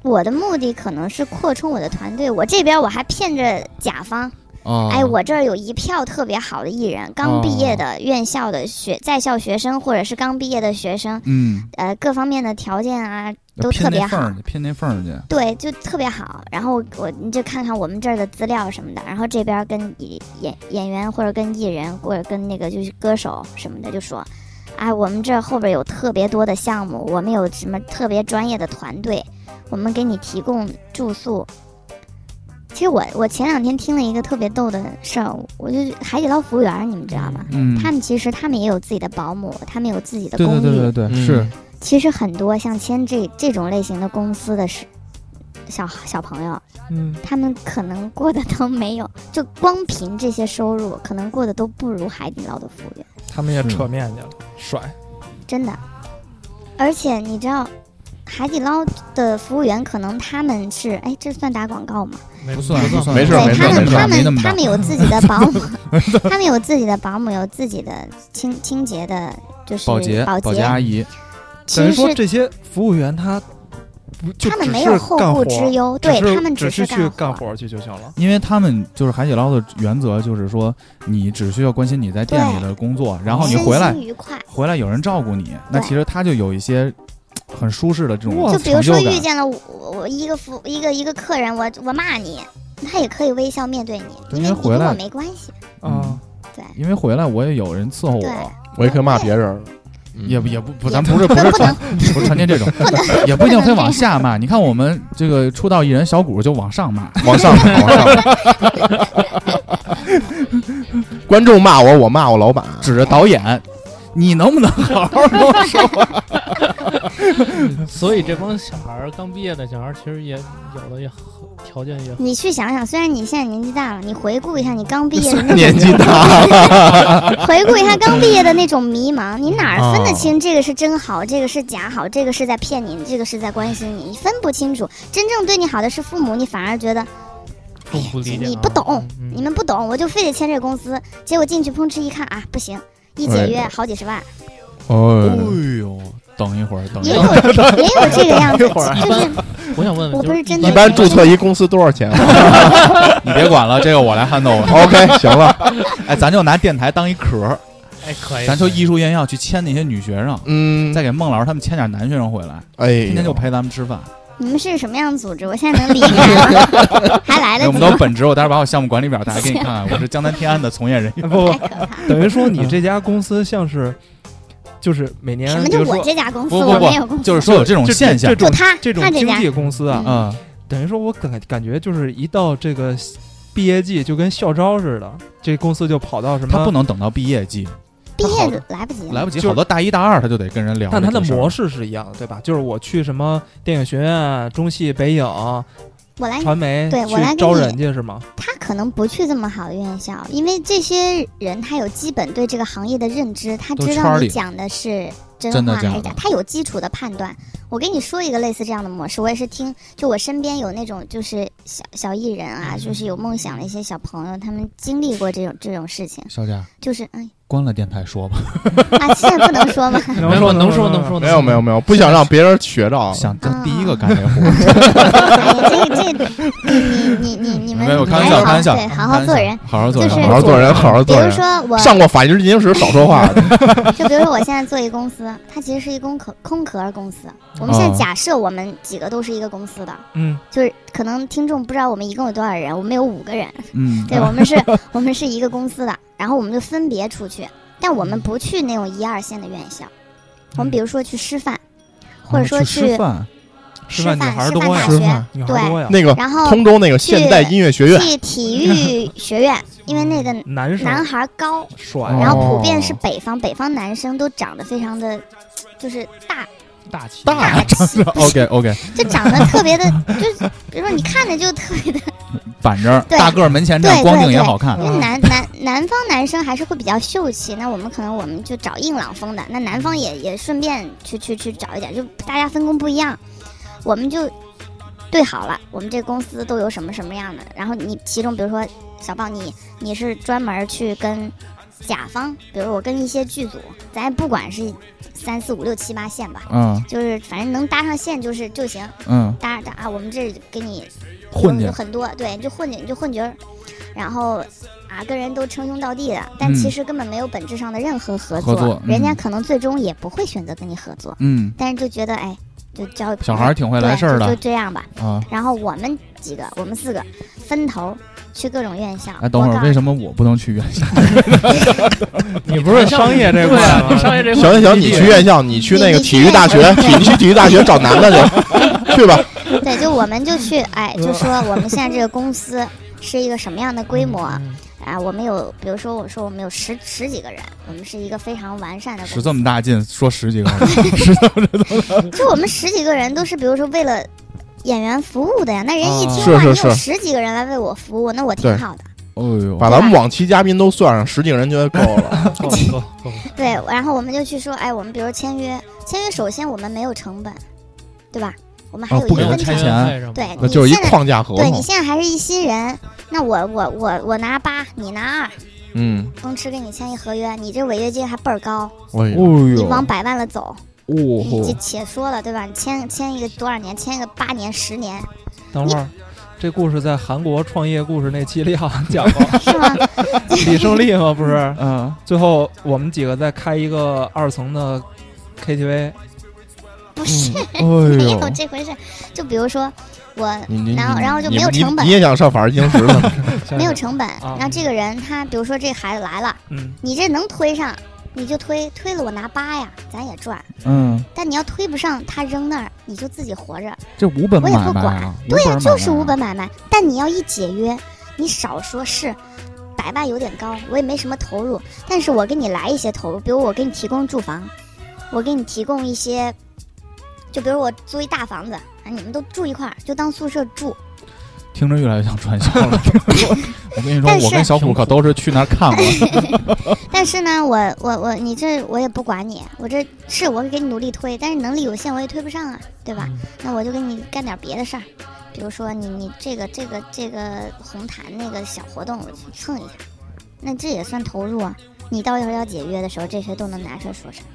Speaker 7: 我的目的可能是扩充我的团队，我这边我还骗着甲方，
Speaker 4: 啊，
Speaker 7: 哎，我这儿有一票特别好的艺人，刚毕业的院校的学在校学生或者是刚毕业的学生，
Speaker 4: 嗯，
Speaker 7: 呃，各方面的条件啊都
Speaker 4: 拼
Speaker 7: 特别
Speaker 4: 那缝
Speaker 7: 好
Speaker 4: 儿，去，拼那缝儿去，
Speaker 7: 对，就特别好。然后我你就看看我们这儿的资料什么的，然后这边跟演演演员或者跟艺人或者跟那个就是歌手什么的就说，哎，我们这儿后边有特别多的项目，我们有什么特别专业的团队，我们给你提供住宿。其实我我前两天听了一个特别逗的事儿，我就海底捞服务员儿，你们知道吗？
Speaker 4: 嗯，
Speaker 7: 他们其实他们也有自己的保姆，他们有自己的
Speaker 4: 对
Speaker 7: 公
Speaker 4: 对
Speaker 7: 寓，
Speaker 4: 对对对，
Speaker 8: 嗯
Speaker 4: 是，
Speaker 7: 其实很多像签这这种类型的公司的是小小朋友，
Speaker 6: 嗯，
Speaker 7: 他们可能过得都没有，就光凭这些收入，可能过得都不如海底捞的服务员，
Speaker 6: 他们也
Speaker 4: 是
Speaker 6: 扯面去了，甩。
Speaker 7: 真的。而且你知道，海底捞的服务员可能他们是，哎，这算打广告吗？
Speaker 9: 没
Speaker 4: 不算不算
Speaker 8: 没事
Speaker 7: 对
Speaker 8: 没事
Speaker 7: 他们，
Speaker 8: 没事
Speaker 7: 他
Speaker 4: 啊没那
Speaker 7: 们
Speaker 4: 么大
Speaker 7: 他们有自己的保姆，他们有自己的保姆，有自己的清清洁的，就是
Speaker 4: 保洁
Speaker 7: 保
Speaker 4: 洁阿姨，
Speaker 7: 其
Speaker 6: 等于
Speaker 7: 实
Speaker 6: 说
Speaker 7: 是
Speaker 6: 这些服务员他不就
Speaker 7: 他们
Speaker 6: 只
Speaker 7: 没
Speaker 6: 是
Speaker 7: 有后
Speaker 6: 干
Speaker 7: 顾
Speaker 6: 活
Speaker 7: 之忧，
Speaker 6: 只
Speaker 7: 对
Speaker 6: 是
Speaker 7: 他们
Speaker 6: 只
Speaker 7: 是
Speaker 6: 是去
Speaker 7: 干
Speaker 6: 干活儿去就行 了。
Speaker 4: 因为他们就是海底捞的原则就是说，你只需要关心你在店里的工作，然后你
Speaker 7: 身
Speaker 4: 回来
Speaker 7: 心愉快。
Speaker 4: 回来有人照顾你，那
Speaker 7: 对
Speaker 4: 其实他就有一些嘖很舒适的这种
Speaker 6: 哇
Speaker 7: 就比如
Speaker 4: 成
Speaker 7: 说
Speaker 4: 就
Speaker 7: 遇
Speaker 4: 感。
Speaker 7: 见了我我一个服一个一个客人，我我骂你，他也可以微笑面对你，
Speaker 4: 对
Speaker 7: 因
Speaker 4: 因
Speaker 7: 为
Speaker 4: 为
Speaker 7: 你
Speaker 4: 回
Speaker 7: 跟
Speaker 4: 来
Speaker 7: 我没关系。
Speaker 4: 嗯
Speaker 6: 啊，
Speaker 7: 对
Speaker 4: 因为回来我也有人伺候
Speaker 7: 对
Speaker 4: 我，
Speaker 8: 我也可以骂别人，嗯
Speaker 4: 也不也不不，
Speaker 7: 也
Speaker 4: 咱不是不
Speaker 7: 不
Speaker 4: 是
Speaker 7: 能
Speaker 4: 传不是传递这种，也不一定非往下骂。你看我们这个出道艺人小谷就往上骂，
Speaker 8: 往上往上， 观众骂我，我骂我老板，
Speaker 4: 指着导演，你能不能好好跟我说话？
Speaker 5: 所以这帮小孩儿刚毕业的小孩儿，其实也有的也很条件也很
Speaker 7: 你去想想，虽然你现在年纪大了，你回顾一下你刚毕业 的那
Speaker 8: 年纪大，
Speaker 7: 回顾一下刚毕业的那种迷茫，你哪儿分
Speaker 4: 哦
Speaker 8: 啊
Speaker 7: 得清这个是真好，这个是假好，这个是在骗你，这个是在关心你，你分不清楚。真正对你好的是父母，你反而觉得
Speaker 5: 更不理解、啊
Speaker 7: 你不懂，
Speaker 5: 嗯
Speaker 7: 你们不懂，我就非得签这公司。结果进去碰哧一看啊，不行，一解约好几十万，
Speaker 4: 哎呦，等一会儿，等一
Speaker 7: 也
Speaker 4: 会
Speaker 7: 有
Speaker 4: 儿，
Speaker 7: 也有这个样子，就是
Speaker 5: 我想问问，
Speaker 7: 我
Speaker 5: 就
Speaker 7: 不是真的
Speaker 8: 一般注册一公司多少钱
Speaker 4: 你别管了，这个我来 handle 吧。
Speaker 8: ？OK，行了，
Speaker 4: 哎，咱就拿电台当一壳儿，
Speaker 5: 哎，可以，
Speaker 4: 咱就艺术院校去签那些女学生，
Speaker 8: 嗯，
Speaker 4: 再给孟老师他们签点男学生回来，
Speaker 8: 哎呦，
Speaker 4: 天天就陪咱们吃饭。
Speaker 7: 你们是什么样的组织？我现在能理解了，还来
Speaker 4: 哎
Speaker 7: 得
Speaker 4: 我们
Speaker 7: 及
Speaker 4: 都有
Speaker 7: 吗？
Speaker 4: 本职，我待会儿把我项目管理表打开给你看 看，我是江南天安的从业人员。
Speaker 6: 哎不
Speaker 7: 太
Speaker 6: 不，
Speaker 7: 可怕！
Speaker 6: 等于说你这家公司像是，就是每年
Speaker 7: 嗯什么
Speaker 6: 比
Speaker 7: 就
Speaker 6: 如
Speaker 7: 我
Speaker 6: 说
Speaker 7: 这家公司，
Speaker 4: 不不
Speaker 7: 我
Speaker 4: 不
Speaker 7: 没有公司，
Speaker 4: 就是说有这种
Speaker 6: 这
Speaker 4: 现象
Speaker 6: 这，种
Speaker 7: 他
Speaker 6: 这种
Speaker 7: 他这
Speaker 6: 经
Speaker 7: 家
Speaker 6: 纪公司啊，
Speaker 4: 嗯，
Speaker 6: 等于说我感感觉就是一到这个毕业季就跟校招似的，这公司就跑到什么，
Speaker 4: 他不能等到毕业季，
Speaker 7: 毕
Speaker 4: 他好
Speaker 7: 业来不及了
Speaker 4: 来。不及，
Speaker 6: 就是
Speaker 4: 好多大一大二他就得跟人聊这
Speaker 6: 但
Speaker 4: 个事
Speaker 6: 它
Speaker 4: 儿。
Speaker 6: 的模式是一样的，对吧？就是我去什么电影学院、啊中戏、北影、
Speaker 7: 我来
Speaker 6: 传媒
Speaker 7: 哎对我来
Speaker 6: 去
Speaker 7: 给
Speaker 6: 招
Speaker 7: 你
Speaker 6: 人家是吗？
Speaker 7: 他可能不去这么好的院校，因为这些人他有基本对这个行业的认知，他
Speaker 4: 都
Speaker 7: 知
Speaker 4: 圈
Speaker 7: 道
Speaker 4: 里
Speaker 7: 你讲的是
Speaker 4: 真
Speaker 7: 真
Speaker 4: 的
Speaker 7: 话还
Speaker 4: 假的
Speaker 7: 是假，他有基础的判断。我跟你说一个类似这样的模式，我也是听，就我身边有那种就是小小艺人
Speaker 4: 嗯
Speaker 7: 啊，就是有梦想的一些小朋友，他们经历过这种这种 事情，
Speaker 4: 小贾
Speaker 7: 就是嗯
Speaker 4: 关了电台说吧，
Speaker 7: 啊，现在不能说吗？
Speaker 5: 能说能说能说，
Speaker 8: 没有没有没有，不想让别人学着，
Speaker 4: 想
Speaker 7: 啊
Speaker 4: 第一个干这活儿，
Speaker 7: 哎这个这个，你你你你们
Speaker 4: 没有开玩
Speaker 7: 还
Speaker 4: 笑，
Speaker 7: 好
Speaker 4: 开玩笑，
Speaker 7: 对，啊好
Speaker 4: 开玩笑
Speaker 7: 好做人。
Speaker 4: 好好做人，啊
Speaker 7: 就是
Speaker 8: 好好做人，好好
Speaker 7: 比
Speaker 8: 做
Speaker 7: 如
Speaker 8: 人。
Speaker 7: 说我
Speaker 8: 上过法制进行时，少 说话。
Speaker 7: 就比如说，我现在做一公司，它其实是一空壳空壳儿公司。我们现在假设我们几个都是一个公司的，
Speaker 6: 嗯，
Speaker 7: 就是可能听众不知道我们一共有多少人，我们有五个人，
Speaker 4: 嗯，
Speaker 7: 对，我们是我们是一个公司的，然后我们就分别出去，但我们不去那种一二线的院校，我们比如说去师范，或者说
Speaker 4: 去吃
Speaker 7: 去
Speaker 4: 饭，
Speaker 6: 师
Speaker 7: 师
Speaker 6: 范
Speaker 7: 范
Speaker 6: 女孩
Speaker 7: 师
Speaker 6: 多
Speaker 7: 范
Speaker 6: 呀
Speaker 7: 大，
Speaker 4: 吃饭
Speaker 7: 学，
Speaker 6: 女孩多
Speaker 7: 对，
Speaker 6: 呀，
Speaker 8: 那个
Speaker 7: 然后
Speaker 8: 通州那个现代音乐学院，
Speaker 7: 去体育学院，因为那个
Speaker 6: 男生
Speaker 7: 嗯男孩儿高，
Speaker 6: 帅，
Speaker 4: 哦
Speaker 7: 然后普遍是北方，北方男生都长得非常的，就是大
Speaker 5: 大气
Speaker 7: 大气，
Speaker 4: OK OK，
Speaker 7: 就长得特别的，就是比如说你看着就特别的，
Speaker 4: 板正，
Speaker 7: 对
Speaker 4: 大个儿门前站，
Speaker 7: 对
Speaker 4: 光腚
Speaker 7: 对
Speaker 4: 也
Speaker 7: 对
Speaker 4: 好看
Speaker 7: 因， 为南南南方男生还是会比较秀气，那我们可能我们就找硬朗风的，那南方也也顺便去去去找一点，就大家分工不一样，我们就对好了，我们这公司都有什么什么样的，然后你其中比如说小豹你你是专门去跟甲方，比如我跟一些剧组，咱也不管是三四五六七八线吧。
Speaker 4: 嗯
Speaker 7: 就是反正能搭上线就是就行，
Speaker 4: 嗯，
Speaker 7: 搭搭啊，我们这给你
Speaker 4: 混
Speaker 7: 有
Speaker 4: 去
Speaker 7: 有，很多，对，你就混进，你就混角儿，然后啊，跟人都称兄道弟的，但其
Speaker 4: 嗯
Speaker 7: 实根本没有本质上的任何合
Speaker 4: 合
Speaker 7: 作，
Speaker 4: 作
Speaker 7: 人家
Speaker 4: 嗯
Speaker 7: 可能最终也不会选择跟你合作，
Speaker 4: 嗯，
Speaker 7: 但是就觉得哎，就交一朋
Speaker 4: 小
Speaker 7: 友
Speaker 4: 孩儿挺会来
Speaker 7: 对
Speaker 4: 事儿
Speaker 7: 就就
Speaker 4: 的
Speaker 7: 这样吧。
Speaker 4: 啊。
Speaker 7: 然后我们几个，我们四个分头去各种院校。
Speaker 4: 哎，等会
Speaker 7: 我
Speaker 4: 儿
Speaker 7: 告
Speaker 4: 为
Speaker 7: 诉
Speaker 4: 什么我不能去 院校？
Speaker 5: 你不是
Speaker 6: 商 业这块儿吗
Speaker 5: 对啊商业这块
Speaker 8: 行
Speaker 5: 儿
Speaker 8: 行行，你去院校，你去那个
Speaker 7: 你
Speaker 8: 体育大学，
Speaker 7: 你去
Speaker 8: 体你去体育大学找男的去， 去吧。
Speaker 7: 你对，就我们就去哎，就说我们现在这个公司是一个什么样的规模啊？
Speaker 5: 嗯
Speaker 7: 我们有，比如说我说我们有十十几个人，我们是一个非常完善的公司
Speaker 4: 使。这么大劲说十几个人，
Speaker 7: 就我们十几个人都是，比如说为了演员服务的呀。那人一
Speaker 6: 啊
Speaker 7: 听
Speaker 8: 是
Speaker 7: 话，
Speaker 8: 是
Speaker 7: 你有
Speaker 8: 是
Speaker 7: 十几个人来为我服务，那我
Speaker 8: 对
Speaker 7: 挺好的。
Speaker 4: 哎呦，
Speaker 8: 把咱们往期嘉宾都算上，十几个人就够 了。
Speaker 5: 够了够了够了
Speaker 7: 对，然后我们就去说，哎，我们比如签约，签约首先我们没有成本，对吧？我们还
Speaker 4: 哦
Speaker 7: 有一
Speaker 4: 不
Speaker 7: 个
Speaker 4: 给他
Speaker 7: 温
Speaker 4: 拆
Speaker 7: 差。
Speaker 4: 钱
Speaker 7: 对
Speaker 8: 那就是一
Speaker 7: 你现在
Speaker 8: 框架合
Speaker 7: 对你
Speaker 8: 同。
Speaker 7: 现在还是一新人，那我我我我拿八，你拿二，
Speaker 8: 嗯，
Speaker 7: 风驰跟你签一合约，你这违约金还倍儿高，
Speaker 8: 哎呀，
Speaker 4: 哦
Speaker 7: 你
Speaker 4: 呦，
Speaker 7: 往百万了走，你
Speaker 4: 哦
Speaker 7: 这，且说了对吧？你签签一个多少年？签一个八年、十 年
Speaker 6: 等会儿。这故事在韩国创业故事那期里好像讲 过，
Speaker 7: 是吗？
Speaker 6: 李胜利嘛不是？
Speaker 4: 嗯，
Speaker 6: 最后我们几个再开一个二层的 KTV，
Speaker 7: 不是，
Speaker 4: 哎呦，
Speaker 7: 没有这回事。就比如说我
Speaker 8: 你你
Speaker 7: 然后
Speaker 8: 你
Speaker 7: 然后就
Speaker 8: 你
Speaker 7: 没有
Speaker 8: 你
Speaker 7: 成本
Speaker 8: 你也想上法制进行时 了？
Speaker 6: 想
Speaker 7: 没有啊
Speaker 6: 想
Speaker 7: 成本，然后这个人他比如说这孩子来了，
Speaker 6: 嗯，
Speaker 7: 你这能推上，你就推推了我拿八呀，咱也赚。
Speaker 4: 嗯，
Speaker 7: 但你要推不上，他扔那儿，你就自己活着。
Speaker 4: 这无本
Speaker 7: 我也
Speaker 4: 买
Speaker 7: 不
Speaker 4: 卖
Speaker 7: 管
Speaker 4: 啊，
Speaker 7: 对呀、
Speaker 4: 呀，
Speaker 7: 就是无本买卖。但你要一解约，你少说是百万有点高，我也没什么投入，但是我给你来一些投入，比如我给你提供住房，我给你提供一些，就比如我租一大房子，啊，你们都住一块儿，就当宿舍住。
Speaker 4: 听着越来越像传销 了。我跟你说
Speaker 7: 但，是
Speaker 4: 我跟小虎可都是去那儿看 过。
Speaker 7: 但是呢，我我我，你这我也不管你，我这是我给你努力推，但是能力有限，我也推不上啊，对
Speaker 4: 嗯
Speaker 7: 吧？那我就给你干点别的事儿，比如说你你这个这个这个红毯那个小活动，我去蹭一下，那这也算投入啊。你到一会儿要解约的时候，这些都能拿出来说事儿。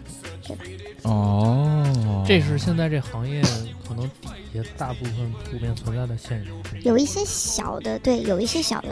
Speaker 4: 哦，
Speaker 5: 这是现在这行业可能底下大部分普遍存在的现象。
Speaker 7: 有一些小的，对，有一些小的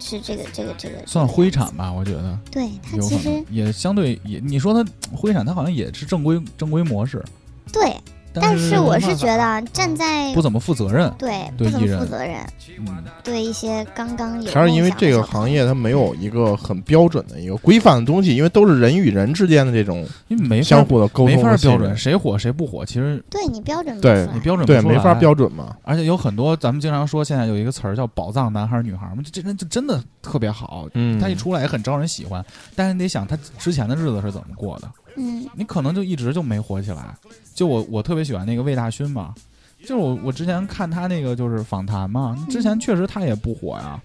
Speaker 7: 是这个这个这个，
Speaker 4: 算灰产吧，我觉得
Speaker 7: 对它
Speaker 4: 有可
Speaker 7: 其实
Speaker 4: 能也相对也，你说它灰产，它好像也是正规正规模式，
Speaker 7: 对，但
Speaker 4: 但
Speaker 7: 是我是觉得啊站在
Speaker 4: 不怎么负责任。
Speaker 7: 对
Speaker 4: 对
Speaker 7: 不怎么
Speaker 4: 艺人
Speaker 7: 负责任，
Speaker 4: 嗯，
Speaker 7: 对一些刚刚有
Speaker 8: 还是因为
Speaker 7: 梦想的
Speaker 8: 这个
Speaker 7: 小朋友
Speaker 8: 行业它没有一个很标准的一个规范的东西，因为都是人与人之间的这种
Speaker 4: 因为没
Speaker 8: 相
Speaker 4: 法
Speaker 8: 互的沟通
Speaker 4: 没
Speaker 8: 和
Speaker 4: 法
Speaker 8: 信
Speaker 4: 标
Speaker 8: 任
Speaker 4: 准，谁火谁不火，其实
Speaker 7: 对你标准不
Speaker 8: 对
Speaker 7: 出
Speaker 4: 你
Speaker 7: 来
Speaker 4: 标准
Speaker 8: 对
Speaker 4: 不啊出
Speaker 8: 没法
Speaker 4: 来
Speaker 8: 标准嘛。
Speaker 4: 而且有很多，咱们经常说，现在有一个词儿叫“宝藏男孩儿女孩”儿嘛，这这人就真的特别好，
Speaker 8: 嗯
Speaker 4: 他一出来也很招人喜欢。但是你得想，他之前的日子是怎么过的？
Speaker 7: 嗯，
Speaker 4: 你可能就一直就没火起来。就我我特别喜欢那个魏大勋嘛，就是我我之前看他那个就是访谈嘛，之前确实他也不火呀，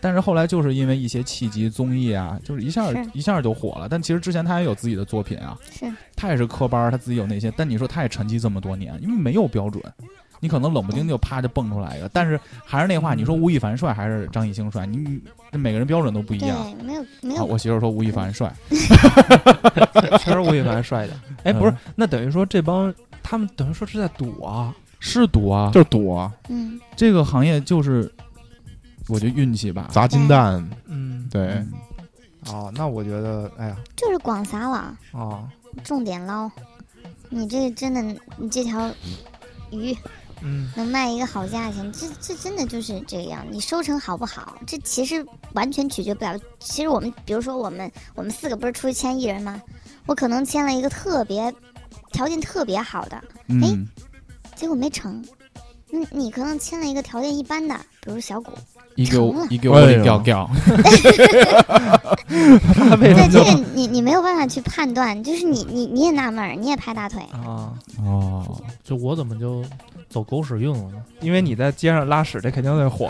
Speaker 4: 但是后来就是因为一些契机综艺啊，就是一下
Speaker 7: 是
Speaker 4: 一下就火了。但其实之前他也有自己的作品啊，
Speaker 7: 是
Speaker 4: 他也是科班儿，他自己有那些，但你说他也沉寂这么多年，因为没有标准，你可能冷不丁就啪就蹦出来一个。但是还是那
Speaker 7: 嗯
Speaker 4: 话，你说吴亦凡帅还是张艺兴帅，你你这每个人标准都不一
Speaker 7: 对嗯
Speaker 4: 样。，
Speaker 7: 没有没
Speaker 4: 啊，
Speaker 7: 有
Speaker 4: 我媳妇儿说吴亦凡帅，
Speaker 6: 确实吴亦凡帅 的。哎，不是
Speaker 4: 嗯，
Speaker 6: 那等于说这帮他们等于说是在赌啊，
Speaker 4: 是赌啊，
Speaker 8: 就是赌啊，
Speaker 7: 嗯，
Speaker 4: 这个行业就是，我觉得运气吧。
Speaker 8: 砸金蛋，
Speaker 6: 嗯，
Speaker 8: 对，
Speaker 4: 嗯
Speaker 6: 哦，那我觉得，哎呀，
Speaker 7: 就是广撒网，
Speaker 6: 哦，
Speaker 7: 重点捞。你这真的，你这条鱼
Speaker 6: 嗯，
Speaker 7: 能卖一个好价钱，这这真的就是这样。你收成好不好，这其实完全取决不了。其实我们，比如说我们，我们四个不是出去签艺人吗？我可能签了一个特别条件特别好的，
Speaker 4: 嗯，
Speaker 7: 结果没成。嗯，你可能签了一个条件一般的，比如小谷，
Speaker 4: 一给
Speaker 7: 成
Speaker 4: 我
Speaker 7: 了
Speaker 4: 一给我
Speaker 8: 哎
Speaker 4: 里
Speaker 8: 呦
Speaker 4: 掉掉，
Speaker 6: 他为
Speaker 7: 对
Speaker 6: 什
Speaker 7: 这
Speaker 6: 么
Speaker 7: 个你你没有办法去判断，就是你你你也纳闷儿，你也拍大腿，
Speaker 6: 啊？
Speaker 4: 哦，
Speaker 5: 就我怎么就走狗屎运了呢？
Speaker 6: 因为你在街上拉屎，这肯定得火。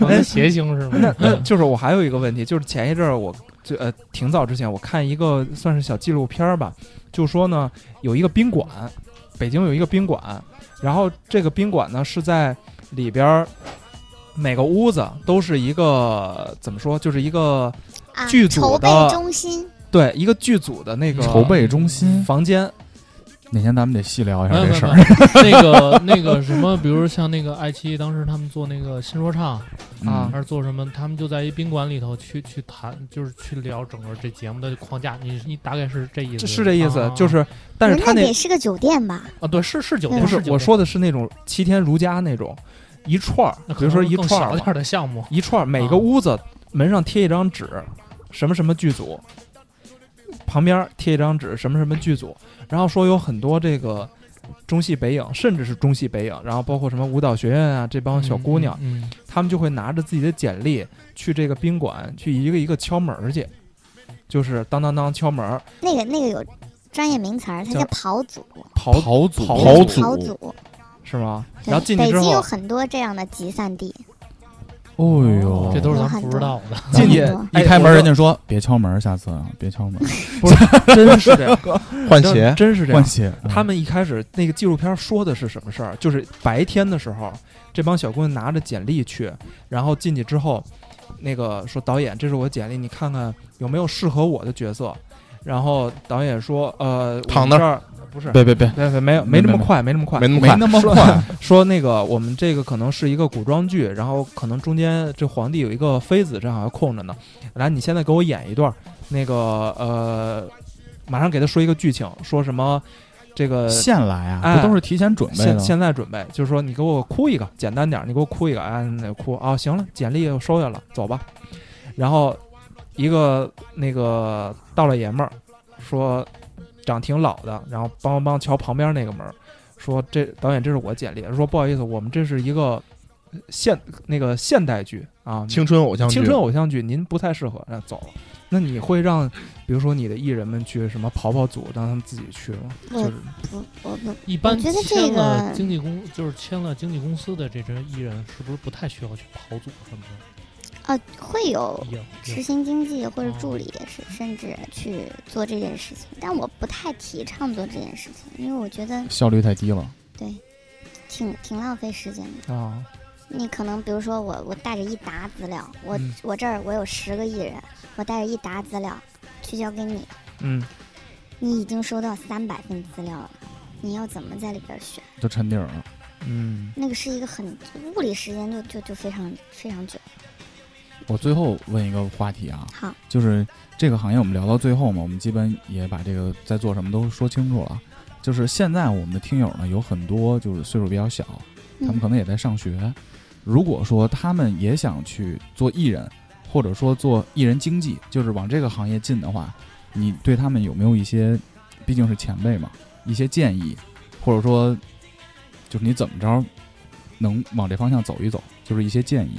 Speaker 9: 我的谐星是吗？
Speaker 6: 那就是我还有一个问题，就是前一阵儿我就呃挺早之前我看一个算是小纪录片儿吧，就说呢有一个宾馆，北京有一个宾馆，然后这个宾馆呢是在里边儿每个屋子都是一个怎么说，就是一个
Speaker 7: 啊，
Speaker 6: 剧组
Speaker 7: 筹备
Speaker 6: 的
Speaker 7: 中心，
Speaker 6: 对一个剧组的那个
Speaker 4: 筹备中
Speaker 5: 嗯
Speaker 4: 心，
Speaker 6: 房间，
Speaker 4: 哪天咱们得细聊一
Speaker 5: 没
Speaker 4: 下这
Speaker 5: 有没有
Speaker 4: 事儿
Speaker 5: 没。有那个那个什么，比如像那个爱奇艺当时他们做那个新说唱，
Speaker 4: 嗯
Speaker 6: 啊
Speaker 5: 还是做什么，他们就在一宾馆里头去去谈，就是去聊整个这节目的框架。你你大概是这意思？
Speaker 6: 这是这意思
Speaker 4: 哦
Speaker 5: 啊，
Speaker 6: 就是但是
Speaker 7: 人
Speaker 6: 他
Speaker 7: 家
Speaker 6: 那
Speaker 7: 得是个酒店吧？
Speaker 5: 啊，对，是是酒店，
Speaker 6: 不是
Speaker 5: 酒店
Speaker 6: 我，说的是那种七天如家那种一串儿，
Speaker 5: 那可
Speaker 6: 比如说
Speaker 5: 能
Speaker 6: 一
Speaker 5: 更
Speaker 6: 串
Speaker 5: 小
Speaker 6: 儿
Speaker 5: 点
Speaker 6: 嘛
Speaker 5: 儿的项目，
Speaker 6: 一串儿，每
Speaker 7: 啊
Speaker 6: 个屋子门上贴一张纸，什么什么剧组，旁边贴一张纸，什么什么剧组，然后说有很多这个中戏北影，甚至是中戏北影，然后包括什么舞蹈学院啊，这帮小姑娘，
Speaker 5: 嗯，嗯
Speaker 6: 她们就会拿着自己的简历去这个宾馆去一个一个敲门儿去，就是当当当敲门儿，
Speaker 7: 那个那个有专业名词儿，它
Speaker 6: 叫
Speaker 7: 叫跑组，
Speaker 6: 刨
Speaker 4: 跑组
Speaker 6: 刨
Speaker 8: 组
Speaker 7: 跑组。
Speaker 6: 是吗？
Speaker 7: 对
Speaker 6: 然后进去
Speaker 7: 北
Speaker 6: 之
Speaker 7: 京有
Speaker 6: 后，
Speaker 7: 很多这样的集散地，
Speaker 4: 哦呦，
Speaker 5: 这都是
Speaker 7: 有
Speaker 5: 咱
Speaker 7: 很
Speaker 5: 不知
Speaker 7: 多
Speaker 5: 道 的。
Speaker 6: 进去
Speaker 7: 有很
Speaker 4: 一开门
Speaker 6: 哎
Speaker 4: 人家说别敲门，下次啊别敲门，
Speaker 6: 真是 这样，
Speaker 8: 换鞋，
Speaker 6: 真是这样
Speaker 4: 换。鞋。
Speaker 6: 他们一开始那个纪录片说的是什么事儿？就是白天的时候，这帮小姑娘拿着简历去，然后进去之后，那个说导演，这是我简历，你看看有没有适合我的角色。然后导演说，呃，
Speaker 8: 躺
Speaker 6: 那
Speaker 8: 那
Speaker 6: 儿不是，
Speaker 4: 别别别，
Speaker 6: 别别没有没那么快，没那么快，
Speaker 8: 没那么
Speaker 4: 嗯没
Speaker 8: 快，
Speaker 4: 那么快，
Speaker 6: 说那个我们这个可能是一个古装剧，然后可能中间这皇帝有一个妃子正好要空着呢，来你现在给我演一段，那个呃，马上给他说一个剧情，说什么这个
Speaker 4: 现来啊，
Speaker 6: 哎
Speaker 4: 不都是提前准备
Speaker 6: 现
Speaker 4: 的？
Speaker 6: 现在准备，就是说你给我哭一个，简啊单点儿，你给我哭一个，哎，那哭啊，行了，简历我收下了，走吧。然后一个那个大老爷们儿说长挺老的，然后梆梆梆敲旁边那个门儿，说这导演这是我简历，说不好意思，我们这是一个现那个现代剧啊，
Speaker 8: 青春偶像剧，
Speaker 6: 青春偶像剧您不太适合，那走了。那你会让，比如说你的艺人们去什么跑跑组，让他们自己去吗？
Speaker 7: 我
Speaker 6: 就是
Speaker 7: 不，我不
Speaker 5: 一般
Speaker 7: 我觉得这
Speaker 5: 签了
Speaker 7: 个
Speaker 5: 经纪公，就是签了经纪公司的这支艺人，是不是不太需要去跑组什么的？
Speaker 7: 啊，会有
Speaker 5: 也
Speaker 7: 执
Speaker 5: 也
Speaker 7: 行经济或者
Speaker 5: 哦
Speaker 7: 助理也是，甚至去做这件事情，但我不太提倡做这件事情，因为我觉得
Speaker 4: 效率太低了。
Speaker 7: 挺挺浪费时间的。
Speaker 6: 啊，
Speaker 7: 你可能比如说我，我带着一沓资料，我、
Speaker 6: 嗯
Speaker 7: 我这儿我有十个艺人，我带着一沓资料去交给你，
Speaker 6: 嗯，
Speaker 7: 你已经收到三百份资料了，你要怎么在里边选？
Speaker 4: 就沉底儿了，
Speaker 6: 嗯，
Speaker 7: 那个是一个很物理时间就就就非常非常久。
Speaker 4: 我最后问一个话题啊，
Speaker 7: 好，
Speaker 4: 就是这个行业我们聊到最后嘛，我们基本也把这个在做什么都说清楚了。就是现在我们的听友呢，有很多就是岁数比较小，他们可
Speaker 7: 嗯，
Speaker 4: 能也在上学。如果说他们也想去做艺人，或者说做艺人经济，就是往这个行业进的话，你对他们有没有一些，毕竟是前辈嘛，一些建议，或者说，就是你怎么着能往这方向走一走，就是一些建议。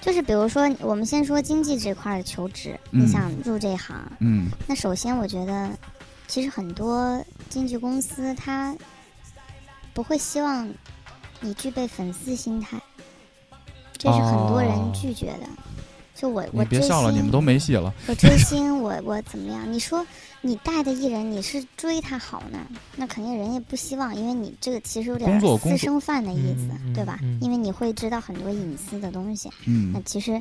Speaker 7: 就是比如说，我们先说经济这块儿的求职，
Speaker 4: 嗯
Speaker 7: 你想入这行，
Speaker 4: 嗯
Speaker 7: 那首先我觉得，其实很多经纪公司它不会希望你具备粉丝心态，这是很多
Speaker 4: 哦
Speaker 7: 人拒绝的。就我，我
Speaker 4: 你别
Speaker 7: 追
Speaker 4: 笑了，
Speaker 7: 星
Speaker 4: 你们都没戏了。
Speaker 7: 我追星，我我怎么样？你说你带的艺人，你是追他好呢？那肯定人也不希望，因为你这个其实有
Speaker 4: 工
Speaker 7: 点
Speaker 4: 作工作
Speaker 7: 私生饭的意思，
Speaker 5: 嗯嗯
Speaker 7: 对吧？
Speaker 5: 嗯
Speaker 7: 因为你会知道很多隐私的东西。
Speaker 4: 嗯
Speaker 7: 那，其实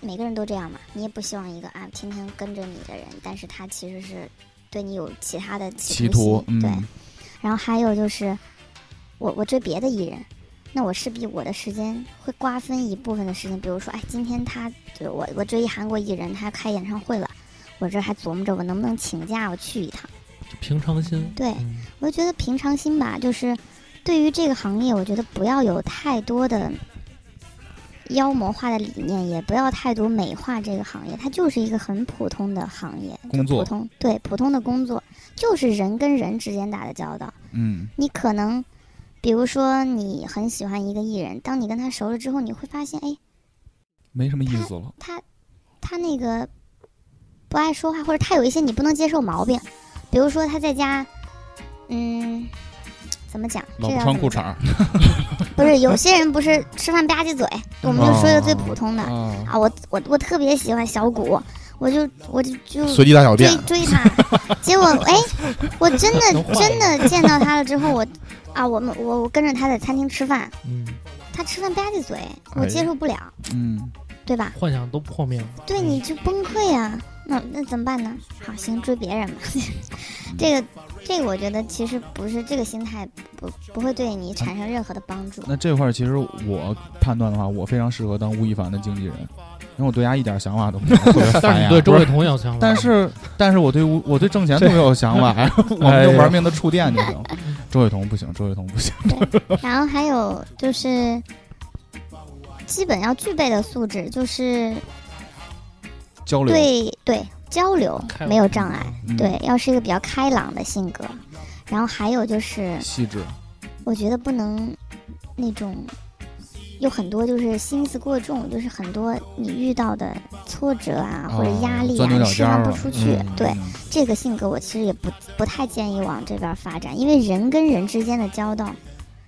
Speaker 7: 每个人都这样嘛，你也不希望一个啊天天跟着你的人，但是他其实是对你有其他的
Speaker 4: 企
Speaker 7: 图
Speaker 4: 图，
Speaker 7: 心。
Speaker 4: 嗯，
Speaker 7: 对，然后还有就是，我我追别的艺人，那我势必我的时间会瓜分一部分的时间，比如说，哎，今天他就我我追一韩国艺人，他开演唱会了，我这还琢磨着我能不能请假我去一趟。
Speaker 5: 就平常心。
Speaker 7: 对
Speaker 5: 嗯
Speaker 7: 我就觉得平常心吧，就是对于这个行业，我觉得不要有太多的妖魔化的理念，也不要太多美化这个行业，它就是一个很普通的行业，
Speaker 4: 工
Speaker 7: 普
Speaker 4: 作，
Speaker 7: 通对普通的工作，就是人跟人之间打的交道。
Speaker 4: 嗯
Speaker 7: 你可能，比如说你很喜欢一个艺人，当你跟他熟了之后，你会发现，哎，
Speaker 4: 没什么意思了。
Speaker 7: 他他那个不爱说话，或者他有一些你不能接受毛病，比如说他在家，嗯，怎么讲？
Speaker 4: 老
Speaker 7: 哎这
Speaker 4: 不
Speaker 7: 要
Speaker 4: 穿
Speaker 7: 怎
Speaker 4: 裤
Speaker 7: 么
Speaker 4: 衩儿
Speaker 7: 不是有些人不是吃饭吧唧嘴，我们就说一个最普通的
Speaker 8: 哦
Speaker 7: 啊
Speaker 4: 啊，
Speaker 7: 我我我特别喜欢小谷，我就我就就
Speaker 8: 随地大小
Speaker 7: 追
Speaker 8: 便，
Speaker 7: 追他，结果哎，我真的
Speaker 5: 能换
Speaker 7: 真的见到他了之后，我啊，我们我我跟着他在餐厅吃饭，
Speaker 5: 嗯，
Speaker 7: 他吃饭吧唧嘴，我接受不了，
Speaker 4: 嗯，
Speaker 7: 对吧？
Speaker 5: 幻想都破灭了。嗯
Speaker 7: 对你就崩溃啊，那那怎么办呢？好，行，追别人吧。 这个这个，我觉得其实不是这个心态不不会对你产生任何的帮助。
Speaker 4: 那这块儿其实我判断的话，我非常适合当吴亦凡的经纪人，因为我对他一点想法都没有，特 别
Speaker 5: 但是
Speaker 4: 烦
Speaker 5: 你
Speaker 4: 呀。
Speaker 5: 对周
Speaker 4: 不
Speaker 5: 卫
Speaker 4: 是
Speaker 5: 彤有想法，
Speaker 4: 但是但是我对吴我对挣钱特别有想法， 我
Speaker 6: 哎
Speaker 4: 们
Speaker 6: 呦
Speaker 4: 就玩命的触电就行。周伟彤不行，周伟彤不行。
Speaker 7: 然后还有就是，基本要具备的素质就是
Speaker 4: 交流，
Speaker 7: 对对交流
Speaker 5: 开朗
Speaker 7: 没有障碍，
Speaker 4: 嗯
Speaker 7: 对，要是一个比较开朗的性格。然后还有就是，
Speaker 4: 细致，
Speaker 7: 我觉得不能那种有很多就是心思过重，就是很多你遇到的挫折啊或者
Speaker 4: 哦
Speaker 7: 压力啊，
Speaker 4: 钻牛
Speaker 7: 你
Speaker 4: 角
Speaker 7: 释
Speaker 4: 尖儿
Speaker 7: 放不
Speaker 4: 了
Speaker 7: 出去。
Speaker 4: 嗯
Speaker 7: 对
Speaker 4: 嗯
Speaker 7: 这个性格，我其实也不不太建议往这边发展，因为人跟人之间的交道。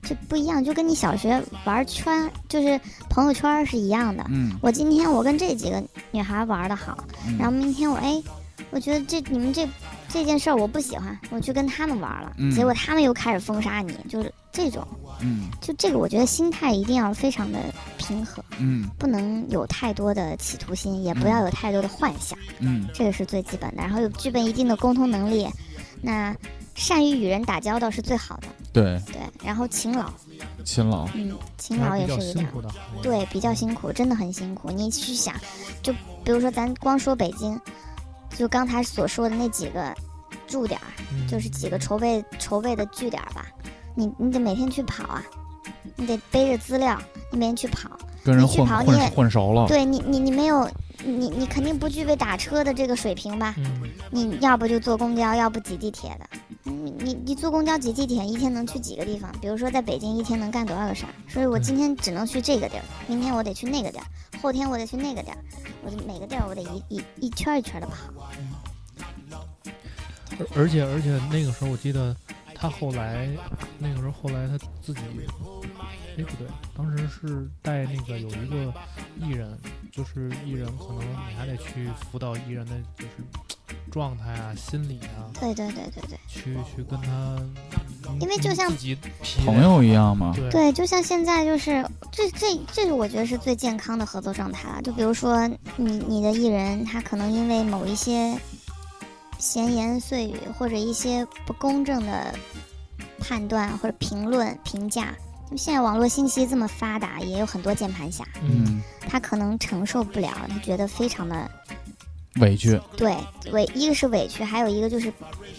Speaker 7: 这不一样，就跟你小学玩圈，就是朋友圈是一样的。
Speaker 4: 嗯，
Speaker 7: 我今天我跟这几个女孩玩的好，
Speaker 4: 嗯
Speaker 7: 然后明天我哎，我觉得这你们这这件事儿我不喜欢，我去跟他们玩了，
Speaker 4: 嗯
Speaker 7: 结果他们又开始封杀你，就是这种，
Speaker 4: 嗯
Speaker 7: 就这个我觉得心态一定要非常的平和，
Speaker 4: 嗯
Speaker 7: 不能有太多的企图心，也不
Speaker 4: 嗯
Speaker 7: 要有太多的幻想，
Speaker 4: 嗯
Speaker 7: 这个是最基本的。然后有具备一定的沟通能力，那善于与人打交道是最好的，
Speaker 4: 对，
Speaker 7: 对。然后勤劳，
Speaker 4: 勤劳，
Speaker 7: 嗯，勤劳
Speaker 5: 还
Speaker 7: 也
Speaker 5: 比较
Speaker 7: 是一
Speaker 5: 辛
Speaker 7: 点。
Speaker 5: 苦的行业。
Speaker 7: 对，比较辛苦，真的很辛苦。你去想，就比如说咱光说北京，就刚才所说的那几个驻点儿，
Speaker 5: 嗯，
Speaker 7: 就是几个筹备筹备的据点儿吧，你你得每天去跑啊，你得背着资料，你每天去跑。
Speaker 4: 跟人
Speaker 7: 你去
Speaker 4: 混
Speaker 7: 跑你也
Speaker 4: 混混熟了，
Speaker 7: 对你你你没有你你肯定不具备打车的这个水平吧？
Speaker 9: 嗯，
Speaker 7: 你要不就坐公交，要不挤地铁的。你你你坐公交挤地铁一天能去几个地方？比如说在北京一天能干多少个事儿？所以我今天只能去这个地儿，明天我得去那个地儿，后天我得去那个地儿，我就每个地儿我得一一一圈儿一圈的跑。
Speaker 5: 而而且而且那个时候我记得他后来那个时候后来他自己，哎不对，当时是带那个有一个艺人，就是艺人可能你还得去辅导艺人的就是状态啊、心理啊，
Speaker 7: 对对对对对
Speaker 5: 去去跟他，嗯
Speaker 7: 因为就像
Speaker 5: 自己匹
Speaker 4: 朋友一样嘛。
Speaker 5: 对
Speaker 7: 对，就像现在就是这这这是我觉得是最健康的合作状态了。就比如说你你的艺人，他可能因为某一些闲言碎语或者一些不公正的判断或者评论评价，因为现在网络信息这么发达，也有很多键盘侠，
Speaker 4: 嗯，
Speaker 7: 他可能承受不了，他觉得非常的
Speaker 4: 委屈，
Speaker 7: 对委，一个是委屈，还有一个就是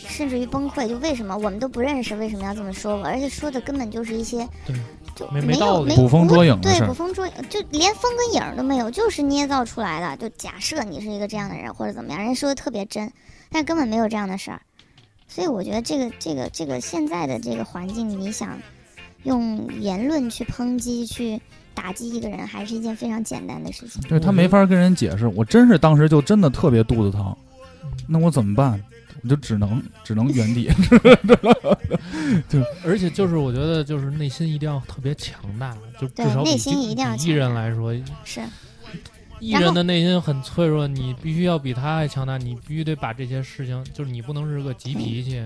Speaker 7: 甚至于崩溃。就为什么我们都不认识，为什么要这么说我？而且说的根本就是一些
Speaker 5: 对
Speaker 7: 就
Speaker 9: 没没
Speaker 7: 没
Speaker 9: 道
Speaker 7: 有
Speaker 9: 理
Speaker 7: 没
Speaker 4: 捕风捉影的
Speaker 7: 哎对
Speaker 4: 事
Speaker 7: 捕
Speaker 4: 儿。
Speaker 7: 风捉影，就连风跟影儿都没有，就是捏造出来的。就假设你是一个这样的人或者怎么样，人家说的特别真，但根本没有这样的事儿。所以我觉得这个这个这个现在的这个环境，你想用言论去抨击、去打击一个人，还是一件非常简单的事情。
Speaker 4: 对他没法跟人解释，我真是当时就真的特别肚子疼，那我怎么办？我就只能只能原地。
Speaker 5: 而且就是我觉得就是内心一定要特别强大，就至
Speaker 7: 对
Speaker 5: 少比
Speaker 7: 内心
Speaker 5: 经
Speaker 7: 一定要
Speaker 5: 比
Speaker 7: 强
Speaker 5: 艺人
Speaker 7: 大
Speaker 5: 来说，
Speaker 7: 是
Speaker 5: 艺
Speaker 7: 然后
Speaker 5: 人的内心很脆弱，你必须要比他还强大，你必须得把这些事情，就是你不能是个急脾气，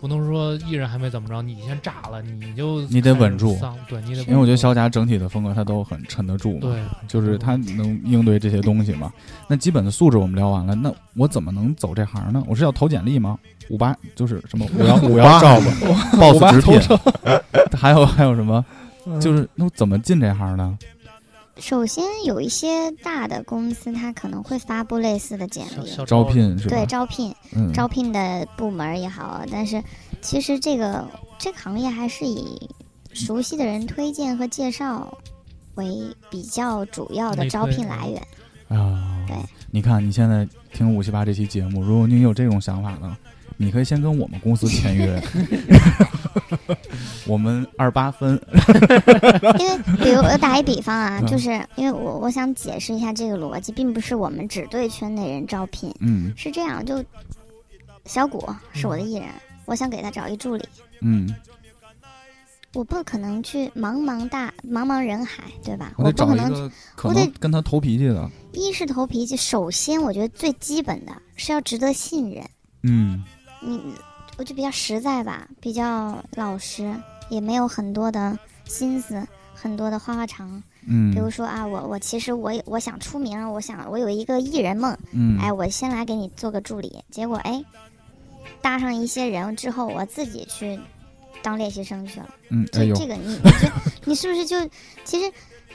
Speaker 5: 不能说艺人还没怎么着，你先炸了，你就
Speaker 4: 你得
Speaker 5: 开始
Speaker 4: 稳住
Speaker 5: 丧对你得稳住，
Speaker 4: 因为我觉得小贾整体的风格他都很沉得住嘛，
Speaker 5: 对，
Speaker 4: 就是他能应对这些东西嘛。那基本的素质我们聊完了，那我怎么能走这行呢？我是要投简历吗？五八就是什么五 幺五幺照吧
Speaker 8: boss
Speaker 4: 五八
Speaker 8: 直
Speaker 4: 投
Speaker 8: 聘
Speaker 4: 诚，还有还有什么？
Speaker 6: 嗯
Speaker 4: 就是那我怎么进这行呢？
Speaker 7: 首先有一些大的公司，它可能会发布类似的简
Speaker 5: 小
Speaker 7: 历，
Speaker 5: 小
Speaker 4: 招
Speaker 5: 招，
Speaker 4: 聘是吧？
Speaker 7: 对招聘
Speaker 4: 嗯，
Speaker 7: 招聘的部门儿也好，但是其实这个这个行业还是以熟悉的人推荐和介绍为比较主要的
Speaker 5: 内
Speaker 7: 招
Speaker 5: 推
Speaker 7: 聘来源。
Speaker 4: 啊，
Speaker 7: 对
Speaker 4: 你看你现在听五七八这期节目，如果你有这种想法呢，你可以先跟我们公司签 约，我们二八分，
Speaker 7: 因为比如我打一比方啊，
Speaker 4: 嗯
Speaker 7: 就是因为我我想解释一下这个逻辑，并不是我们只对圈内人招聘，
Speaker 4: 嗯
Speaker 7: 是这样，就小谷是我的艺人，我想给他找一助理。
Speaker 4: 嗯，
Speaker 7: 我不可能去茫茫大茫茫人海，对吧？
Speaker 4: 我
Speaker 7: 我
Speaker 4: 得找
Speaker 7: 不可
Speaker 4: 一
Speaker 7: 能
Speaker 4: 个可
Speaker 7: 我
Speaker 4: 能
Speaker 7: 得
Speaker 4: 跟他投脾气的，
Speaker 7: 一是投脾气，首先我觉得最基本的是要值得信任。
Speaker 4: 嗯
Speaker 7: 你我就比较实在吧，比较老实，也没有很多的心思，很多的花花肠。比如
Speaker 4: 嗯
Speaker 7: 说啊，我我其实我也我想出名，我想我有一个艺人梦，
Speaker 4: 嗯，
Speaker 7: 哎，我先来给你做个助理，结果哎，搭上一些人之后，我自己去当练习生去了。
Speaker 4: 嗯，哎
Speaker 7: 这
Speaker 4: 呦，
Speaker 7: 这个你，你觉 你是不是就其实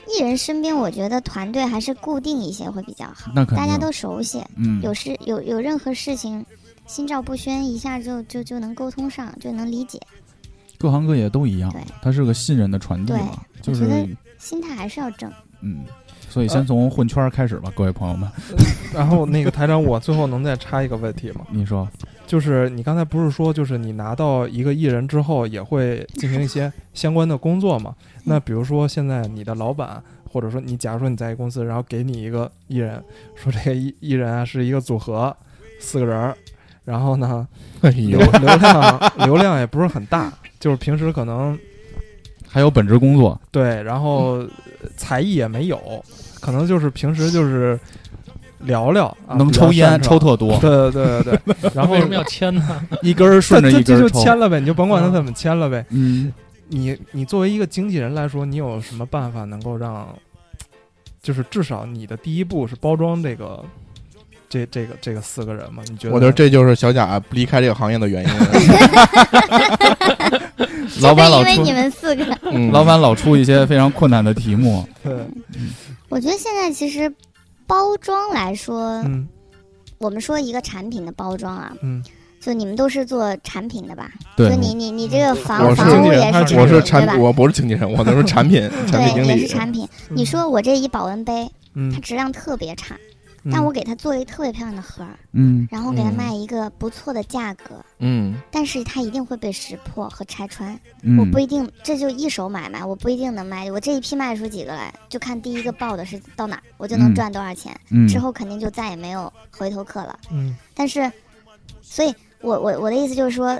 Speaker 7: 艺人身边，我觉得团队还是固定一些会比较好，
Speaker 4: 那肯定
Speaker 7: 大家都熟悉，
Speaker 4: 嗯
Speaker 7: 有事有有任何事情，心照不宣，一下就就就能沟通上，就能理解，
Speaker 4: 各行各业都一样
Speaker 7: 对，
Speaker 4: 它是个信任的传递嘛，就
Speaker 7: 对
Speaker 4: 是
Speaker 7: 我觉得心态还是要正。
Speaker 4: 嗯。所以先从混圈儿开
Speaker 7: 呃
Speaker 4: 始吧，各位朋友们，
Speaker 6: 然后那个台长，我最后能再插一个问题吗？
Speaker 4: 你说
Speaker 6: 就是你刚才不是说，就是你拿到一个艺人之后，也会进行一些相关的工作嘛？那比如说现在你的老板，或者说你假如说你在一个公司，然后给你一个艺人，说这个艺艺人啊是一个组合，四个人儿，然后呢
Speaker 4: 哎
Speaker 6: 流流量流量也不是很大，就是平时可能
Speaker 4: 还有本职工作，
Speaker 6: 对，然后呃才艺也没有，可能就是平时就是聊聊，啊、
Speaker 4: 能
Speaker 6: 比较
Speaker 4: 抽烟
Speaker 6: 擅长
Speaker 4: 抽特多，
Speaker 6: 对对对对对，然后
Speaker 9: 为 什么要签呢？
Speaker 4: 一根儿顺着
Speaker 6: 这
Speaker 4: 一根
Speaker 6: 这
Speaker 4: 儿
Speaker 6: 就
Speaker 4: 抽，
Speaker 6: 签了呗，你就甭管他怎么签了呗。
Speaker 4: 嗯，
Speaker 6: 你你作为一个经纪人来说，你有什么办法能够让，就是至少你的第一步是包装这个，这这个这个四个人吗？你觉得？
Speaker 8: 我觉得这就是小贾离开这个行业的原因。
Speaker 4: 老板老
Speaker 7: 就
Speaker 4: 出
Speaker 7: 因为你们四个，
Speaker 8: 嗯
Speaker 4: 老板老出一些非常困难的题目，
Speaker 6: 对，
Speaker 7: 我觉得现在其实包装来说，
Speaker 6: 嗯
Speaker 7: 我们说一个产品的包装啊，
Speaker 6: 嗯，
Speaker 7: 就你们都是做产品的吧？
Speaker 4: 对
Speaker 7: 就你你你这个
Speaker 8: 我
Speaker 7: 房
Speaker 8: 是
Speaker 7: 房
Speaker 8: 经
Speaker 7: 屋
Speaker 8: 纪
Speaker 7: 也
Speaker 8: 人
Speaker 7: 是
Speaker 9: 他
Speaker 7: 产
Speaker 9: 是
Speaker 7: 品
Speaker 8: 我是
Speaker 7: 对
Speaker 8: 产
Speaker 7: 吧
Speaker 8: 品，？我不是经纪人，我那是产品产
Speaker 7: 对，
Speaker 8: 品经
Speaker 7: 也
Speaker 8: 理
Speaker 7: 是。产品。你说我这一保温杯，它
Speaker 6: 嗯
Speaker 7: 质量特别差，但
Speaker 6: 嗯
Speaker 7: 我给它做了一特别漂亮的盒儿，
Speaker 4: 嗯
Speaker 7: 然后给它
Speaker 8: 嗯
Speaker 7: 卖一个不错的价格，
Speaker 8: 嗯
Speaker 7: 但是它一定会被识破和拆穿。
Speaker 4: 嗯，
Speaker 7: 我不一定，这就一手买卖，我不一定能卖。我这一批卖出几个来，就看第一个报的是到哪儿，我就能
Speaker 4: 嗯
Speaker 7: 赚多少钱。
Speaker 4: 嗯
Speaker 7: 之后肯定就再也没有回头客了。
Speaker 5: 嗯
Speaker 7: 但是，所以我我我的意思就是说，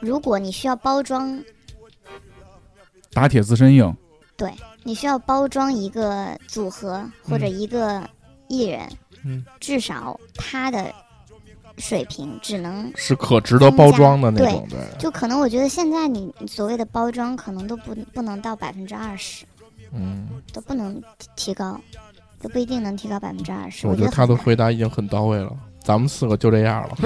Speaker 7: 如果你需要包装，
Speaker 4: 打铁自身硬，
Speaker 7: 你需要包装一个组合或
Speaker 4: 嗯
Speaker 7: 者一个艺人，
Speaker 5: 嗯
Speaker 7: 至少他的水平只能
Speaker 8: 是可值得包装的那种，对，
Speaker 7: 就可能我觉得现在你所谓的包装可能都不不能到百分之二十，
Speaker 8: 嗯，
Speaker 7: 都不能提提高，都不一定能提高百分之二十。
Speaker 8: 我觉
Speaker 7: 觉
Speaker 8: 得
Speaker 7: 得
Speaker 8: 他的
Speaker 7: 很
Speaker 8: 回答已经很到位了，咱们四个就这样了，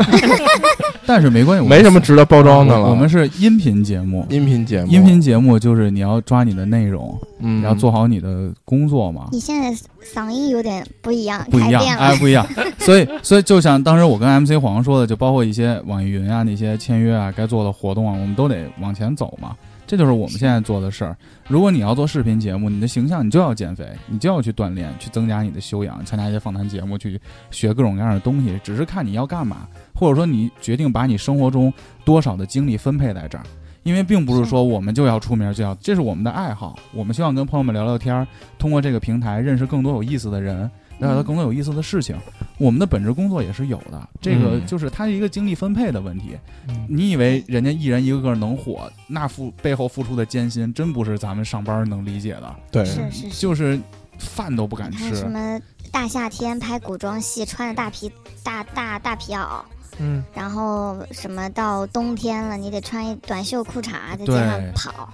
Speaker 4: 但是没关系，我们
Speaker 8: 没什么值得包装的了。
Speaker 4: 我我们是音频节目，
Speaker 8: 音频节目，
Speaker 4: 音频节目就是你要抓你的内容，
Speaker 8: 嗯，
Speaker 4: 你要做好你的工作嘛
Speaker 7: 难。你现在嗓音有点不一样，
Speaker 4: 不一
Speaker 7: 开
Speaker 4: 样，
Speaker 7: 变了。
Speaker 4: 哎，不一 样。所以，所以就像当时我跟 MC 黄说的，就包括一些网易云啊、那些签约啊、该做的活动啊，我们都得往前走嘛。这就是我们现在做的事儿。如果你要做视频节目，你的形象你就要减肥，你就要去锻炼，去增加你的修养，参加一些访谈节目，去学各种各样的东西。只是看你要干嘛，或者说你决定把你生活中多少的精力分配在这儿。因为并不是说我们就要出名，就要这是我们的爱好。我们希望跟朋友们聊聊天儿，通过这个平台认识更多有意思的人，了解到更多有意思的事情。我们的本职工作也是有的，这个
Speaker 8: 嗯
Speaker 4: 就是它是一个精力分配的问题。
Speaker 5: 嗯
Speaker 4: 你以为人家一人一个个能火，那付背后付出的艰辛，真不是咱们上班能理解的，
Speaker 8: 对，
Speaker 7: 是是是，
Speaker 4: 就是饭都不敢
Speaker 7: 你看
Speaker 4: 吃
Speaker 7: 什。么大夏天拍古装戏，穿着大皮大大大皮袄，
Speaker 6: 嗯，
Speaker 7: 然后什么到冬天了，你得穿一短袖裤衩在街
Speaker 4: 对
Speaker 7: 上跑，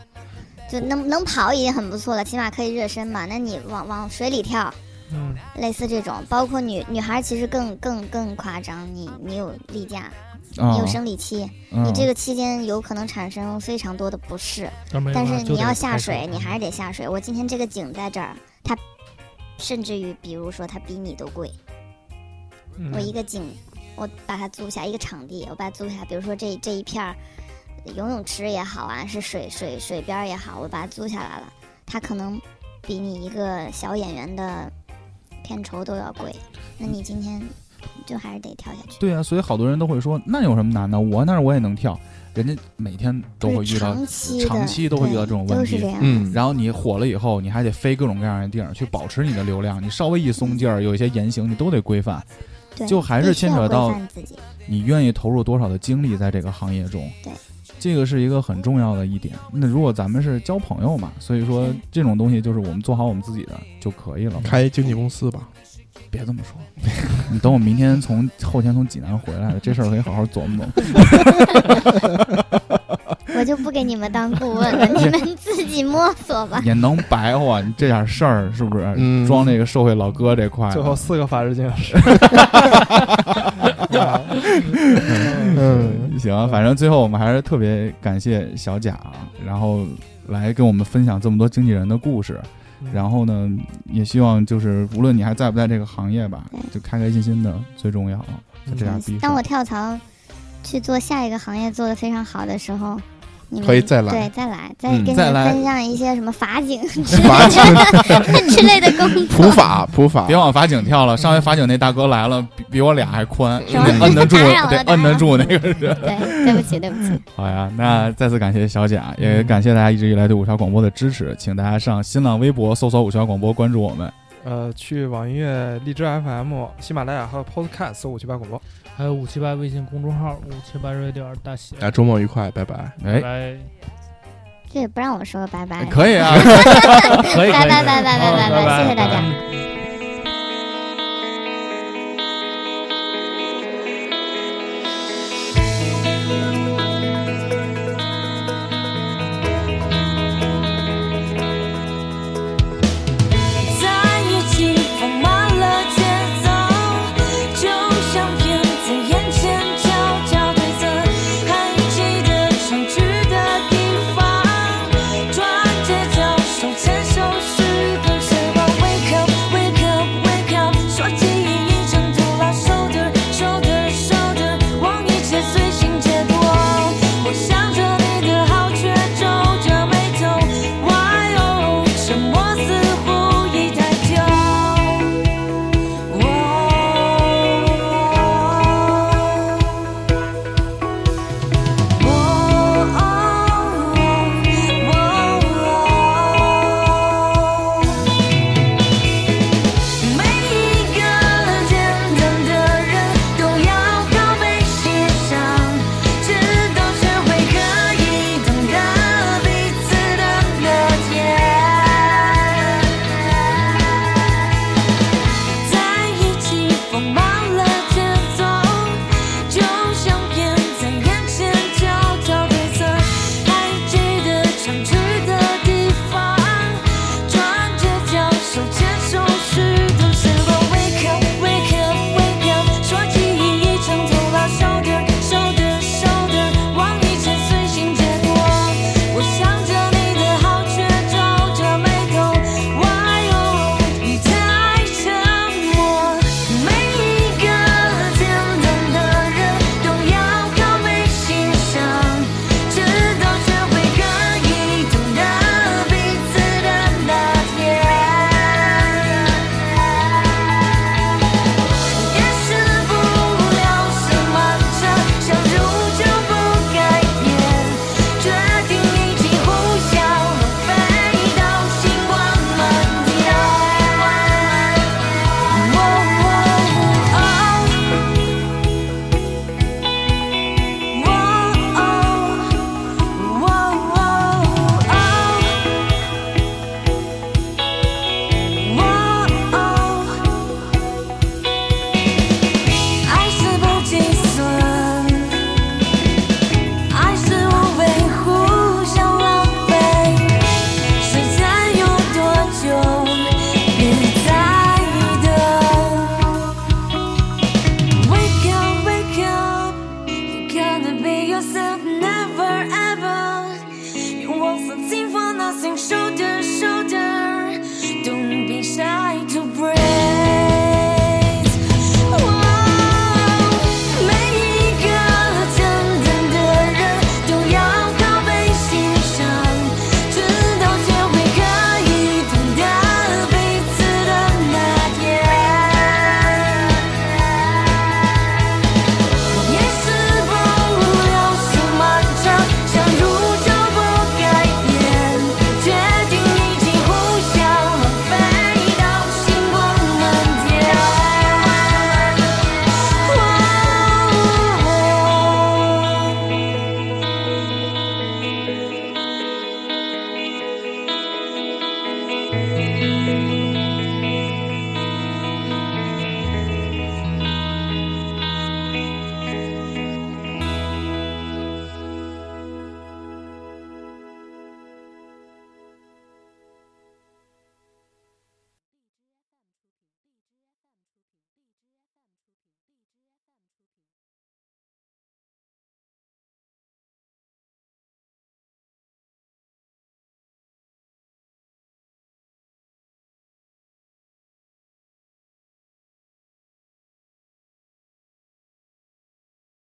Speaker 7: 就能能跑已经很不错了，起码可以热身嘛。那你往往水里跳，
Speaker 6: 嗯，
Speaker 7: 类似这种，包括女女孩其实更更更夸张，你你有例假，
Speaker 4: 啊
Speaker 7: 你有生理期，
Speaker 4: 嗯
Speaker 7: 你这个期间有可能产生非常多的不适，但
Speaker 5: 但
Speaker 7: 是你要下水，你
Speaker 5: 嗯
Speaker 7: 还是得下水。我今天这个井在这儿，它甚至于比如说它比你都贵。我一个景，我把它租下一个场地，我把它租下，比如说这这一片儿游泳池也好啊，是水水水边儿也好，我把它租下来了，它可能比你一个小演员的片酬都要贵，那你今天就还是得跳下去。
Speaker 4: 对啊，所以好多人都会说，那有什么难的？我那儿我也能跳。人家每天都会遇到
Speaker 7: 长期的
Speaker 4: 长期都会遇到这种
Speaker 7: 对
Speaker 4: 问
Speaker 7: 都是这
Speaker 4: 题。
Speaker 7: 样。
Speaker 8: 嗯，
Speaker 4: 然后你火了以后，你还得飞各种各样的地儿去保持你的流量，你稍微一松劲儿，有一些言行你都得规范。
Speaker 7: 对，
Speaker 4: 就还是
Speaker 7: 必须
Speaker 4: 牵
Speaker 7: 要
Speaker 4: 扯
Speaker 7: 规
Speaker 4: 到
Speaker 7: 范自己。
Speaker 4: 你愿意投入多少的精力在这个行业中？
Speaker 7: 对，
Speaker 4: 这个是一个很重要的一点。那如果咱们是交朋友嘛，所以说这种东西就是我们做好我们自己的就可以了嘛。
Speaker 8: 开经纪公司吧，
Speaker 4: 嗯别这么说，你等我明天从后天从济南回来了，这事儿可以好好琢磨琢 磨。
Speaker 7: 我就不给你们当顾问 了，你们自己摸索吧。
Speaker 4: 也能白话，你这点事儿是不是？
Speaker 8: 嗯
Speaker 4: 装这个社会老哥这块儿，
Speaker 6: 最后四个法制进行时，
Speaker 4: 嗯，行啊，反正最后我们还是特别感谢小贾啊，然后来跟我们分享这么多经纪人的故事。然后呢，也希望就是无论你还在不在这个行业吧，就开开心心的最重要啊。就这样逼
Speaker 7: 当
Speaker 4: 说
Speaker 7: 嗯我跳槽去做下一个行业做的非常好的时候，你们
Speaker 8: 可以再来
Speaker 7: 对，再来，再
Speaker 8: 嗯
Speaker 7: 跟你
Speaker 4: 再
Speaker 7: 们
Speaker 4: 来
Speaker 7: 分享一些什么法警 之
Speaker 8: 法警
Speaker 7: 类的 之类的工
Speaker 8: 普
Speaker 7: 作，
Speaker 8: 法普法
Speaker 4: 别，往法警跳了，上回法警那大哥来了，比比我俩还宽，
Speaker 7: 嗯是吧
Speaker 4: 得摁得住，
Speaker 7: 打扰了
Speaker 4: 得摁得住那个人。
Speaker 7: 对，对不起，对不起，
Speaker 4: 好呀， 嗯那再次感谢小贾，也感谢大家一直以来对五条广播的支持，请大家上新浪微博搜索五条广播，关注我们。
Speaker 6: 呃，去网易音乐、荔枝 FM、喜马拉雅还有 Podcast 搜“我去八广播
Speaker 5: 还有五七八微信公众号五七八 radio 大写，
Speaker 8: 大家周末愉快，拜拜。
Speaker 4: 哎，
Speaker 5: 拜，
Speaker 7: 这也不让我说拜拜，
Speaker 4: 可以啊。
Speaker 9: 可以，可以
Speaker 7: 拜拜拜拜拜
Speaker 9: 好
Speaker 7: 拜
Speaker 9: 拜
Speaker 7: 拜，谢谢大家。
Speaker 9: 嗯
Speaker 8: oh,